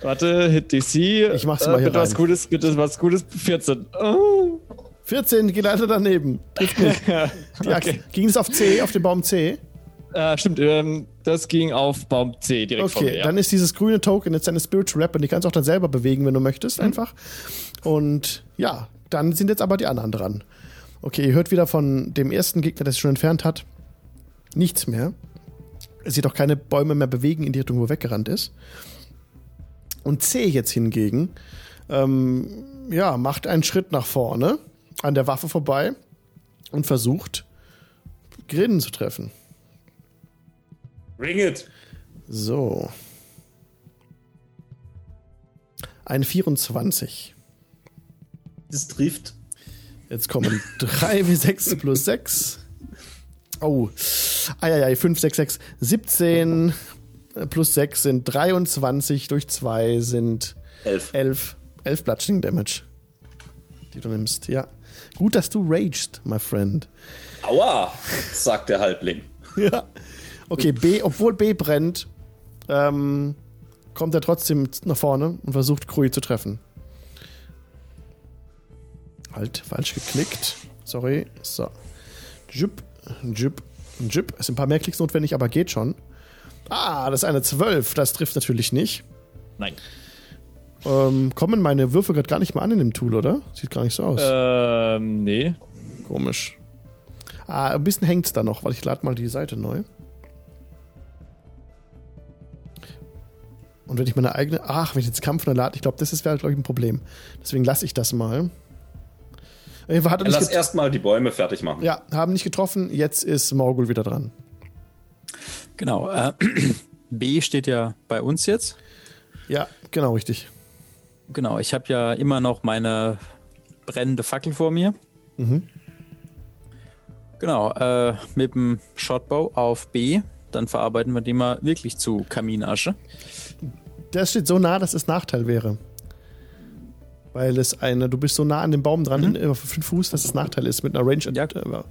Warte, Hit DC.
Ich mach's mal hier
bitte was
rein.
Gutes, bitte was Gutes. 14. Oh.
14 geht leider daneben. Trifft nicht. Die Axt.
Okay.
Ging es auf C, auf den Baum C?
Äh, stimmt, ähm, das ging auf Baum C direkt vor mir.
Okay,
ja.
dann ist dieses grüne Token jetzt deine Spiritual Rap und die kannst du auch dann selber bewegen, wenn du
Mhm.
möchtest, einfach. Und ja, dann sind jetzt aber die anderen dran. Okay, ihr hört wieder von dem ersten Gegner, der es schon entfernt hat, nichts mehr. Es sieht auch keine Bäume mehr bewegen in die Richtung, wo er weggerannt ist. Und C jetzt hingegen, ähm, ja, macht einen Schritt nach vorne an der Waffe vorbei und versucht, Grinnen zu treffen.
Bring it.
So. Ein 24.
Das trifft.
Jetzt kommen 3 wie 6 plus 6. Oh. Eieiei, 5, 6, 6. 17 äh, plus 6 sind 23 durch 2 sind
Elf.
11. 11 Bludgeoning Damage. Die du nimmst, ja. Gut, dass du raged, my friend.
Aua, sagt der Halbling.
Ja. Okay, B, obwohl B brennt, ähm, kommt er trotzdem nach vorne und versucht, Krui zu treffen. Halt, falsch geklickt. Sorry. So. Jip, jip, jip. Es sind ein paar mehr Klicks notwendig, aber geht schon. Ah, das ist eine 12. Das trifft natürlich nicht.
Nein.
Ähm, kommen meine Würfel gerade gar nicht mal an in dem Tool, oder? Sieht gar nicht so aus.
Ähm, nee.
Komisch. Ah, ein bisschen hängt's da noch, weil ich lade mal die Seite neu. Und wenn ich meine eigene. Ach, wenn ich jetzt Kampf neu lade, ich glaube, das ist- wäre, glaube ich, ein Problem. Deswegen lasse ich das mal. Äh, Hat er nicht
Lass
get-
erstmal die Bäume fertig machen.
ja, haben nicht getroffen. Jetzt ist Morgul wieder dran.
Genau. Äh, B steht ja bei uns jetzt.
Ja, genau, richtig.
Genau, ich habe ja immer noch meine brennende Fackel vor mir.
Mhm.
Genau, äh, mit dem Shotbow auf B. Dann verarbeiten wir die mal wirklich zu Kaminasche.
Das steht so nah, dass es Nachteil wäre. Weil es eine. Du bist so nah an dem Baum dran, äh, auf 5 Fuß, dass es Nachteil ist mit einer Range.
Ja.
Äh,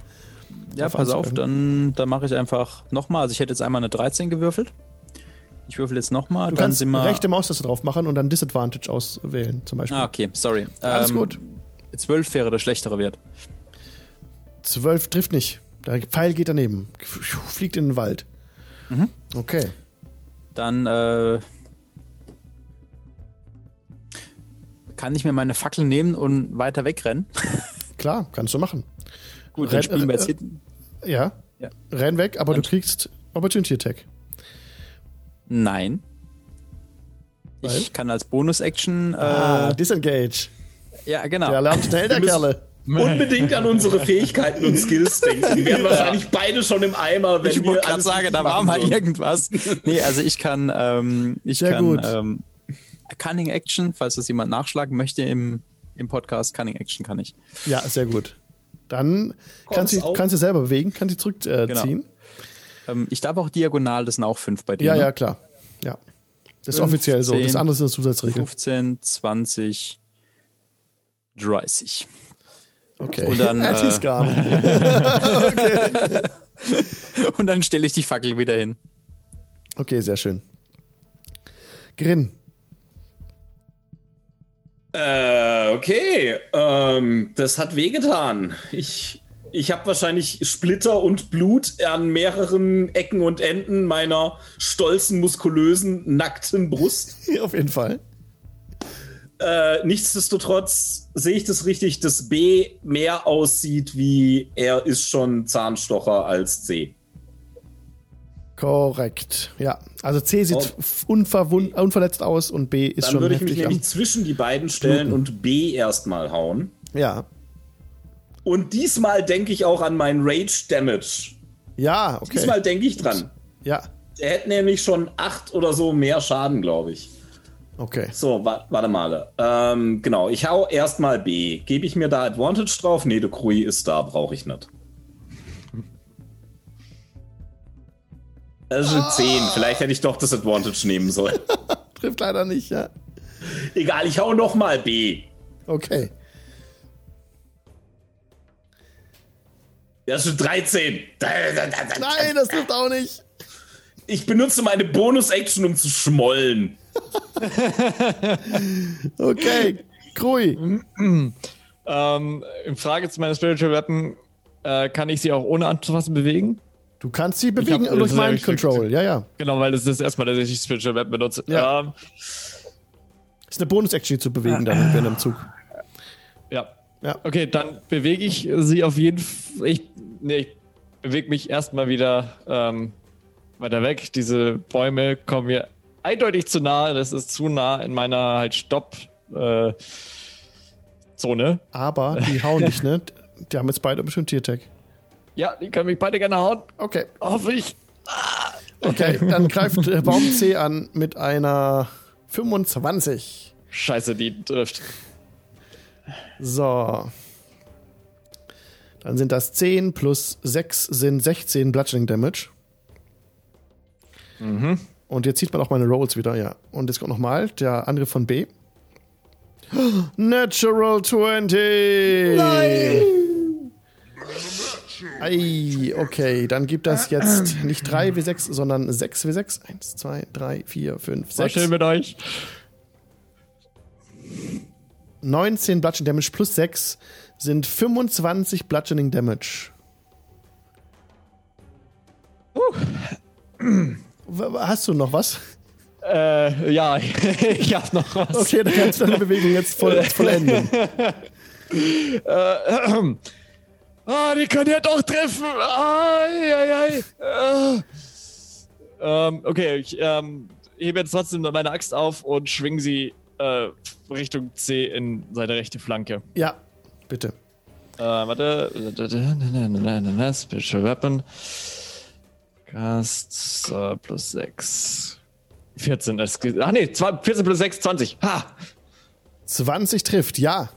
Ja,
Auf
pass auf, dann,
anzugreifen.
dann mache ich einfach nochmal. Also ich hätte jetzt einmal eine 13 gewürfelt. Ich würfel jetzt nochmal,
Du
dann
kannst
sind wir.
rechte Maustaste drauf machen und dann Disadvantage auswählen, zum Beispiel.
ah, okay, sorry.
Alles
Ähm,
gut.
12 wäre der schlechtere Wert.
Zwölf trifft nicht. Der Pfeil geht daneben. Fliegt in den Wald. Okay.
Dann äh, kann ich mir meine Fackel nehmen und weiter wegrennen.
Klar, kannst du machen.
Gut, dann
Renn-
spielen wir jetzt
äh,
hinten.
Ja.
Ja.
Renn weg, aber du kriegst Opportunity Attack.
Nein.
Weil?
Ich kann als Bonus-Action. Äh,
Ah, Disengage.
ja, genau.
Der lernt schnell, der Kerle.
Unbedingt an unsere Fähigkeiten und Skills denken. Wir wären wahrscheinlich beide schon im Eimer, wenn
ich
wir
wollte gerade
alles
sagen,
richtig
da war
machen
mal
würden.
irgendwas. Nee, also ich kann. Ähm, ich
Sehr
kann.
gut.
Ähm, Cunning Action, falls das jemand nachschlagen möchte im, im Podcast, Cunning Action kann ich.
Ja, sehr gut. Dann kannst du,
auf.
kannst du selber bewegen, kannst du zurückziehen. Äh,
Genau.
ziehen.
Ähm, ich darf auch diagonal, das sind auch fünf bei dir.
Ja,
ne?
ja, klar. Ja. Das ist offiziell so. Das
10,
andere ist eine Zusatzregel.
15, 20, 30.
Okay.
Und dann,
Das
äh,
ist gar nicht.
Und dann stelle ich die Fackel wieder hin.
Okay, sehr schön. Grin.
Äh, okay. Ähm, das hat wehgetan. Ich, ich habe wahrscheinlich Splitter und Blut an mehreren Ecken und Enden meiner stolzen, muskulösen, nackten Brust.
Auf jeden Fall.
Äh, nichtsdestotrotz sehe ich das richtig, dass B mehr aussieht wie er ist schon Zahnstocher als C.
Korrekt. Ja. Also C sieht
Oh.
f- unverwund, unverletzt aus und B ist
Dann
schon
würde ich mich
heftig
nämlich zwischen die beiden stellen und B erstmal hauen.
am. Ja.
Und diesmal denke ich auch an meinen Rage Damage.
Ja, okay.
Diesmal denke ich dran.
Ja.
Er hätte nämlich schon acht oder so mehr Schaden, glaube ich.
Okay.
So, wa warte mal. Ähm, genau, ich hau erstmal B. Gebe ich mir da Advantage drauf? Nee, der Krui ist da, brauche ich nicht. Das ist eine 10. Vielleicht hätte ich doch das Advantage nehmen sollen.
Trifft leider nicht, ja.
Egal, ich hau nochmal B.
Okay.
Das ist eine 13.
Nein, das trifft auch nicht.
Ich benutze meine Bonus-Action, um zu schmollen.
Okay. Krui.
Ähm, in Frage zu meiner Spiritual Weapon, äh, kann ich sie auch ohne anzufassen bewegen?
Du kannst sie bewegen
hab-
durch
das hab
Mind
ich schon
Control.
gesehen.
Ja, ja.
Genau, weil das ist das erste Mal, dass ich Spiritual Weapon benutze.
Ja.
Ähm,
Ist eine Bonus-Action die zu bewegen dann während dem Zug.
ja.
Ja.
Okay, dann bewege ich sie auf jeden Fall. Ich, nee, ich bewege mich erstmal wieder ähm, weiter weg. Diese Bäume kommen mir eindeutig zu nahe. Das ist zu nah in meiner halt äh, Stopp-Zone.
Aber die hauen dich, ne? Die haben jetzt beide bestimmt Tiertag.
ja, die können mich beide gerne hauen.
Okay.
Hoffe ich.
Okay. Dann greift äh, Baum C an mit einer 25.
Scheiße, die trifft.
So. Dann sind das 10 plus 6 sind 16 Bludgeoning Damage. Und jetzt sieht man auch meine Rolls wieder, ja. Und jetzt kommt nochmal der Angriff von B. Natural 20! Nein! Ei, okay, dann gibt das jetzt nicht 3 W6, sondern 6 W6. 1, 2, 3, 4, 5,
War
6.
schön mit euch.
19 Bludgeoning Damage plus 6 sind 25 Bludgeoning Damage. W- w- Hast du noch was?
Äh, ja, ich hab noch was.
Okay, dann kannst du deine Bewegung jetzt voll, vollenden.
Ah, die können ja doch treffen. Ai, ai, ai. Äh. Ähm, okay, ich ähm, hebe jetzt trotzdem meine Axt auf und schwing sie äh, Richtung C in seine rechte Flanke.
Ja, bitte.
Äh, warte. Special Weapon. Cast äh, plus 6. 14. es ge- Ah, nee, zwei- 14 plus 6, 20. Ha!
20 trifft, ja.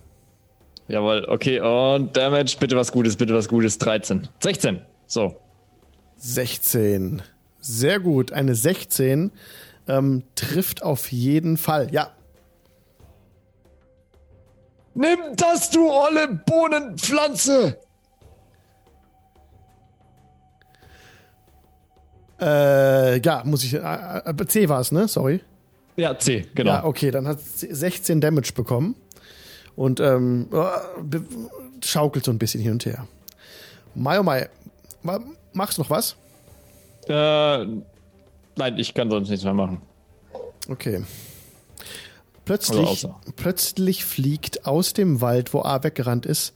Jawohl, okay. Und Damage, bitte was Gutes, bitte was Gutes. 13. 16. So.
16. Sehr gut. Eine 16 ähm, trifft auf jeden Fall. Ja,
Nimm das, du olle Bohnenpflanze!
äh, ja, muss ich. Äh, äh, C war es, ne? Sorry.
Ja, C, genau.
Ja, Ah, okay, dann hat sie 16 Damage bekommen und ähm, äh, be- schaukelt so ein bisschen hin und her. Mai, oh Mai, ma- machst noch was?
äh, nein, ich kann sonst nichts mehr machen.
Okay.
Also
Plötzlich,
außer-
plötzlich fliegt aus dem Wald, wo A weggerannt ist,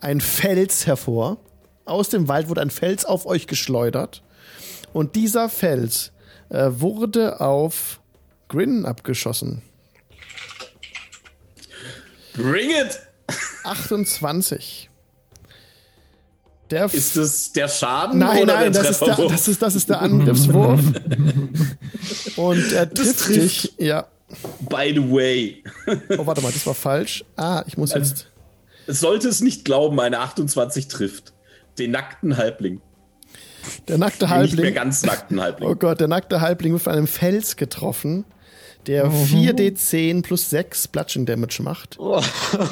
ein Fels hervor. Aus dem Wald wurde ein Fels auf euch geschleudert. Und dieser Fels äh, wurde auf Grin abgeschossen.
Bring it!
28. Der F-
Ist das der Schaden?
Nein,
oder
nein,
der
das ist, der,
Trefferwurf?
das, ist, das ist der Angriffswurf. Und er trifft,
trifft.
dich. Ja.
By the way. Äh,
Oh, warte mal, das war falsch. Ah, ich muss jetzt.
Es sollte es nicht glauben, eine 28 trifft. Den nackten Halbling.
Der nackte
Den Nicht mehr
Halbling.
ganz nackten Halbling.
Oh Gott, der nackte Halbling wird von einem Fels getroffen, der
Oh.
4d10 plus 6 Bludgeoning Damage macht.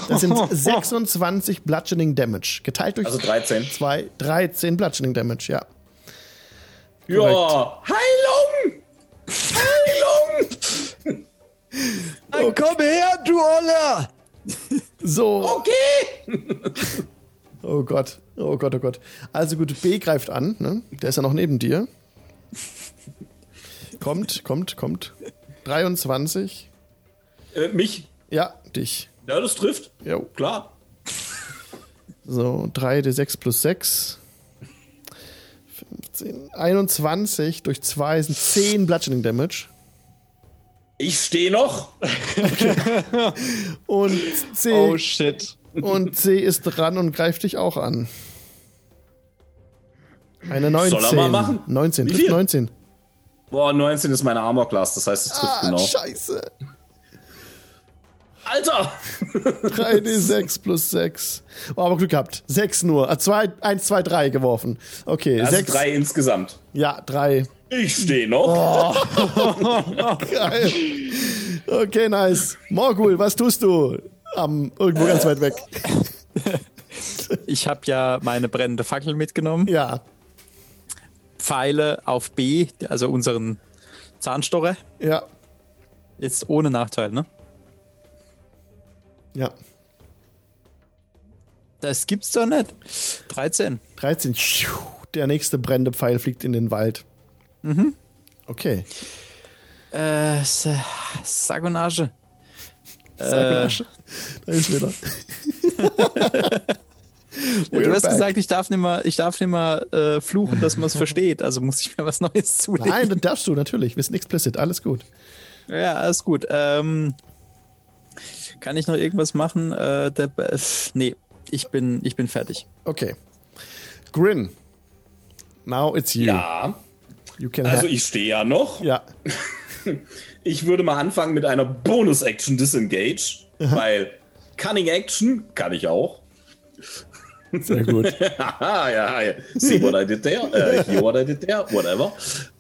Das sind 26 Bludgeoning Damage. Geteilt durch
Also 13.
2, 13 Bludgeoning Damage, ja.
Ja, Heilung! Heilung!
komm her, du Oller!
So.
Okay!
Oh Gott. Oh Gott, oh Gott. Also gut, B greift an, ne? Der ist ja noch neben dir. Kommt, kommt, kommt. 23.
Äh, mich.
Ja, dich.
Ja, das trifft.
Jo.
Klar.
So, 3d6 plus 6. 15, 21 durch 2 sind 10 Bludgeoning Damage.
Ich stehe noch.
Und C,
Oh shit.
und C ist dran und greift dich auch an. Eine 19.
Soll er mal machen?
19,
Wie
trifft
viel?
19.
Boah, 19 ist meine Armor Class, das heißt, es trifft
Ah,
genau.
scheiße.
Alter!
3d6 plus 6. Oh, aber Glück gehabt. 6 nur. Ah, 1, 2, 3 geworfen. Okay,
Also
6.
drei insgesamt.
Ja, 3.
Ich stehe noch.
Geil. Okay, nice. Morgul, was tust du? Am, irgendwo ganz weit weg.
Ich habe ja meine brennende Fackel mitgenommen.
Ja,
Pfeile auf B, also unseren Zahnstocher.
ja,
Jetzt ohne Nachteil, ne?
ja.
Das gibt's doch nicht. 13.
13. Schiu. Der nächste brennende Pfeil fliegt in den Wald. Mhm. Okay.
Äh, S- Sagonage. Äh,
Da ist wieder.
du
We're
hast
back.
gesagt, ich darf nicht mal, ich darf nicht mal äh, fluchen, dass man es versteht. Also muss ich mir was Neues zulegen.
Nein, das darfst du natürlich. Wir sind explicit. Alles gut.
Ja, alles gut. Ähm, kann ich noch irgendwas machen? Äh, der, Be- pff, nee, ich bin, ich bin fertig.
Okay. Grin. Now it's you.
Ja,
You can
also
have-
ich stehe ja noch.
ja.
Ich würde mal anfangen mit einer Bonus-Action Disengage, weil Cunning Action kann ich auch.
Sehr gut.
Haha, ja, ja. See what I did there, äh, hear what I did there, whatever.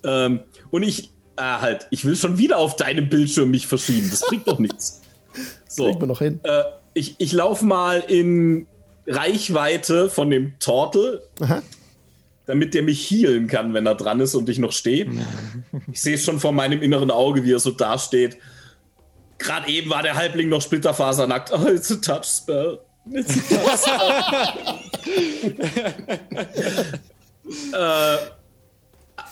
Ähm, und ich, äh, halt, ich will schon wieder auf deinem Bildschirm mich verschieben. Das bringt doch nichts. So,
Kriegen wir noch hin.
äh, ich, ich laufe mal in Reichweite von dem Tortel,
Aha.
damit der mich healen kann, wenn er dran ist und ich noch stehe. Ich sehe schon vor meinem inneren Auge, wie er so dasteht. Gerade eben war der Halbling noch splitterfasernackt. Oh, it's a touch spell. It's a touch spell. äh,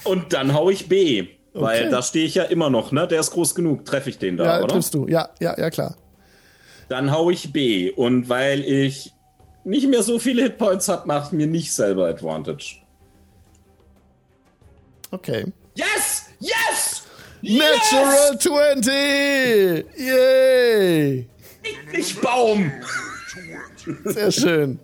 und dann hau ich B. Weil
Okay.
da stehe ich ja immer noch, ne? Der ist groß genug. Treffe ich den da,
Ja,
oder?
triffst du. Ja, ja, ja, klar.
Dann hau ich B. Und weil ich nicht mehr so viele Hitpoints habe, macht mir nicht selber Advantage.
Okay.
Yes! Yes!
Natural 20! Yay!
Ich Baum!
Sehr schön.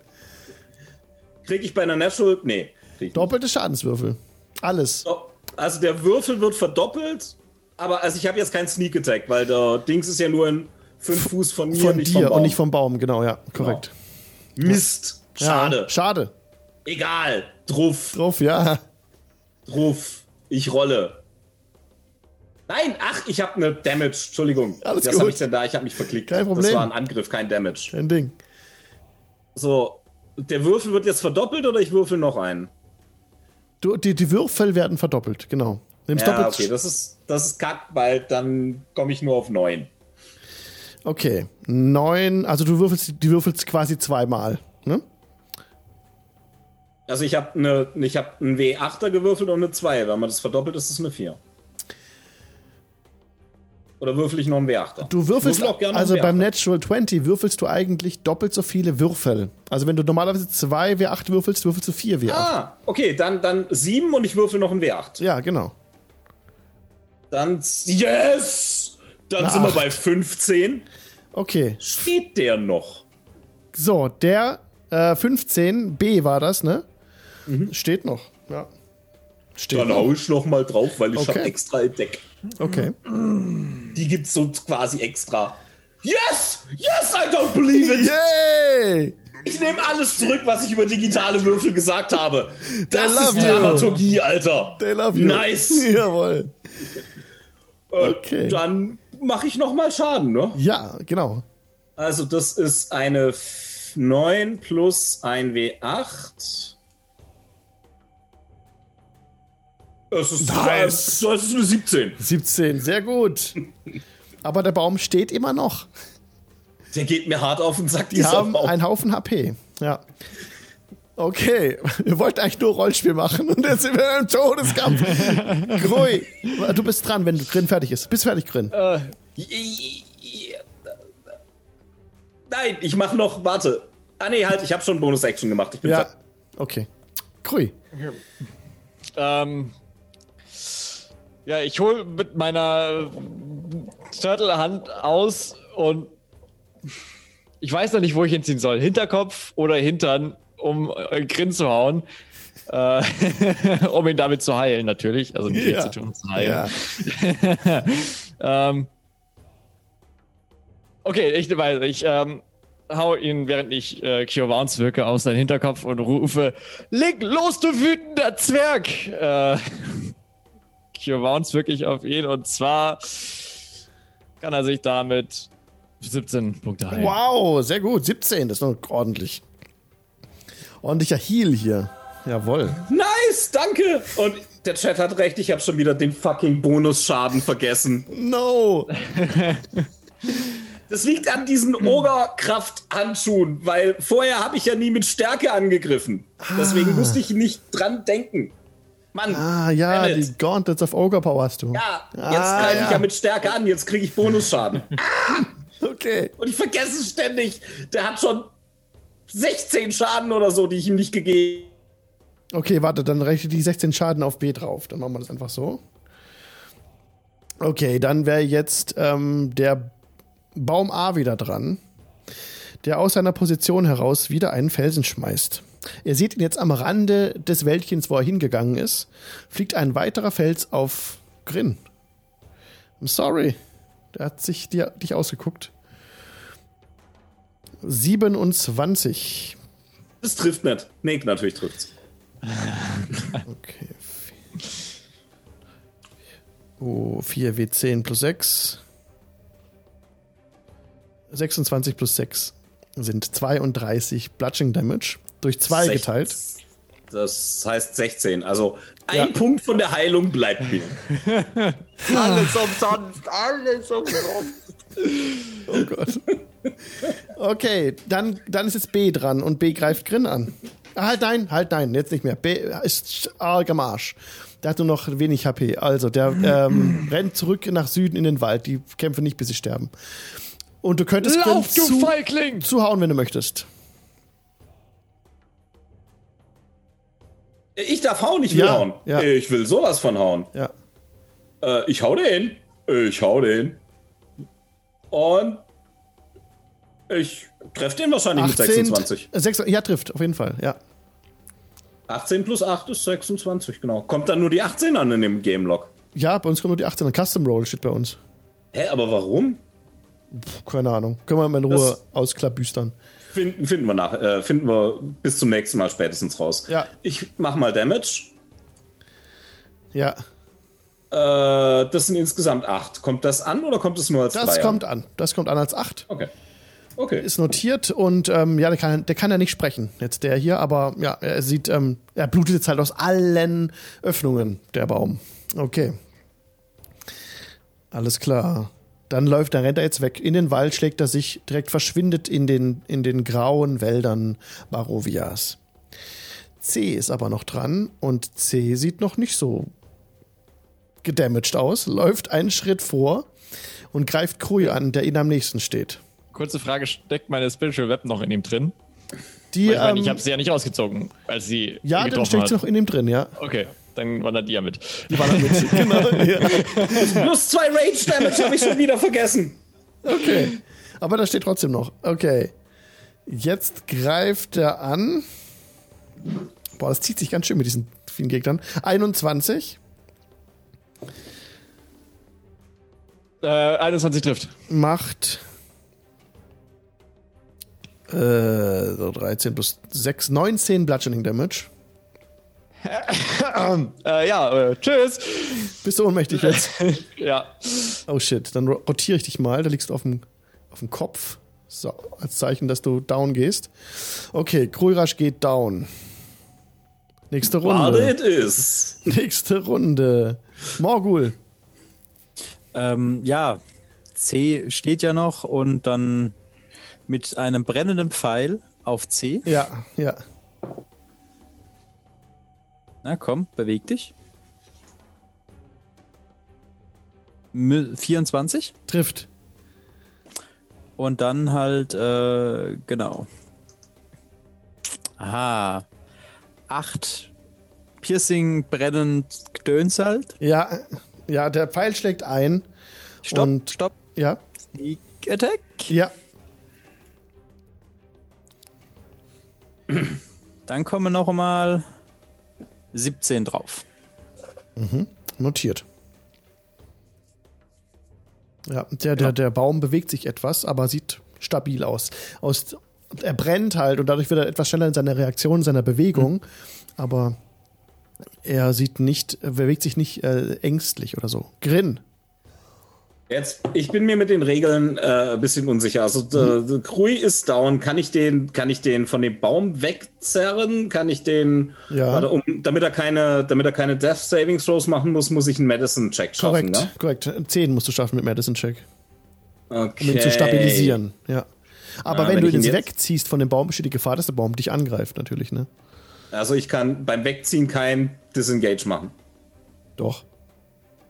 Krieg ich bei einer Natural. Nee. Krieg ich
Doppelte Schadenswürfel. Alles.
nicht. Also der Würfel wird verdoppelt, aber also ich habe jetzt keinen Sneak Attack, weil der Dings ist ja nur in 5 Fuß von mir.
Von
nicht vom
dir
Baum.
und nicht vom Baum, genau, ja. Korrekt.
Mist. Schade.
Ja, schade.
Egal. Druff.
Drauf, ja.
Druff. Ich rolle. Nein, ach, ich habe eine Damage. Entschuldigung.
Alles
Was habe
gut.
ich denn da? Ich habe mich verklickt.
Kein
Das
Problem.
war ein Angriff, kein Damage.
Ein Ding.
So, der Würfel wird jetzt verdoppelt oder ich würfel noch einen?
Du, die, die Würfel werden verdoppelt, genau. Nimmst
Ja,
doppelt.
okay, das ist, das ist kack, weil dann komme ich nur auf 9.
okay. Neun, also du würfelst, die würfelst quasi zweimal. Ne?
Also ich habe eine, ich habe einen W8er gewürfelt und eine 2. Wenn man das verdoppelt, ist es eine 4. Oder würfel ich noch einen W8er?
Du würfelst,
Würfel auch gerne
also
einen
beim
W8er.
Natural 20 würfelst du eigentlich doppelt so viele Würfel. Also wenn du normalerweise zwei W8 würfelst, würfelst du vier W8.
Ah, okay, dann, dann 7 und ich würfel noch einen W8.
Ja, genau.
Dann, yes! Dann
Eine
sind
Acht.
wir bei 15.
Okay.
Steht der noch?
So, der äh, 15, B war das, ne? Steht noch. Ja. Steht
Mhm. Dann
noch.
hau ich noch mal drauf, weil ich
Okay.
habe extra im Deck.
Okay.
Die gibt's uns quasi extra. Yes! Yes, I don't believe it!
Yay!
Ich nehme alles zurück, was ich über digitale Würfel gesagt habe. Das
love
ist
you.
Dramaturgie, Alter.
They love you.
Nice.
Jawohl.
Okay.
Okay.
Dann mache ich nochmal Schaden, ne?
Ja, genau.
Also das ist eine 9 plus ein W8. Das ist,
Nice.
das ist eine 17.
17, sehr gut. Aber der Baum steht immer noch.
Der geht mir hart auf den Sack,
Die haben
Sau.
einen Haufen HP. Ja. Okay, wir wollten eigentlich nur Rollspiel machen und jetzt sind wir im Todeskampf. Grui, du bist dran, wenn Grin fertig ist. Bist fertig, Grin.
Nein, ich mache noch, warte. Ah nee, halt, ich habe schon Bonus-Action gemacht. Ich bin
ja.
ver-
Okay. Grui.
Ähm, ja, ich hole mit meiner Turtle-Hand aus und ich weiß noch nicht, wo ich hinziehen soll. Hinterkopf oder Hintern, um äh, Grin zu hauen. Äh, um ihn damit zu heilen, natürlich. Also nicht
Ja.
viel zu tun, um zu heilen.
Ja.
Ähm, okay, ich weiß, ich ähm, hau ihn, während ich äh, Cure Wounds wirke, aus seinen Hinterkopf und rufe: Leg los, du wütender Zwerg! Äh, Cure Wounds wirklich auf ihn und zwar kann er sich damit 17 Punkte heilen.
Wow, sehr gut. 17, das ist noch ordentlich. Ordentlicher Heal hier. Jawohl.
Nice, danke. Und der Chat hat recht, ich habe schon wieder den fucking Bonusschaden vergessen.
No!
Das liegt an diesen
Hm.
Ogerkraft-Handschuhen, weil vorher habe ich ja nie mit Stärke angegriffen. Deswegen musste ich nicht dran denken. Mann,
Ah, ja,
Bennett.
die Gauntlets of Ogre Power hast du.
ja, jetzt
Ah,
greife
ja.
ich ja mit Stärke an, jetzt kriege ich Bonusschaden.
Okay.
Und ich vergesse es ständig. Der hat schon 16 Schaden oder so, die ich ihm nicht gegeben habe.
Okay, warte, dann rechne die 16 Schaden auf B drauf. Dann machen wir das einfach so. Okay, dann wäre jetzt ähm, der Baum A wieder dran, der aus seiner Position heraus wieder einen Felsen schmeißt. Ihr seht ihn jetzt am Rande des Wäldchens, wo er hingegangen ist, fliegt ein weiterer Fels auf Grin. I'm sorry. Der hat sich dir, dich ausgeguckt. 27.
Das trifft nicht. Nee, natürlich trifft's.
Okay. vier. Oh, 4 W10 plus 6. 26 plus 6 sind 32 Bludging Damage. Durch 2
Sech-
geteilt.
Das heißt 16. Also ein Punkt von der Heilung bleibt mir.
Oh Gott. Okay, dann, dann ist jetzt B dran und B greift Grin an. Ah, Halt nein, halt nein, jetzt nicht mehr. B ist arg am Arsch. Der hat nur noch wenig HP. Also, der ähm, rennt zurück nach Süden in den Wald. Die kämpfen nicht, bis sie sterben. Und du könntest
Lauf,
Grin
du
zu-
Feigling!
zuhauen, wenn du möchtest.
Ich darf hauen, ich will
Ja,
hauen.
ja.
Ich will sowas von hauen.
Ja.
Äh, ich hau den. Ich hau den. Und ich treffe den wahrscheinlich mit 26.
äh, 26 ja, trifft, auf jeden Fall. Ja.
18 plus 8 ist 26, genau. Kommt dann nur die 18 an in dem Game Log.
ja, bei uns kommt nur die 18. Custom Roll steht bei uns.
Hä, aber warum?
Puh, keine Ahnung. Können wir mal in Ruhe ausklabüstern.
Finden, finden wir nach, äh, finden wir bis zum nächsten Mal spätestens raus.
Ja.
Ich mach mal Damage.
Ja,
Äh, das sind insgesamt 8. Kommt das an oder kommt es nur als
das
Dreier?
kommt an. Das kommt an als 8.
Okay. Okay.
Ist notiert und ähm, ja, der kann, der kann ja nicht sprechen, jetzt der hier, aber ja, er sieht, ähm, er blutet jetzt halt aus allen Öffnungen, der Baum. Okay. Alles klar. Dann läuft, dann rennt er jetzt weg in den Wald, schlägt er sich direkt, verschwindet in den, in den grauen Wäldern Barovias. C ist aber noch dran und C sieht noch nicht so gedamaged aus, läuft einen Schritt vor und greift Krui an, der ihn am nächsten steht.
Kurze Frage: Steckt meine Spiritual Web noch in ihm drin?
Die,
Weil ich meine,
ähm,
ich habe sie ja nicht ausgezogen, als sie.
Ja,
ihn
dann
getroffen
steckt
hat.
sie noch in ihm drin, ja.
Okay, dann wandert die ja mit.
Plus 2 Rage Damage habe ich schon wieder vergessen.
Okay. Aber da steht trotzdem noch. Okay. Jetzt greift er an. Boah, das zieht sich ganz schön mit diesen vielen Gegnern. 21.
Äh, 21 trifft.
macht Äh, so 13 plus 6, 19 Bludgeoning Damage.
Äh, ja, äh, tschüss.
Bist du ohnmächtig jetzt?
Ja.
Oh shit, dann ro- rotiere ich dich mal. Da liegst du auf dem, auf dem Kopf. So, als Zeichen, dass du down gehst. Okay, Kruirasch geht down. Nächste
Warte,
Runde.
it is.
Nächste Runde. Morgul.
Ähm, ja, C steht ja noch und dann mit einem brennenden Pfeil auf C.
Ja, ja.
Na komm, beweg dich. Mü- 24
Trifft.
und dann halt, äh, genau. Aha. 8 Piercing, brennend, Gedöns halt.
Ja, ja, der Pfeil schlägt ein.
Stopp,
Und-
stopp.
Ja,
Sneak Attack.
ja.
Dann kommen noch mal 17 drauf.
Notiert. Ja, der, der, der Baum bewegt sich etwas, aber sieht stabil aus. aus er brennt halt und dadurch wird er etwas schneller in seiner Reaktion, in seiner Bewegung. Aber er sieht nicht, er bewegt sich nicht äh, ängstlich oder so. Grin.
Jetzt, ich bin mir mit den Regeln äh, ein bisschen unsicher. Also,
Mhm.
äh, Krui ist down. Kann ich den, kann ich den von dem Baum wegzerren? Kann ich den,
Ja.
warte, um, damit er keine, damit er keine Death Saving Throws machen muss, muss ich einen Medicine Check schaffen,
Korrekt,
ne?
korrekt. Zehn musst du schaffen mit Medicine Check,
Okay.
um ihn zu stabilisieren. Ja. Aber
Ah,
wenn,
wenn
du
ich
ihn
ihn
jetzt
jetzt-
wegziehst von dem Baum, besteht die Gefahr, dass der Baum dich angreift, natürlich, ne?
Also, ich kann beim Wegziehen kein Disengage machen.
Doch.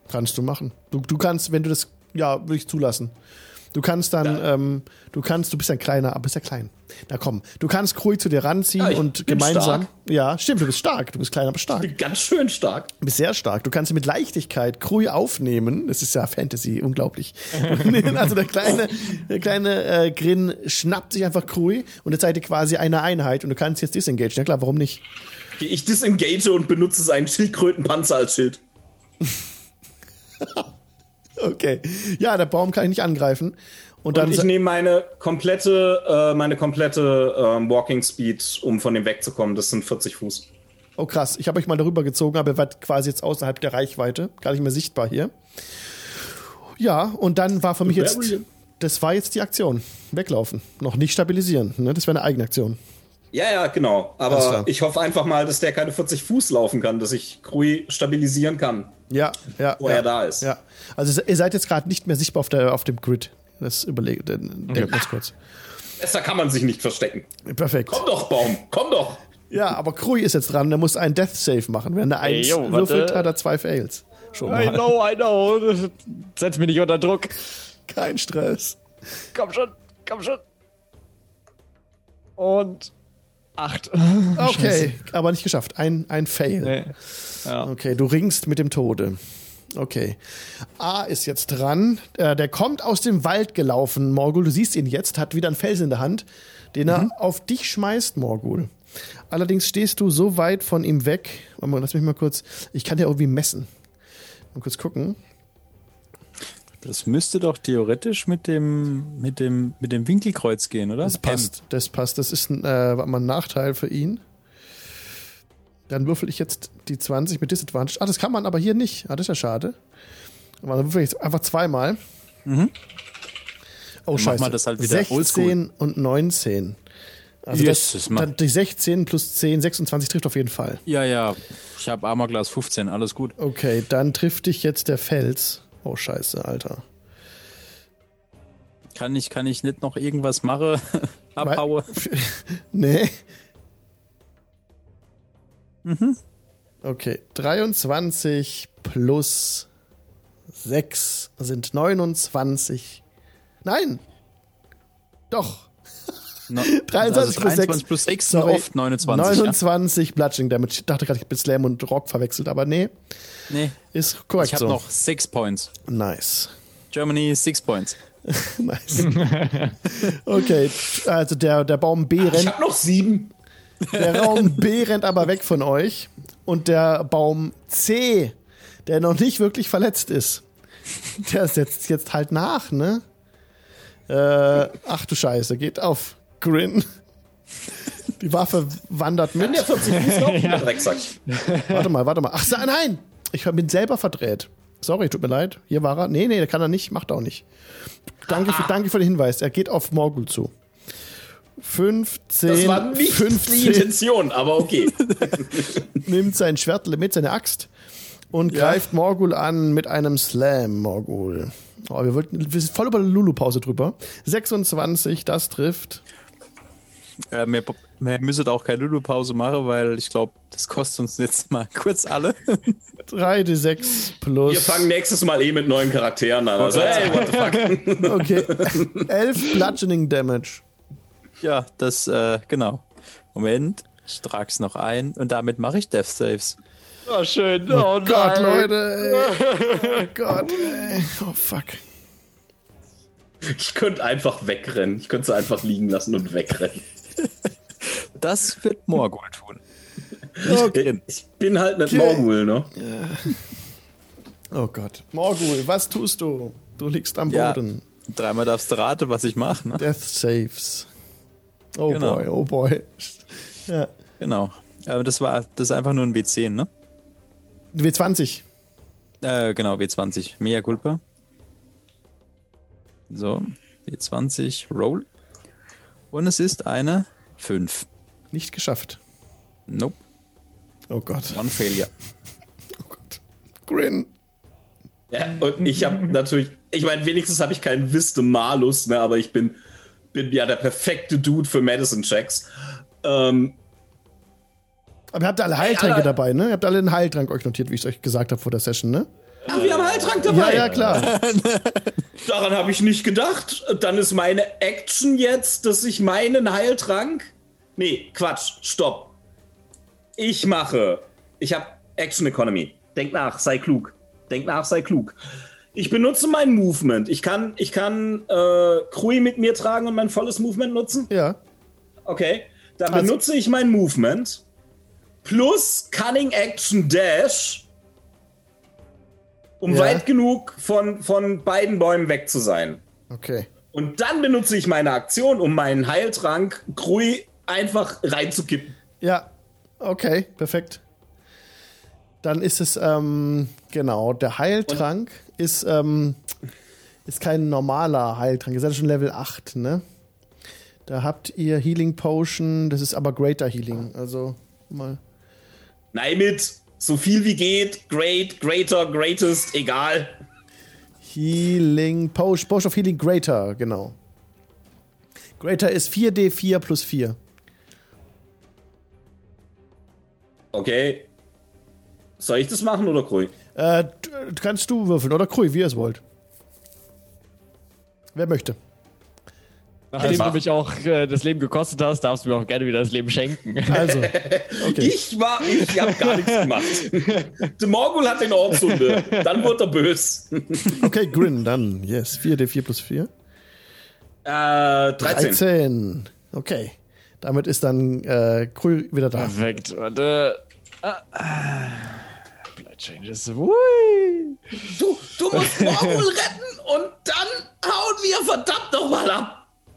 Kannst du machen. Du, du kannst, wenn du das, ja, würde ich zulassen. Du kannst dann, ähm, du kannst, du bist ja ein kleiner, aber bist ja klein. Na komm, du kannst Krui zu dir ranziehen
Ja, ich
und
bin
gemeinsam.
stark.
Ja, stimmt, du bist stark. Du bist klein, aber stark. Du
Ganz schön stark.
bist sehr stark. Du kannst mit Leichtigkeit Krui aufnehmen. Das ist ja Fantasy, unglaublich. also der kleine, der kleine äh, Grin schnappt sich einfach Krui und jetzt seid ihr quasi eine Einheit und du kannst jetzt disengagen. Ja klar, warum nicht?
Okay, Ich disengage und benutze seinen Schildkrötenpanzer als Schild.
Okay. Ja, der Baum kann ich nicht angreifen. Und dann
Und ich nehme meine komplette, äh, meine komplette ähm, Walking Speed, um von dem wegzukommen. Das sind 40 Fuß.
Oh krass, ich habe euch mal darüber gezogen, aber ihr wart quasi jetzt außerhalb der Reichweite, gar nicht mehr sichtbar hier. Ja, und dann war für mich jetzt,
Variant.
das war jetzt die Aktion. Weglaufen, noch nicht stabilisieren, ne? das wäre eine eigene Aktion.
Ja, ja, genau.
Alles klar.
Aber ich hoffe einfach mal, dass der keine 40 Fuß laufen kann, dass ich Krui stabilisieren kann.
Ja, ja.
Wo
ja,
er da ist.
Ja, also ihr seid jetzt gerade nicht mehr sichtbar auf, der, auf dem Grid. Das überlegt, denkt okay. uns kurz.
Besser kann man sich nicht verstecken.
Perfekt.
Komm doch, Baum, komm doch.
Ja, aber Krui ist jetzt dran, der muss einen Death Save machen. Wenn er eins
yo,
würfelt,
warte.
hat er zwei Fails. Schon
I
mal.
know, I know. Setz mich nicht unter Druck.
Kein Stress.
Komm schon, komm schon. Und acht.
Okay, aber nicht geschafft. Ein, ein Fail.
Nee. Ja.
Okay, du ringst mit dem Tode. Okay. A ist jetzt dran. Äh, der kommt aus dem Wald gelaufen, Morgul. Du siehst ihn jetzt, hat wieder einen Felsen in der Hand, den er auf dich schmeißt, Morgul. Allerdings stehst du so weit von ihm weg. Warte mal, lass mich mal kurz. Ich kann dir irgendwie messen. Mal kurz gucken.
Das müsste doch theoretisch mit dem, mit dem, mit dem Winkelkreuz gehen, oder?
Das passt. Das passt. Das ist ein, äh, warte mal, ein Nachteil für ihn. Dann würfel ich jetzt die 20 mit Disadvantage. Ah, das kann man aber hier nicht. Ah, das ist ja schade. Aber dann würfel ich jetzt einfach zweimal. Oh,
Mhm. Dann machen
scheiße.
wir das halt wieder
16 und 19. Also das,
Jesus, Mann.
dann die 16 plus 10, 26 trifft auf jeden Fall.
M. Ja, ja. Ich habe Armorglas 15, alles gut.
Okay, dann trifft dich jetzt der Fels. Oh, scheiße, Alter.
Kann ich, kann ich nicht noch irgendwas machen? Abhaue.
Nee. Okay, 23 plus 6 sind 29. Nein! Doch!
No,
23 plus 6.
23 plus 6 sind oft 29.
29 Bludgeoning Damage. Ich dachte gerade, ich bin Slam und Rock verwechselt, aber nee,
Ja. Nee,
ist korrekt
ich habe
so.
noch 6 Points.
Nice.
Germany 6 Points.
Nice. Okay, also der, der Baum B rennt
Ich hab noch sieben.
Der Raum B rennt aber weg von euch. Und der Baum C, der noch nicht wirklich verletzt ist, der setzt jetzt halt nach, ne? Äh, ach du Scheiße, geht auf. Grin. Die Waffe wandert mit.
Kann der 40 Fuß laufen, der Drecksack?
Warte mal, warte mal. Ach, sa- nein! Ich hab- bin selber verdreht. Sorry, tut mir leid. Hier war er. Nee, nee, der kann er nicht. Macht er auch nicht. Danke für, danke für den Hinweis. Er geht auf Morgul zu. 15,
Das war nicht die
15
Intention, aber okay.
nimmt sein Schwert mit, seine Axt und greift Morgul an mit einem Slam, Morgul. Oh, wir, wollten, wir sind voll über der Lulu-Pause drüber. 26, das trifft.
Äh, mehr, mehr müsstet auch keine Lulu-Pause machen, weil ich glaube, das kostet uns jetzt mal kurz alle.
3d6 plus.
Wir fangen nächstes Mal eh mit neuen Charakteren an. Also, hey, what the fuck?
Okay. 11 Bludgeoning Damage.
ja, das, äh, genau. Moment, ich trage es noch ein und damit mache ich Death Saves.
Oh, schön. Oh,
Gott,
nein.
Leute. Ey. Oh Gott, ey. Oh fuck.
Ich könnte einfach wegrennen. Ich könnte sie einfach liegen lassen und wegrennen.
Das wird Morgul tun.
Ich bin halt nicht Morgul, ne?
Oh Gott. Morgul, was tust du? Du liegst am
Ja,
Boden.
dreimal darfst du raten, was ich mache. Ne?
Death saves. Oh
Genau.
boy, oh boy. Ja.
Genau. Aber das war, das ist einfach nur ein W10, ne?
W20.
Äh, genau, W20. Mea culpa. So, W20, Roll. Und es ist eine 5.
Nicht geschafft.
Nope,
Oh Gott.
one failure.
Oh Gott. Grin.
Ja, und ich habe natürlich, ich meine, wenigstens habe ich keinen Wisdom Malus, ne, aber ich bin, bin ja der perfekte Dude für Medicine Checks. Ähm,
Aber ihr habt alle Heiltränke dabei, ne? Ihr habt alle einen Heiltrank euch notiert, wie ich es euch gesagt habe vor der Session, ne?
ach, wir haben Heiltrank
Ja,
dabei.
ja, klar.
Daran habe ich nicht gedacht. Dann ist meine Action jetzt, dass ich meinen Heiltrank. Nee, Quatsch, stopp. Ich mache. Ich habe Action Economy. Denk nach, sei klug. Denk nach, sei klug. Ich benutze mein Movement. Ich kann, ich kann äh, Krui mit mir tragen und mein volles Movement nutzen.
Ja.
Okay, dann
Also-
benutze ich mein Movement plus Cunning Action Dash, um
Ja.
weit genug von, von beiden Bäumen weg zu sein.
Okay.
Und dann benutze ich meine Aktion, um meinen Heiltrank Krui einfach reinzukippen.
Ja, okay, perfekt. Dann ist es, ähm, genau, der Heiltrank ist, ähm, ist kein normaler Heiltrank. Ihr seid schon Level 8, ne? Da habt ihr Healing Potion, das ist aber Greater Healing. Also mal.
Nein, mit so viel wie geht, great, greater, greatest, egal.
Healing Potion, Potion of Healing Greater, genau. Greater ist 4d4 plus 4.
Okay. Soll ich das machen oder Krui?
Äh, du- kannst du würfeln oder Krui, wie ihr es wollt. Wer möchte.
Nachdem du mich auch äh, das Leben gekostet hast, darfst du mir auch gerne wieder das Leben schenken.
Also.
Ich war, ich hab gar nichts gemacht. De Morgul hat den Ortshunde. Dann wurde er Äh, böse.
Okay, Grin, dann. Yes, 4d4 plus 4.
Äh, 13.
13. Okay. Damit ist dann äh, Krü wieder da.
Perfekt. Warte. Ah, ah. Blood Changes. Hui.
Du, du musst Morgul retten und dann hauen wir verdammt nochmal ab.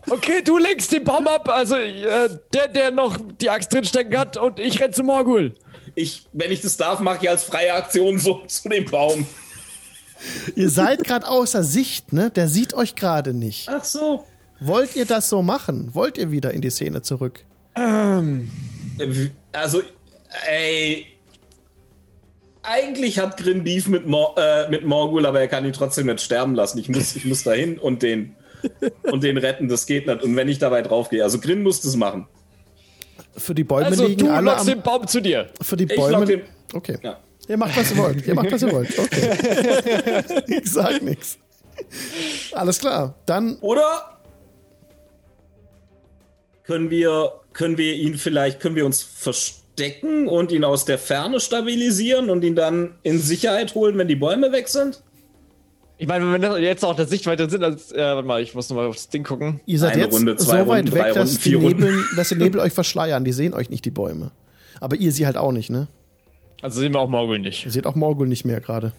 Okay, du lenkst den Baum ab, also äh, der, der noch die Axt drinstecken hat und ich renn zu Morgul.
Ich, wenn ich das darf, mache ich als freie Aktion so zu dem Baum.
Ihr seid gerade außer Sicht, ne? Der sieht euch gerade nicht.
Ach so.
Wollt ihr das so machen? Wollt ihr wieder in die Szene zurück?
Also, ey. Eigentlich hat Grin Beef mit, Mor äh, mit Morgul, aber er kann ihn trotzdem nicht sterben lassen. Ich muss, ich muss dahin und den, und den retten. Das geht nicht. Und wenn ich dabei draufgehe, also Grin muss das machen.
Für die Bäume
Also
liegen
du
alle
lockst
am.
den Baum zu dir.
Für die
Ich lock
Bäume.
den.
Okay.
Ja.
Ihr macht, was ihr wollt. Ihr macht, was ihr wollt. Okay. ich sag nichts. Alles klar. Dann.
Oder können wir, können wir ihn vielleicht, können wir uns verstecken und ihn aus der Ferne stabilisieren und ihn dann in Sicherheit holen, wenn die Bäume weg sind?
Ich meine, wenn wir jetzt auch der Sichtweite sind, als, äh, warte mal, ich muss nochmal aufs Ding gucken.
Ihr seid
Eine
jetzt
Runde,
so
zwei
weit
Runden, drei
weg, dass,
Runden,
die
vier Runden.
Nebel, dass die Nebel euch verschleiern. Die sehen euch nicht, die Bäume. Aber ihr sie halt auch nicht, ne?
Also sehen wir auch Morgul
Ihr
nicht.
seht auch Morgul nicht mehr gerade.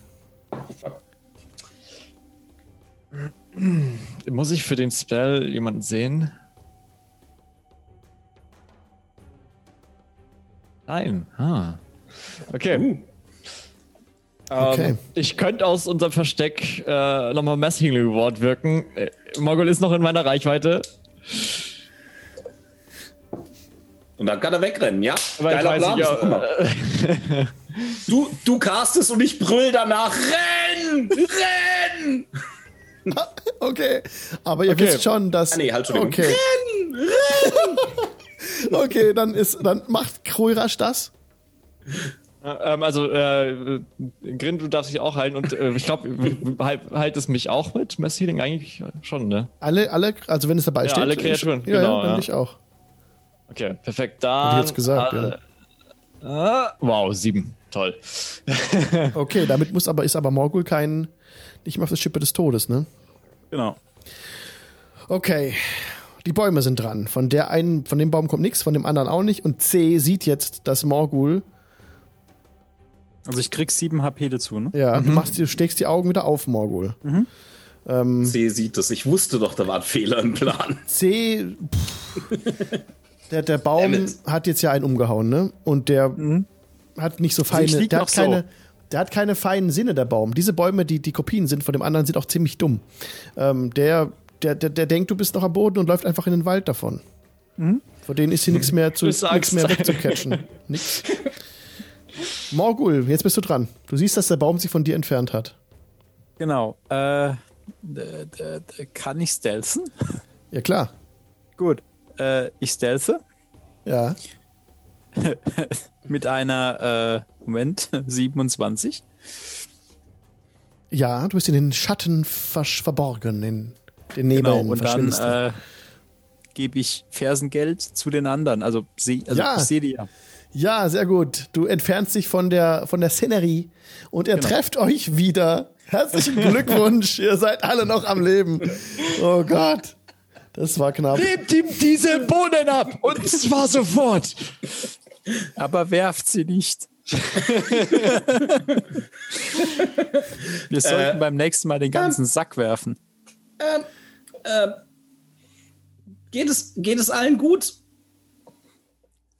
Muss ich für den Spell jemanden sehen? Nein. Ah. Okay.
Okay.
Ähm, ich könnte aus unserem Versteck äh, nochmal Messing Reward wirken. Äh, Mogul ist noch in meiner Reichweite.
Und dann kann er wegrennen, ja?
Aber ich weiß nicht, ob-
Guck mal. Du, du castest und ich brüll danach. Renn! Renn!
Okay, aber ihr wisst schon, dass.
nee, halt, Entschuldigung.
Okay. okay, dann ist, dann macht Kroirasch das.
Ähm, also, äh, Grin, du darfst dich auch halten und äh, ich glaube, halt, halt es mich auch mit Mass Healing eigentlich schon, ne?
Alle, alle, also wenn es dabei steht.
alle Kreaturen,
Ja,
genau,
ja, dann
ja.
ich auch.
Okay, perfekt. Da.
Hätte ich jetzt gesagt,
Wow, sieben. Toll.
Okay, damit muss aber, ist aber Morgul kein, nicht mehr auf das Schippe des Todes, ne?
Genau.
Okay. Die Bäume sind dran. Von der einen, von dem Baum kommt nichts, von dem anderen auch nicht. Und C sieht jetzt, dass Morgul,
Also ich krieg 7 HP dazu, ne?
ja, du machst, du steckst die Augen wieder auf Morgul.
C sieht es. Ich wusste doch, da war ein Fehler im Plan.
C. Pff, der, der Baum
Damit.
hat jetzt ja einen umgehauen, ne? Und der hat nicht so
ich
feine.
lieg
Der
noch
hat, keine, der hat keine feinen Sinne, der Baum. Diese Bäume, die, die Kopien sind von dem anderen, sind auch ziemlich dumm. Ähm, der, der, der, der denkt, du bist noch am Boden und läuft einfach in den Wald davon. Von denen ist hier nichts mehr zu
Du sagst.
nichts mehr wegzucatchen. nix. Morgul, jetzt bist du dran. Du siehst, dass der Baum sich von dir entfernt hat.
Genau. Äh, d- d- d- kann ich stealthen?
Ja, klar.
Gut. Äh, ich stealthe
Ja.
mit einer, äh, Moment, 27.
Ja, du bist in den Schatten versch- verborgen, in den Nebeln
Genau, und dann
verschwindest du.
äh, gebe ich Fersengeld zu den anderen. Also, seh, also
Ja.
ich sehe die ja.
Ja, sehr gut. Du entfernst dich von der, von der Szenerie und
Genau.
ihr trefft euch wieder. Herzlichen Glückwunsch, ihr seid alle noch am Leben. Oh Gott, das war knapp.
Hebt ihm diese Bohnen ab! Und zwar sofort!
Aber werft sie nicht. Wir
Äh,
sollten beim nächsten Mal den ganzen Sack werfen.
Geht es, geht es allen gut?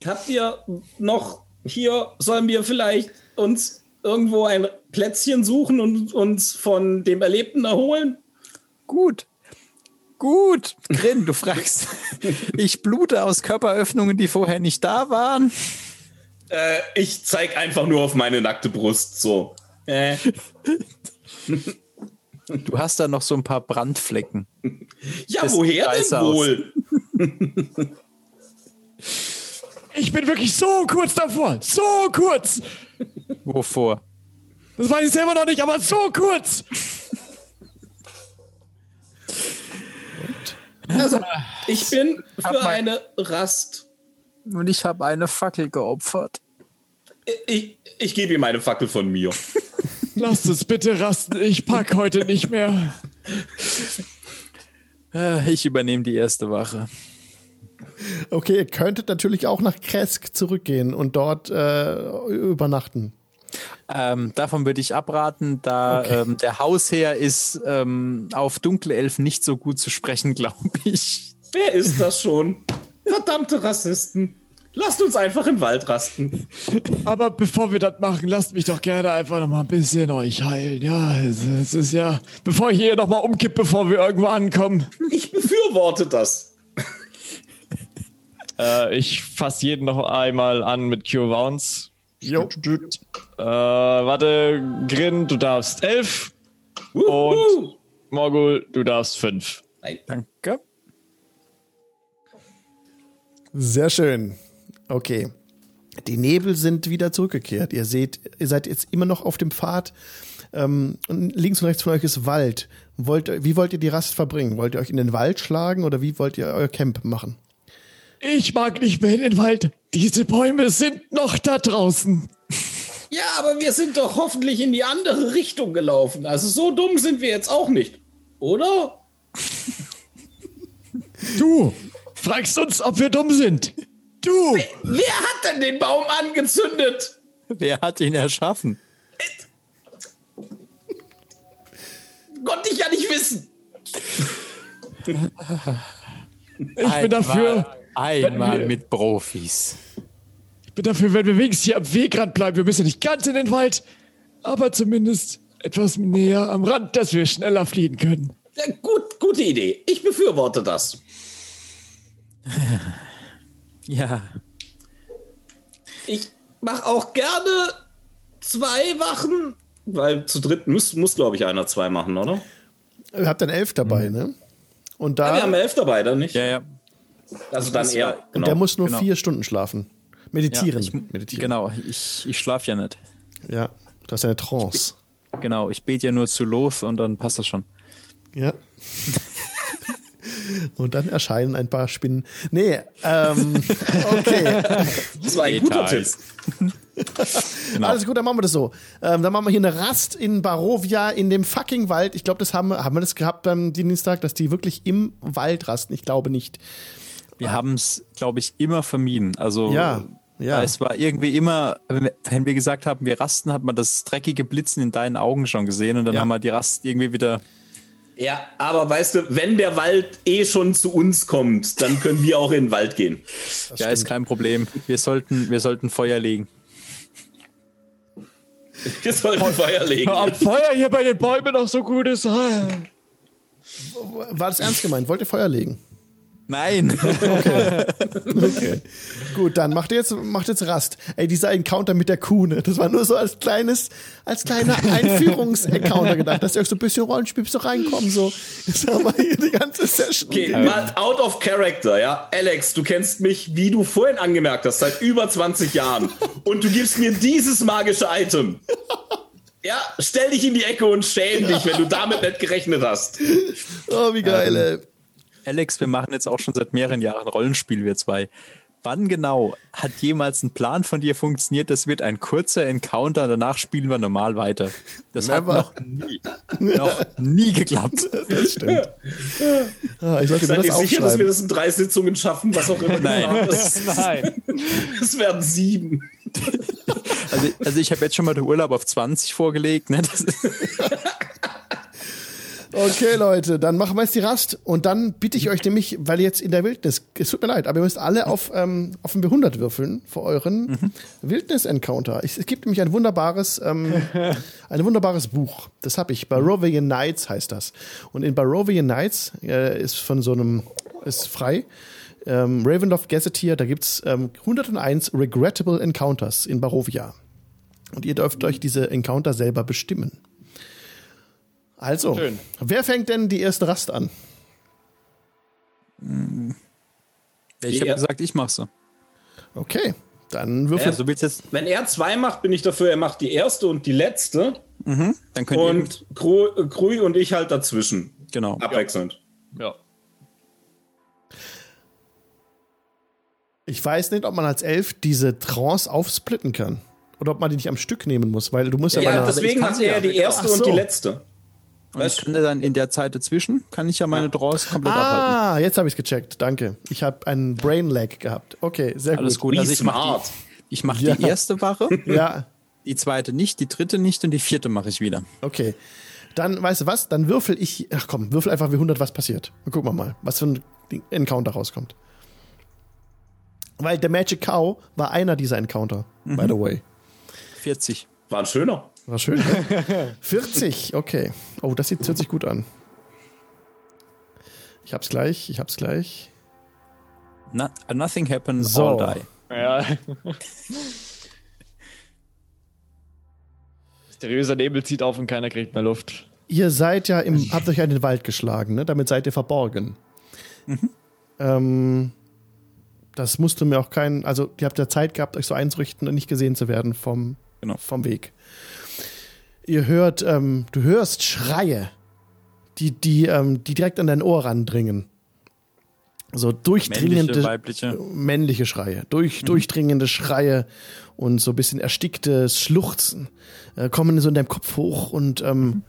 Habt ihr noch hier, sollen wir vielleicht uns irgendwo ein Plätzchen suchen und uns von dem Erlebten erholen?
Gut. Gut, Grin, du fragst. Ich blute aus Körperöffnungen, die vorher nicht da waren.
Ich zeig einfach nur auf meine nackte Brust, so. Äh,
Du hast da noch so ein paar Brandflecken.
ja,
Das
woher
sieht scheiße
denn
aus.
wohl?
Ich bin wirklich so kurz davor! So kurz!
Wovor?
Das weiß ich selber noch nicht, aber so kurz!
Also, ich bin
Hab
für
mal-
eine Rast.
Und ich habe eine Fackel geopfert.
Ich, ich gebe ihm eine Fackel von mir.
Lasst es bitte rasten, ich pack heute nicht mehr.
Äh, Ich übernehme die erste Wache.
Okay, ihr könntet natürlich auch nach Kresk zurückgehen und dort äh, übernachten.
Ähm, davon würde ich abraten, da ähm, der Hausherr ist ähm, auf dunkle Elfen nicht so gut zu sprechen, glaube ich.
Wer ist das schon? Verdammte Rassisten. Lasst uns einfach im Wald rasten.
Aber bevor wir das machen, lasst mich doch gerne einfach nochmal ein bisschen euch heilen. Ja, es, es ist ja. Bevor ich hier nochmal umkipp, bevor wir irgendwo ankommen.
Ich befürworte das.
Äh, ich fasse jeden noch einmal an mit Cure Wounds. Jo. Äh, warte, Grin, du darfst elf.
Uhu.
Morgul, du darfst fünf.
Danke.
Sehr schön. Okay. Die Nebel sind wieder zurückgekehrt. Ihr seht, ihr seid jetzt immer noch auf dem Pfad. Ähm, und links und rechts von euch ist Wald. Wollt, ihr- wie wollt ihr die Rast verbringen? Wollt ihr euch in den Wald schlagen oder wie wollt ihr euer Camp machen?
Ich mag nicht mehr in den Wald. Diese Bäume sind noch da draußen.
Ja, aber wir sind doch hoffentlich in die andere Richtung gelaufen. Also so dumm sind wir jetzt auch nicht. Oder?
Du fragst uns, ob wir dumm sind. Du!
Wer hat denn den Baum angezündet?
Wer hat ihn erschaffen?
Konnte ich ja nicht wissen.
Ich bin dafür.
Einmal mit Profis.
bin dafür, wenn wir wenigstens hier am Wegrand bleiben. Wir müssen ja nicht ganz in den Wald, aber zumindest etwas näher am Rand, dass wir schneller fliehen können.
Ja, gut, gute Idee. Ich befürworte das.
Ja.
Ich mache auch gerne zwei Wachen, weil zu dritt muss, muss glaube ich, einer zwei machen, oder?
Ihr habt dann elf dabei, ne? Und da,
Wir haben elf dabei, dann nicht?
Ja, ja.
Also dann eher,
und der
genau.
muss nur
genau.
vier Stunden schlafen. Meditieren.
Ja, ich,
Meditieren.
Genau, ich, ich schlafe ja nicht.
Ja, das ist eine Trance.
Genau, ich bete ja nur zu Loth und dann passt das schon.
Ja. Und dann erscheinen ein paar Spinnen. Nee, ähm, okay.
Das
eh
war ein guter Tipp.
Details.
Alles gut, dann machen wir das so. Ähm, dann machen wir hier eine Rast in Barovia in dem fucking Wald. Ich glaube, das haben, wir- haben wir das gehabt am Dienstag, dass die wirklich im Wald rasten. Ich glaube nicht.
Wir haben es, glaube ich, immer vermieden. Also
Ja, ja.
Es war irgendwie immer, wenn wir gesagt haben, wir rasten, hat man das dreckige Blitzen in deinen Augen schon gesehen und dann
Ja.
haben wir die Rast irgendwie wieder.
Ja, aber weißt du, wenn der Wald eh schon zu uns kommt, dann können wir auch in den Wald gehen.
ja, ist kein Problem. Wir sollten, wir sollten Feuer legen.
Wir sollten Feuer legen.
Am Feuer hier bei den Bäumen noch so gut ist. ah.
War das ernst gemeint? Wollt ihr Feuer legen?
Nein!
Gut, dann macht ihr jetzt, macht jetzt Rast. Ey, dieser Encounter mit der Kuh, ne? das war nur so als kleines, als kleiner Einführungs-Encounter gedacht, dass ihr euch so ein bisschen Rollenspiel so reinkommen, so. Jetzt haben wir hier die ganze Session.
Okay, mal out of character, ja. Alex, du kennst mich, wie du vorhin angemerkt hast, seit über 20 Jahren. Und du gibst mir dieses magische Item. Ja, stell dich in die Ecke und schäm dich, wenn du damit nicht gerechnet hast.
Oh, wie geil, ey.
Alex, wir machen jetzt auch schon seit mehreren Jahren Rollenspiel, wir zwei. Wann genau hat jemals ein Plan von dir funktioniert? Das wird ein kurzer Encounter, danach spielen wir normal weiter. Das
Never.
hat noch nie, noch nie geklappt.
Das stimmt. Ah, ich sollte mir
Seid
das
ihr sicher, dass wir
aufschreiben.
das in drei Sitzungen schaffen, was auch immer?
Nein.
Das,
Nein.
das werden sieben.
Also, also ich habe jetzt schon mal den Urlaub auf 20 vorgelegt. Ne? Das ist,
Okay, Leute, dann machen wir jetzt die Rast und dann bitte ich euch nämlich, weil ihr jetzt in der Wildnis, es tut mir leid, aber ihr müsst alle auf, ähm, auf den B100 würfeln für euren Wildnis-Encounter. Es es gibt nämlich ein wunderbares, ähm, ein wunderbares Buch. Das habe ich. Barovian Nights heißt das. Und in Barovian Nights äh, ist von so einem, ist frei. Ähm, Ravenloft Gazetteer, da gibt's ähm, 101 Regrettable Encounters in Barovia. Und ihr dürft euch diese Encounter selber bestimmen. Also,
Schön.
wer fängt denn die erste Rast an?
ich habe gesagt, ich mache so.
Okay, dann würfel.
Also du willst jetzt,
Wenn er zwei macht, bin ich dafür, er macht die erste und die letzte.
dann
Mhm.
könnt ihr
Und Gru- äh, Krui und ich halt dazwischen.
genau.
Abwechselnd.
Ja.
Ich weiß nicht, ob man als Elf diese Trance aufsplitten kann. Oder ob man die nicht am Stück nehmen muss, weil du musst ja, bei
Ja,
einer,
deswegen hat er ja die erste
Ach so.
und die letzte.
Und ich kann ja dann in der Zeit dazwischen kann ich ja meine Draws komplett abhalten.
Ah, jetzt habe ich es gecheckt. Danke. Ich habe einen Brain Lag gehabt. Okay, sehr
Alles
gut.
gut. Also ich mache die, ich mach
Ja.
die erste Wache,
Ja,
die zweite nicht, die dritte nicht und die vierte mache ich wieder.
okay. Dann, weißt du was? Dann würfel ich. Ach komm, würfel einfach wie 100, was passiert. Dann gucken wir mal, was für ein Ding- Encounter rauskommt. Weil der Magic Cow war einer dieser Encounter,
Mhm.
by the way.
40.
War ein schöner.
War schön. ne? 40, okay. Oh, das sieht, hört sich gut an. Ich hab's gleich, ich hab's gleich.
No, nothing happens,
So.
all die.
Ja. Mysteriöser Nebel zieht auf und keiner kriegt mehr Luft.
Ihr seid ja im, habt euch ja in den Wald geschlagen, ne? Damit seid ihr verborgen.
Mhm.
Ähm, das musste mir auch kein, also ihr habt ja Zeit gehabt, euch so einzurichten und nicht gesehen zu werden vom,
Genau.
vom Weg. Ihr hört, ähm, du hörst Schreie, die, die, ähm, die direkt an dein Ohr randringen. So durchdringende.
Männliche, weibliche.
männliche Schreie, durch, durchdringende Schreie und so ein bisschen ersticktes Schluchzen äh, kommen so in deinem Kopf hoch und, ähm,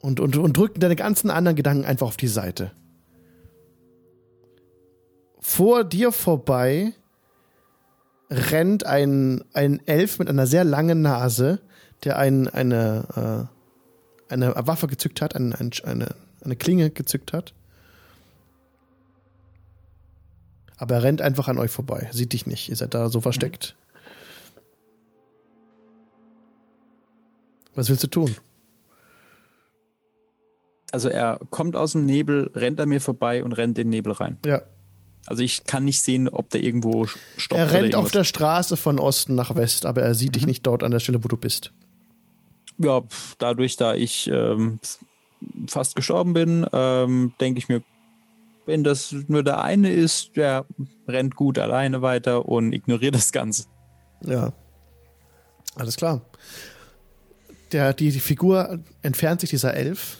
und, und, und drücken deine ganzen anderen Gedanken einfach auf die Seite. Vor dir vorbei rennt ein, ein Elf mit einer sehr langen Nase, der ein, eine, äh, eine Waffe gezückt hat, ein, ein, eine, eine Klinge gezückt hat. Aber er rennt einfach an euch vorbei. Sieht dich nicht. Ihr seid da so versteckt. Was willst du tun?
Also er kommt aus dem Nebel, rennt an mir vorbei und rennt in den Nebel rein.
Ja.
Also ich kann nicht sehen, ob der irgendwo sch- stoppt.
Er
oder
rennt auf
irgendwas.
der Straße von Osten nach West, aber er sieht dich nicht dort an der Stelle, wo du bist.
Ja, pf, dadurch, da ich ähm, fast gestorben bin, ähm, denke ich mir, wenn das nur der eine ist, der rennt gut alleine weiter und ignoriert das Ganze.
Ja. Alles klar. Der, die, die Figur entfernt sich dieser Elf.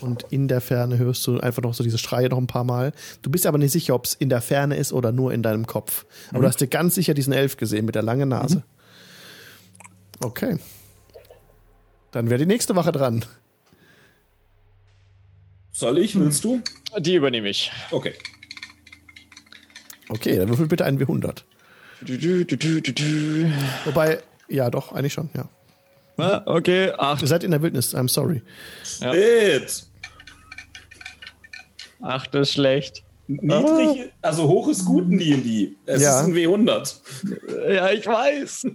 Und in der Ferne hörst du einfach noch so diese Schreie noch ein paar Mal. Du bist aber nicht sicher, ob es in der Ferne ist oder nur in deinem Kopf. Aber du hast dir ganz sicher diesen Elf gesehen mit der langen Nase. Okay. Dann wäre die nächste Wache dran.
Soll ich? Willst
Hm.
du?
Die übernehme ich.
Okay.
Okay, dann würfel bitte einen W100.
Du, du, du, du, du, du.
Wobei, ja, doch, eigentlich schon, ja.
Ah, okay, acht.
Ihr seid in der Wildnis, I'm sorry.
It.
Acht ist schlecht.
Hm?
Ah,
Niedrig, also hoch ist gut in D&D. Es
Ah. Ja.
ist ein W100.
Ja, ich weiß.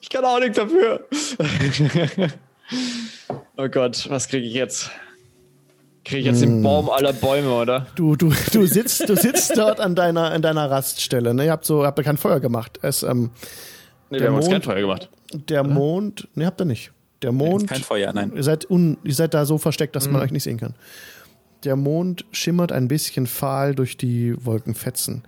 Ich kann auch nichts dafür. oh Gott, was kriege ich jetzt? Kriege ich jetzt
Hm.
den Baum aller Bäume, oder?
Du, du, du sitzt, du sitzt dort an deiner, an deiner Raststelle. Ne? Ihr habt so, habt ja kein Feuer gemacht. Es, ähm,
Nee,
Der
wir haben uns
Mond-
kein Feuer gemacht.
der Mond, ne, habt ihr nicht. Der Mond,
Kein Feuer, nein.
ihr seid, un, ihr seid da so versteckt, dass man euch nicht sehen kann. Der Mond schimmert ein bisschen fahl durch die Wolkenfetzen.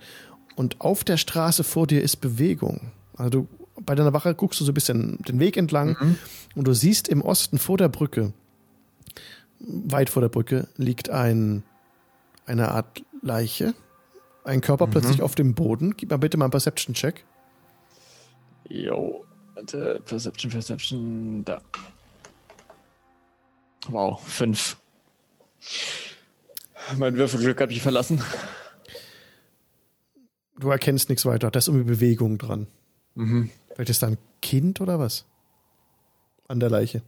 Und auf der Straße vor dir ist Bewegung. Also du, bei deiner Wache guckst du so ein bisschen den Weg entlang und du siehst im Osten vor der Brücke, weit vor der Brücke, liegt ein, eine Art Leiche. Ein Körper plötzlich auf dem Boden. Gib mal bitte mal einen Perception-Check.
Jo. Warte, Perception, Perception, da. Wow, fünf. Mein Würfelglück hat mich verlassen.
Du erkennst nichts weiter. Da ist irgendwie Bewegung dran.
Mhm.
Vielleicht ist da ein Kind oder was? An der Leiche.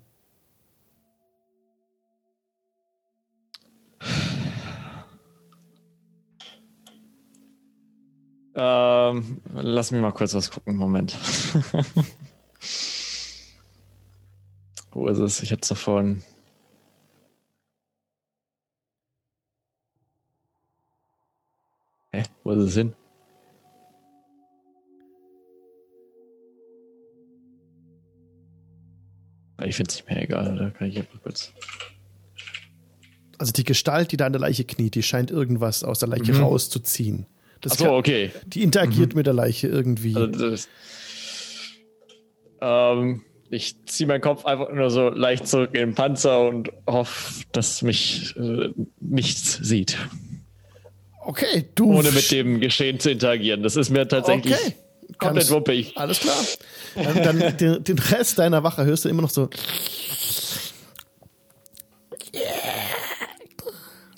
Ähm, lass mich mal kurz was gucken. Moment. Wo ist es? Ich hab's doch vorhin. Hä? Wo ist es hin? Ah, Ich find's nicht mehr egal, da kann ich einfach kurz.
Also die Gestalt, die da an der Leiche kniet, die scheint irgendwas aus der Leiche rauszuziehen. Das
Achso,
kann,
Mhm. okay. Mhm.
Die interagiert mit der Leiche irgendwie.
Also das, ähm, ich ziehe meinen Kopf einfach nur so leicht zurück in den Panzer und hoffe, dass mich äh, nichts sieht,
okay, du.
ohne mit dem Geschehen zu interagieren. Das ist mir tatsächlich
Okay.
komplett
Kannst-
wuppig.
Alles klar. Dann, dann den, den Rest deiner Wache hörst du immer noch so.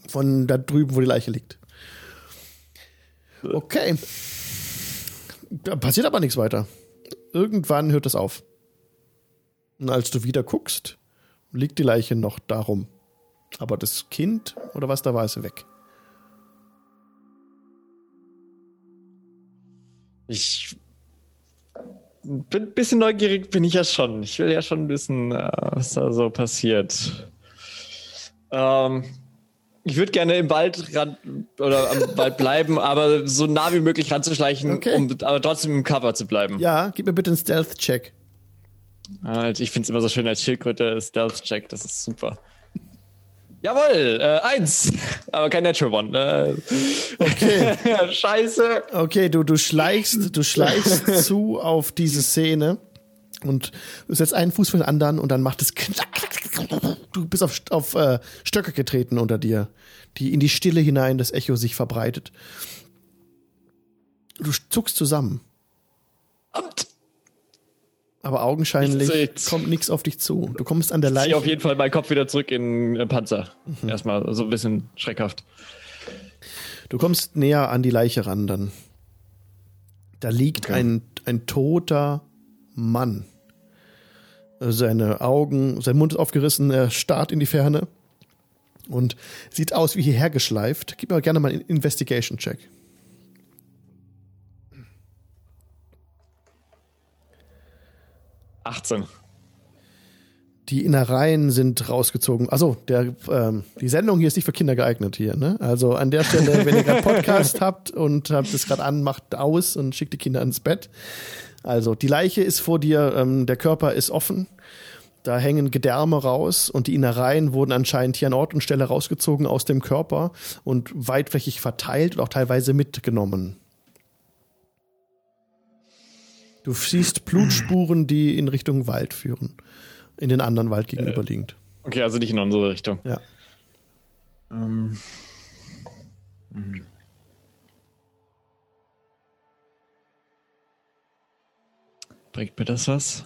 Von da drüben, wo die Leiche liegt. Okay. Da passiert aber nichts weiter. Irgendwann hört das auf. Und als du wieder guckst, liegt die Leiche noch darum. Aber das Kind oder was da war, ist weg.
Ich bin ein bisschen neugierig, bin ich ja schon. Ich will ja schon wissen, äh, was da so passiert. Ähm, ich würde gerne im Wald ran, oder am Wald bleiben, aber so nah wie möglich ranzuschleichen,
Okay.
um aber trotzdem im Cover zu bleiben.
Ja, gib mir bitte einen Stealth-Check.
Halt, ich finde es immer so schön als Schildkröte, Stealth Check, das ist super. Jawohl, äh, eins. Aber kein Natural One. Äh, okay. Scheiße.
Okay, du, du schleichst, du schleichst zu auf diese Szene und du setzt einen Fuß für den anderen und dann macht es knack. Du bist auf, auf äh, Stöcke getreten unter dir, die in die Stille hinein das Echo sich verbreitet. Du zuckst zusammen,
Amt.
aber augenscheinlich
Nichts seh's.
kommt nichts auf dich zu. Du kommst an der
Ich
Leiche.
auf jeden Fall meinen Kopf wieder zurück in den Panzer. Erstmal so ein bisschen schreckhaft.
Du kommst näher an die Leiche ran dann. Da liegt ein, ein toter Mann. Äh, Seine Augen, sein Mund ist aufgerissen, er starrt in die Ferne und sieht aus wie hierher geschleift. Gib mir gerne mal einen Investigation-Check.
18.
Die Innereien sind rausgezogen. Also der, ähm, die Sendung hier ist nicht für Kinder geeignet hier. Ne? Also an der Stelle, wenn ihr gerade Podcast habt und habt es gerade an, macht aus und schickt die Kinder ins Bett. Also die Leiche ist vor dir, ähm, der Körper ist offen. Da hängen Gedärme raus und die Innereien wurden anscheinend hier an Ort und Stelle rausgezogen aus dem Körper und weitflächig verteilt und auch teilweise mitgenommen. Du siehst Blutspuren, die in Richtung Wald führen. In den anderen Wald gegenüberliegend.
Okay, also nicht in unsere Richtung.
Ja.
Bringt mir das was?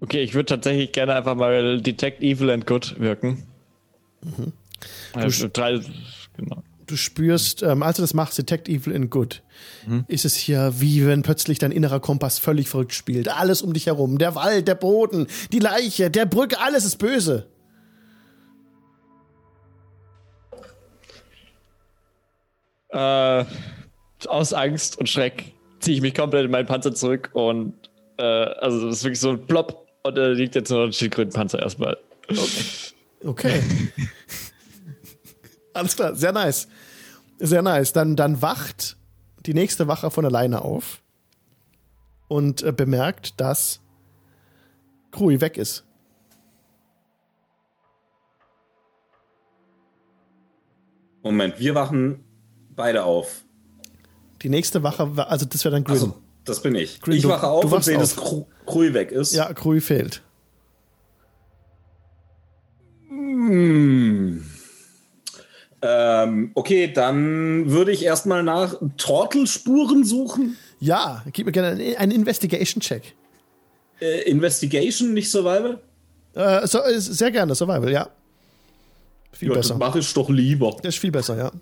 Okay, ich würde tatsächlich gerne einfach mal Detect Evil and Good wirken. Mhm. Also, drei, genau.
Du spürst, ähm, als du das machst, Detect Evil in Good, ist es hier wie wenn plötzlich dein innerer Kompass völlig verrückt spielt. Alles um dich herum, der Wald, der Boden, die Leiche, der Brücke, alles ist böse.
Äh, aus Angst und Schreck ziehe ich mich komplett in meinen Panzer zurück und äh, also das ist wirklich so ein Plop und da liegt jetzt nur ein schildgrünen Panzer erstmal.
Okay. Alles klar, sehr nice. Sehr nice. Dann, dann wacht die nächste Wache von alleine auf und äh, bemerkt, dass Krui weg ist.
Moment, wir wachen beide auf.
Die nächste Wache, wa- also das wäre dann Grin.
Also, das bin ich.
Green,
ich
du-
wache
du
auf und
wachst
sehe,
auf.
dass Kru- Krui weg ist.
Ja, Krui fehlt.
Ähm, okay, dann würde ich erstmal nach Tortelspuren suchen.
Ja, gib mir gerne einen- einen Investigation-Check.
Äh, Investigation, nicht Survival.
Äh, so, äh, sehr gerne, Survival, ja. Viel
Ja, das
besser.
mache ich doch lieber.
Das ist viel besser, ja.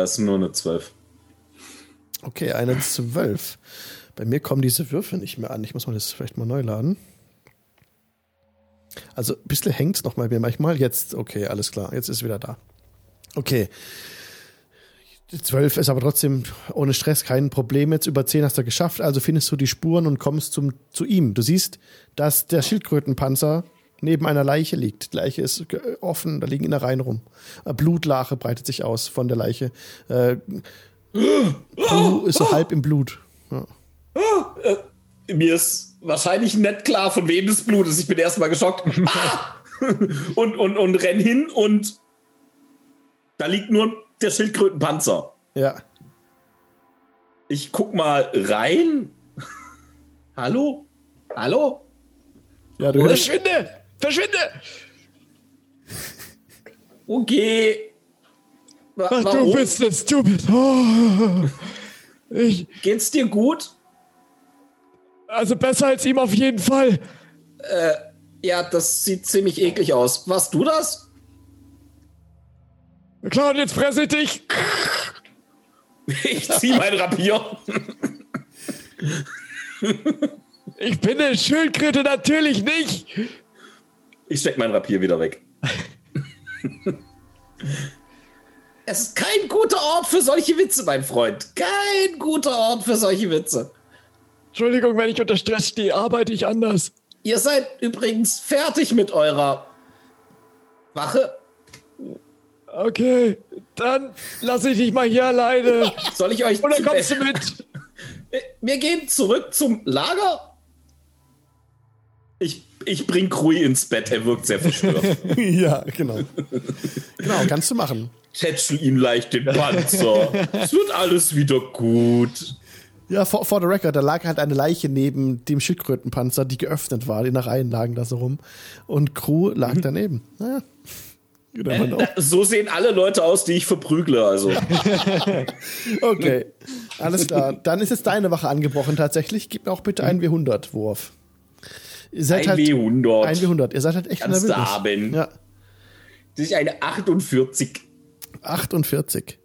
Äh, ist nur eine 12.
Okay, eine 12. Bei mir kommen diese Würfel nicht mehr an. Ich muss mal das vielleicht mal neu laden. Also ein bisschen hängt es noch bei mir manchmal. Jetzt, okay, alles klar. Jetzt ist wieder da. Okay. Die 12 ist aber trotzdem ohne Stress kein Problem. Jetzt über 10 hast du geschafft. Also findest du die Spuren und kommst zum, zu ihm. Du siehst, dass der Schildkrötenpanzer neben einer Leiche liegt. Die Leiche ist ge- offen, da liegen Innereien rum. Äh, Blutlache breitet sich aus von der Leiche. Äh, Kuh ist so halb im Blut. Ja.
Mir ist wahrscheinlich nicht klar, von wem das Blut ist. Ich bin erstmal geschockt. ah! und, und, und renn hin und da liegt nur der Schildkrötenpanzer.
ja.
Ich guck mal rein. Hallo? Hallo?
Ja, du hörst,
Verschwinde! Verschwinde!
Okay. Wa
Ach,
warum?
du bist jetzt, du bist. Oh. Ich,
Geht's dir gut?
also besser als ihm auf jeden Fall.
Ja, das sieht ziemlich eklig aus. Warst du das?
Klar, und jetzt fresse ich dich.
Ich zieh mein Rapier.
Ich bin eine Schildkröte natürlich nicht.
Ich steck mein Rapier wieder weg. es ist kein guter Ort für solche Witze, mein Freund. Kein guter Ort für solche Witze.
Entschuldigung, wenn ich unter Stress stehe, arbeite ich anders.
Ihr seid übrigens fertig mit eurer Wache.
Okay, dann lasse ich dich mal hier alleine.
Soll ich euch.
Oder
zu-
kommst du mit?
Wir gehen zurück zum Lager. Ich, ich bring Krui ins Bett. Er wirkt sehr verstört.
ja, genau. Genau, kannst du machen.
Tätschel ihm leicht den Panzer. es wird alles wieder gut.
Ja, for, for the record, da lag halt eine Leiche neben dem Schildkrötenpanzer, die geöffnet war. Die nach Reihen lagen da so rum. Und Crew lag daneben. Naja. Gut, aber noch.
So sehen alle Leute aus, die ich verprügle. Also.
Okay, alles klar. Dann ist jetzt deine Wache angebrochen tatsächlich. Gib mir auch bitte einen W100-Wurf. Ihr seid
Ein
halt...
W100.
Ein W100. Ihr seid halt echt
Kannst
in
du
der Wildnis.
haben.
Ja,
Das ist eine 48.
48.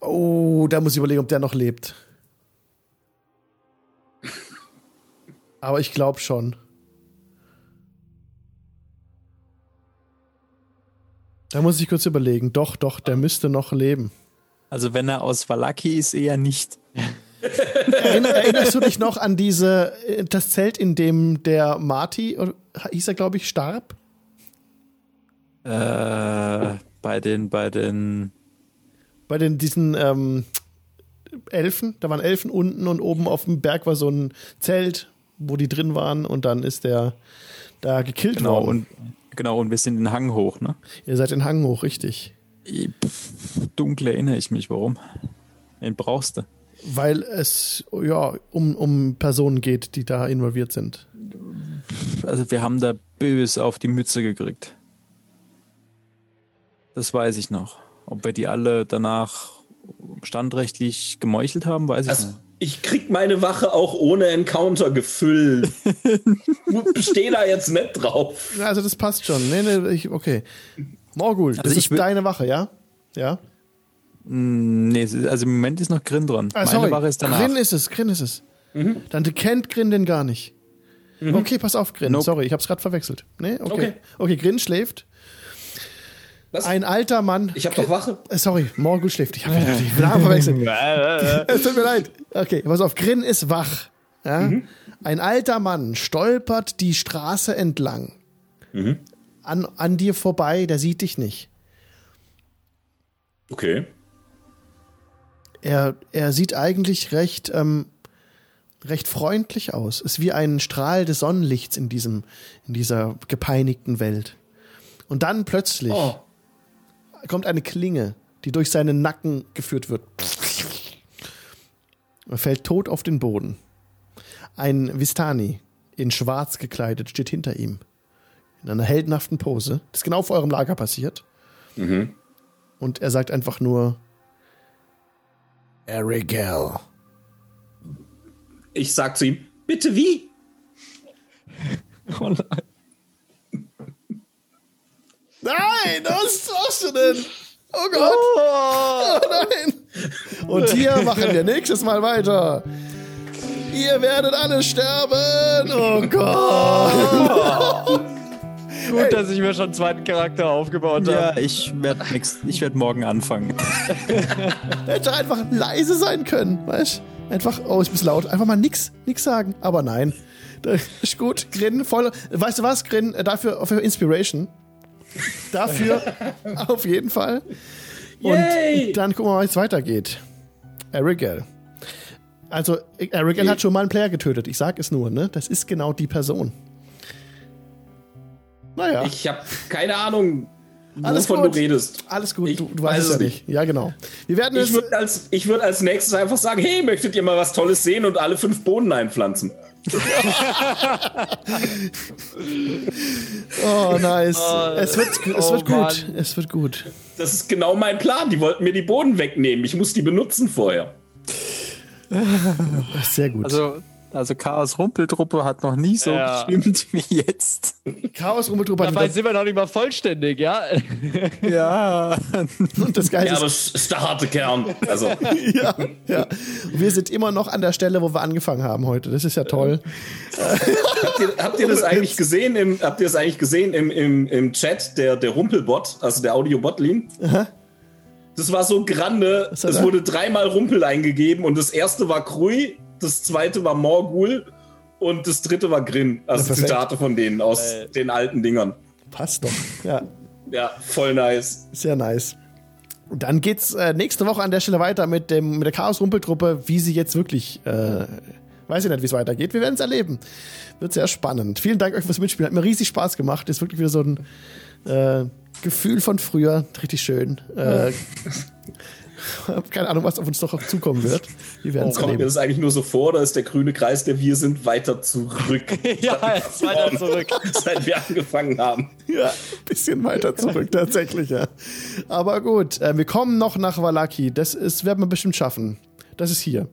Oh, da muss ich überlegen, ob der noch lebt. Aber ich glaube schon. Da muss ich kurz überlegen. Doch, doch, der müsste noch leben.
Also wenn er aus Valaki ist, eher nicht.
Erinner, erinnerst du dich noch an diese, äh, das Zelt, in dem der Marty, oder hieß er, glaube ich, starb?
Äh, bei den, bei den.
Bei den, diesen ähm, Elfen, da waren Elfen unten und oben auf dem Berg war so ein Zelt, wo die drin waren und dann ist der da gekillt
Genau,
worden.
und genau, und wir sind den Hang hoch, ne?
Ihr seid den Hang hoch, richtig.
Ich- pff, Dunkel erinnere ich mich, warum. Den brauchst du.
Weil es ja um, um Personen geht, die da involviert sind.
Also wir haben da bös auf die Mütze gekriegt. Das weiß ich noch. Ob wir die alle danach standrechtlich gemeuchelt haben, weiß ich
Das,
nicht.
ich krieg meine Wache auch ohne Encounter gefüllt. Steh da jetzt nicht drauf.
Also das passt schon. Nee, nee, ich, okay. Morgul, das
Also ich
ist
wü-
deine Wache, ja? Ja.
Nee, es ist- also im Moment ist noch Grin dran.
Ah,
Meine
sorry.
Wache ist danach.
Grin ist es, Grin ist es.
Mhm.
Dann kennt Grin den gar nicht. Okay, pass auf, Grin.
Nope.
Sorry, ich hab's gerade verwechselt. Nee, okay. okay.
Okay.
Grin schläft.
Was?
Ein alter Mann.
Ich hab Äh, doch Wache.
Äh, Sorry, Morgul schläft. Ich habe die Namen verwechselt. Es tut mir leid. Okay, pass auf, Grin ist wach. Ja?
Mhm.
Ein alter Mann stolpert die Straße entlang.
Mhm.
An, an dir vorbei, der sieht dich nicht.
Okay.
Er, er sieht eigentlich recht, ähm, recht freundlich aus. Ist wie ein Strahl des Sonnenlichts in, diesem, in dieser gepeinigten Welt. Und dann plötzlich kommt eine Klinge, die durch seinen Nacken geführt wird. Er fällt tot auf den Boden. Ein Vistani, in schwarz gekleidet, steht hinter ihm. In einer heldenhaften Pose. Das ist genau vor eurem Lager passiert. Und er sagt einfach nur, Erigel.
Ich sag zu ihm, bitte wie?
Nein, was machst du denn? Oh Gott. Oh, nein. Und hier machen wir nächstes Mal weiter. Ihr werdet alle sterben. Oh Gott.
Gut, dass ich mir schon einen zweiten Charakter aufgebaut habe.
Ja, ich werde werd morgen anfangen.
Hätte einfach leise sein können, weißt? Einfach, oh, ich bin laut. Einfach mal nix, nix sagen. Aber nein. Das Ist gut, Grin, voll. Weißt du was, Grin? Dafür für Inspiration. Dafür auf jeden Fall. Und
Yay!
dann gucken wir mal, wie es weitergeht. Erigel. Also, Erigel hat schon mal einen Player getötet. Ich sag es nur, ne? Das ist genau die Person. Naja,
Ich hab keine Ahnung,
Alles
wovon
gut.
du redest.
alles gut.
ich
Du, du
weiß
weißt es
es
ja nicht. Ja, genau. Wir werden
Ich
es.
würde als, ich würd als nächstes einfach sagen, hey, möchtet ihr mal was Tolles sehen und alle fünf Bohnen einpflanzen?
Oh, nice. es wird, es wird
oh,
gut. Es wird gut.
Das ist genau mein Plan. Die wollten mir die Bohnen wegnehmen. Ich muss die benutzen vorher.
Sehr gut.
Also, also Chaos Rumpeltruppe hat noch nie so
Ja.
gestimmt wie jetzt.
Chaos um Rummeltruppe
Dabei
hat
sind wir noch nicht mal vollständig, ja?
Ja.
und das Geile
Ja,
ist,
aber es ist der harte Kern. Also,
ja, ja. Und wir sind immer noch an der Stelle, wo wir angefangen haben heute. Das ist ja toll.
habt, ihr, habt ihr das eigentlich gesehen im, habt ihr das eigentlich gesehen im, im, im Chat, der, der Rumpelbot, also der Audio-Botlin? Das war so grande.
hat
es
er?
wurde dreimal Rumpel eingegeben und das erste war Krui, das zweite war Morgul und das dritte war Grin. Also
perfekt.
Zitate von denen aus
Äh.
den alten Dingern.
Passt doch. Ja,
Ja, voll nice.
sehr nice. Und dann geht's äh, nächste Woche an der Stelle weiter mit, dem, mit der Chaos Rumpeltruppe, wie sie jetzt wirklich. Äh, weiß ich nicht, wie es weitergeht. Wir werden es erleben. Wird sehr spannend. Vielen Dank euch fürs Mitspielen. Hat mir riesig Spaß gemacht. Ist wirklich wieder so ein äh, Gefühl von früher. Richtig schön. Äh, hab keine Ahnung, was auf uns noch zukommen wird. Wir werden es
Kommt mir
erleben.
das eigentlich nur so vor, oder ist der grüne Kreis, der wir sind, weiter zurück,
ja, jetzt weiter zurück.
seit wir angefangen haben?
Ja, ein bisschen weiter zurück tatsächlich, ja. Aber gut, äh, wir kommen noch nach Valaki. Das ist, werden wir bestimmt schaffen. Das ist hier.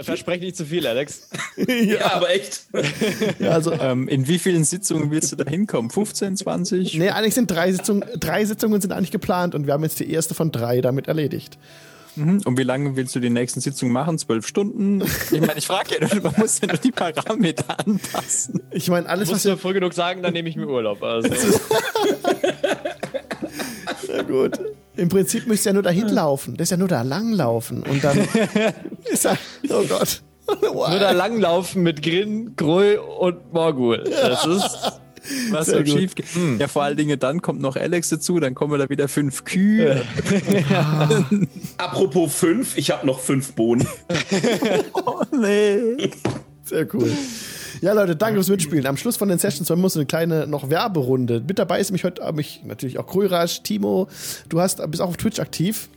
Versprech nicht zu viel, Alex.
ja aber echt.
Ja, also,
Ähm, in wie vielen Sitzungen willst du da hinkommen? 15, 20?
nee, eigentlich sind drei Sitzungen, drei Sitzungen sind eigentlich geplant und wir haben jetzt die erste von drei damit erledigt.
Und wie lange willst du die nächsten Sitzungen machen? Zwölf Stunden? Ich meine, ich frage ja, nur, man muss ja nur die Parameter anpassen.
Ich meine, alles, was
Musst
wir
du früh genug sagen, dann nehme ich mir Urlaub. Also.
gut. Im Prinzip müsst ihr ja nur dahin laufen. Das ist ja nur da langlaufen. Und dann ist er, oh Gott.
Nur da langlaufen mit Grin, Grull und Morgul. Das ist.
Was
Sehr
soll
gut. Hm.
schief geht. Ja, vor allen Dingen, dann kommt noch Alex dazu, dann kommen wir da wieder fünf Kühe.
Apropos fünf, ich habe noch fünf Bohnen.
Oh, nee.
Sehr cool. Ja, Leute, danke fürs Mitspielen. Am Schluss von den Sessions haben wir uns eine kleine noch Werberunde. Mit dabei ist mich heute äh, mich natürlich auch Krörasch, Timo. Du hast, bist auch auf Twitch aktiv.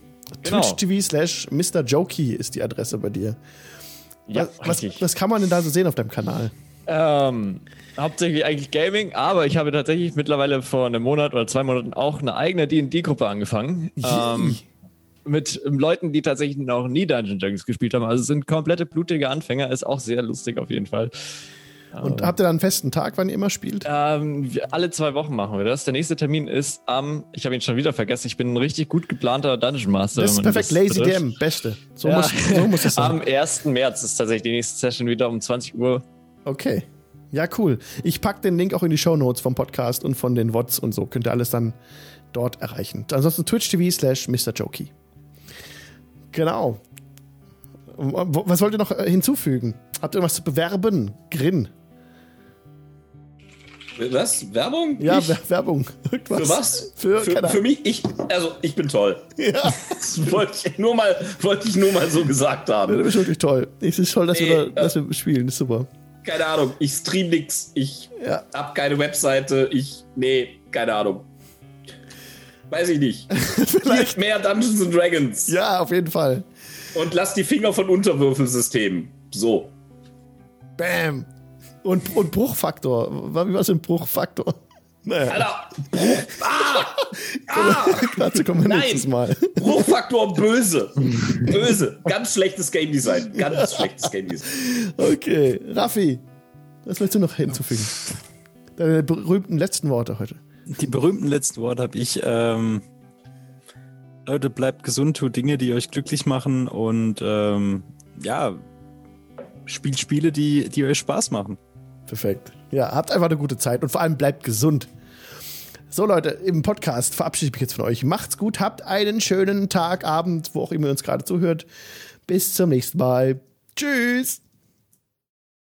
Genau.
Twitch.tv slash Mr. Jokey ist die Adresse bei dir.
Ja,
was,
richtig.
was kann man denn da so sehen auf deinem Kanal?
Ähm, hauptsächlich eigentlich Gaming, aber ich habe tatsächlich mittlerweile vor einem Monat oder zwei Monaten auch eine eigene D&D-Gruppe angefangen. Ähm, mit ähm, Leuten, die tatsächlich noch nie Dungeon Dragons gespielt haben. Also es sind komplette blutige Anfänger, ist auch sehr lustig auf jeden Fall.
Und habt ihr da einen festen Tag, wann ihr immer spielt?
Ähm, wir, alle zwei Wochen machen wir das. Der nächste Termin ist am, ich habe ihn schon wieder vergessen, ich bin ein richtig gut geplanter Dungeon Master.
das
wenn
ist
man
perfekt. Lazy
betrifft.
DM, beste. So,
Ja.
muss, so muss es sein.
Am 1. März ist tatsächlich die nächste Session wieder um 20 Uhr.
Okay. Ja, cool. Ich packe den Link auch in die Shownotes vom Podcast und von den Wots und so. Könnt ihr alles dann dort erreichen. Ansonsten twitch.tv slash MrJokey. Genau. Wo- Was wollt ihr noch äh, hinzufügen? Habt ihr irgendwas zu bewerben? Grin.
Was? Werbung?
Ja,
ich?
Wer- Werbung. Irgendwas.
Für was?
Für,
für,
keine
für
Ahnung.
mich, ich, also ich bin toll.
Ja,
Das wollte ich nur mal, wollte ich nur mal so gesagt
das
haben.
ist wirklich toll. Es ist toll, dass,
Nee,
wir,
ja.
da, dass wir spielen. Das ist super.
Keine Ahnung, ich stream nix, ich
Ja.
hab keine Webseite, ich, nee, keine Ahnung. Weiß ich nicht. Vielleicht mehr Dungeons and Dragons.
Ja, auf jeden Fall.
Und lass die Finger von Unterwürfelsystemen. So.
Bam. Und, und Bruchfaktor. Wie war es denn Bruchfaktor? Naja,
Alter, Bruch, ah,
dazu kommen wir
Nein.
nächstes Mal.
Bruchfaktor böse. Böse. Ganz schlechtes Game Design. Ganz schlechtes Game Design.
Okay, Raffi, was willst du noch hinzufügen? Deine berühmten letzten Worte heute.
Die berühmten letzten Worte habe ich. Ähm, Leute, bleibt gesund, tut Dinge, die euch glücklich machen und ähm, ja, spielt Spiele, die, die euch Spaß machen.
Perfekt. Ja, habt einfach eine gute Zeit und vor allem bleibt gesund. So Leute, im Podcast verabschiede ich mich jetzt von euch. Macht's gut, habt einen schönen Tag, Abend, wo auch immer ihr uns gerade zuhört. Bis zum nächsten Mal. Tschüss.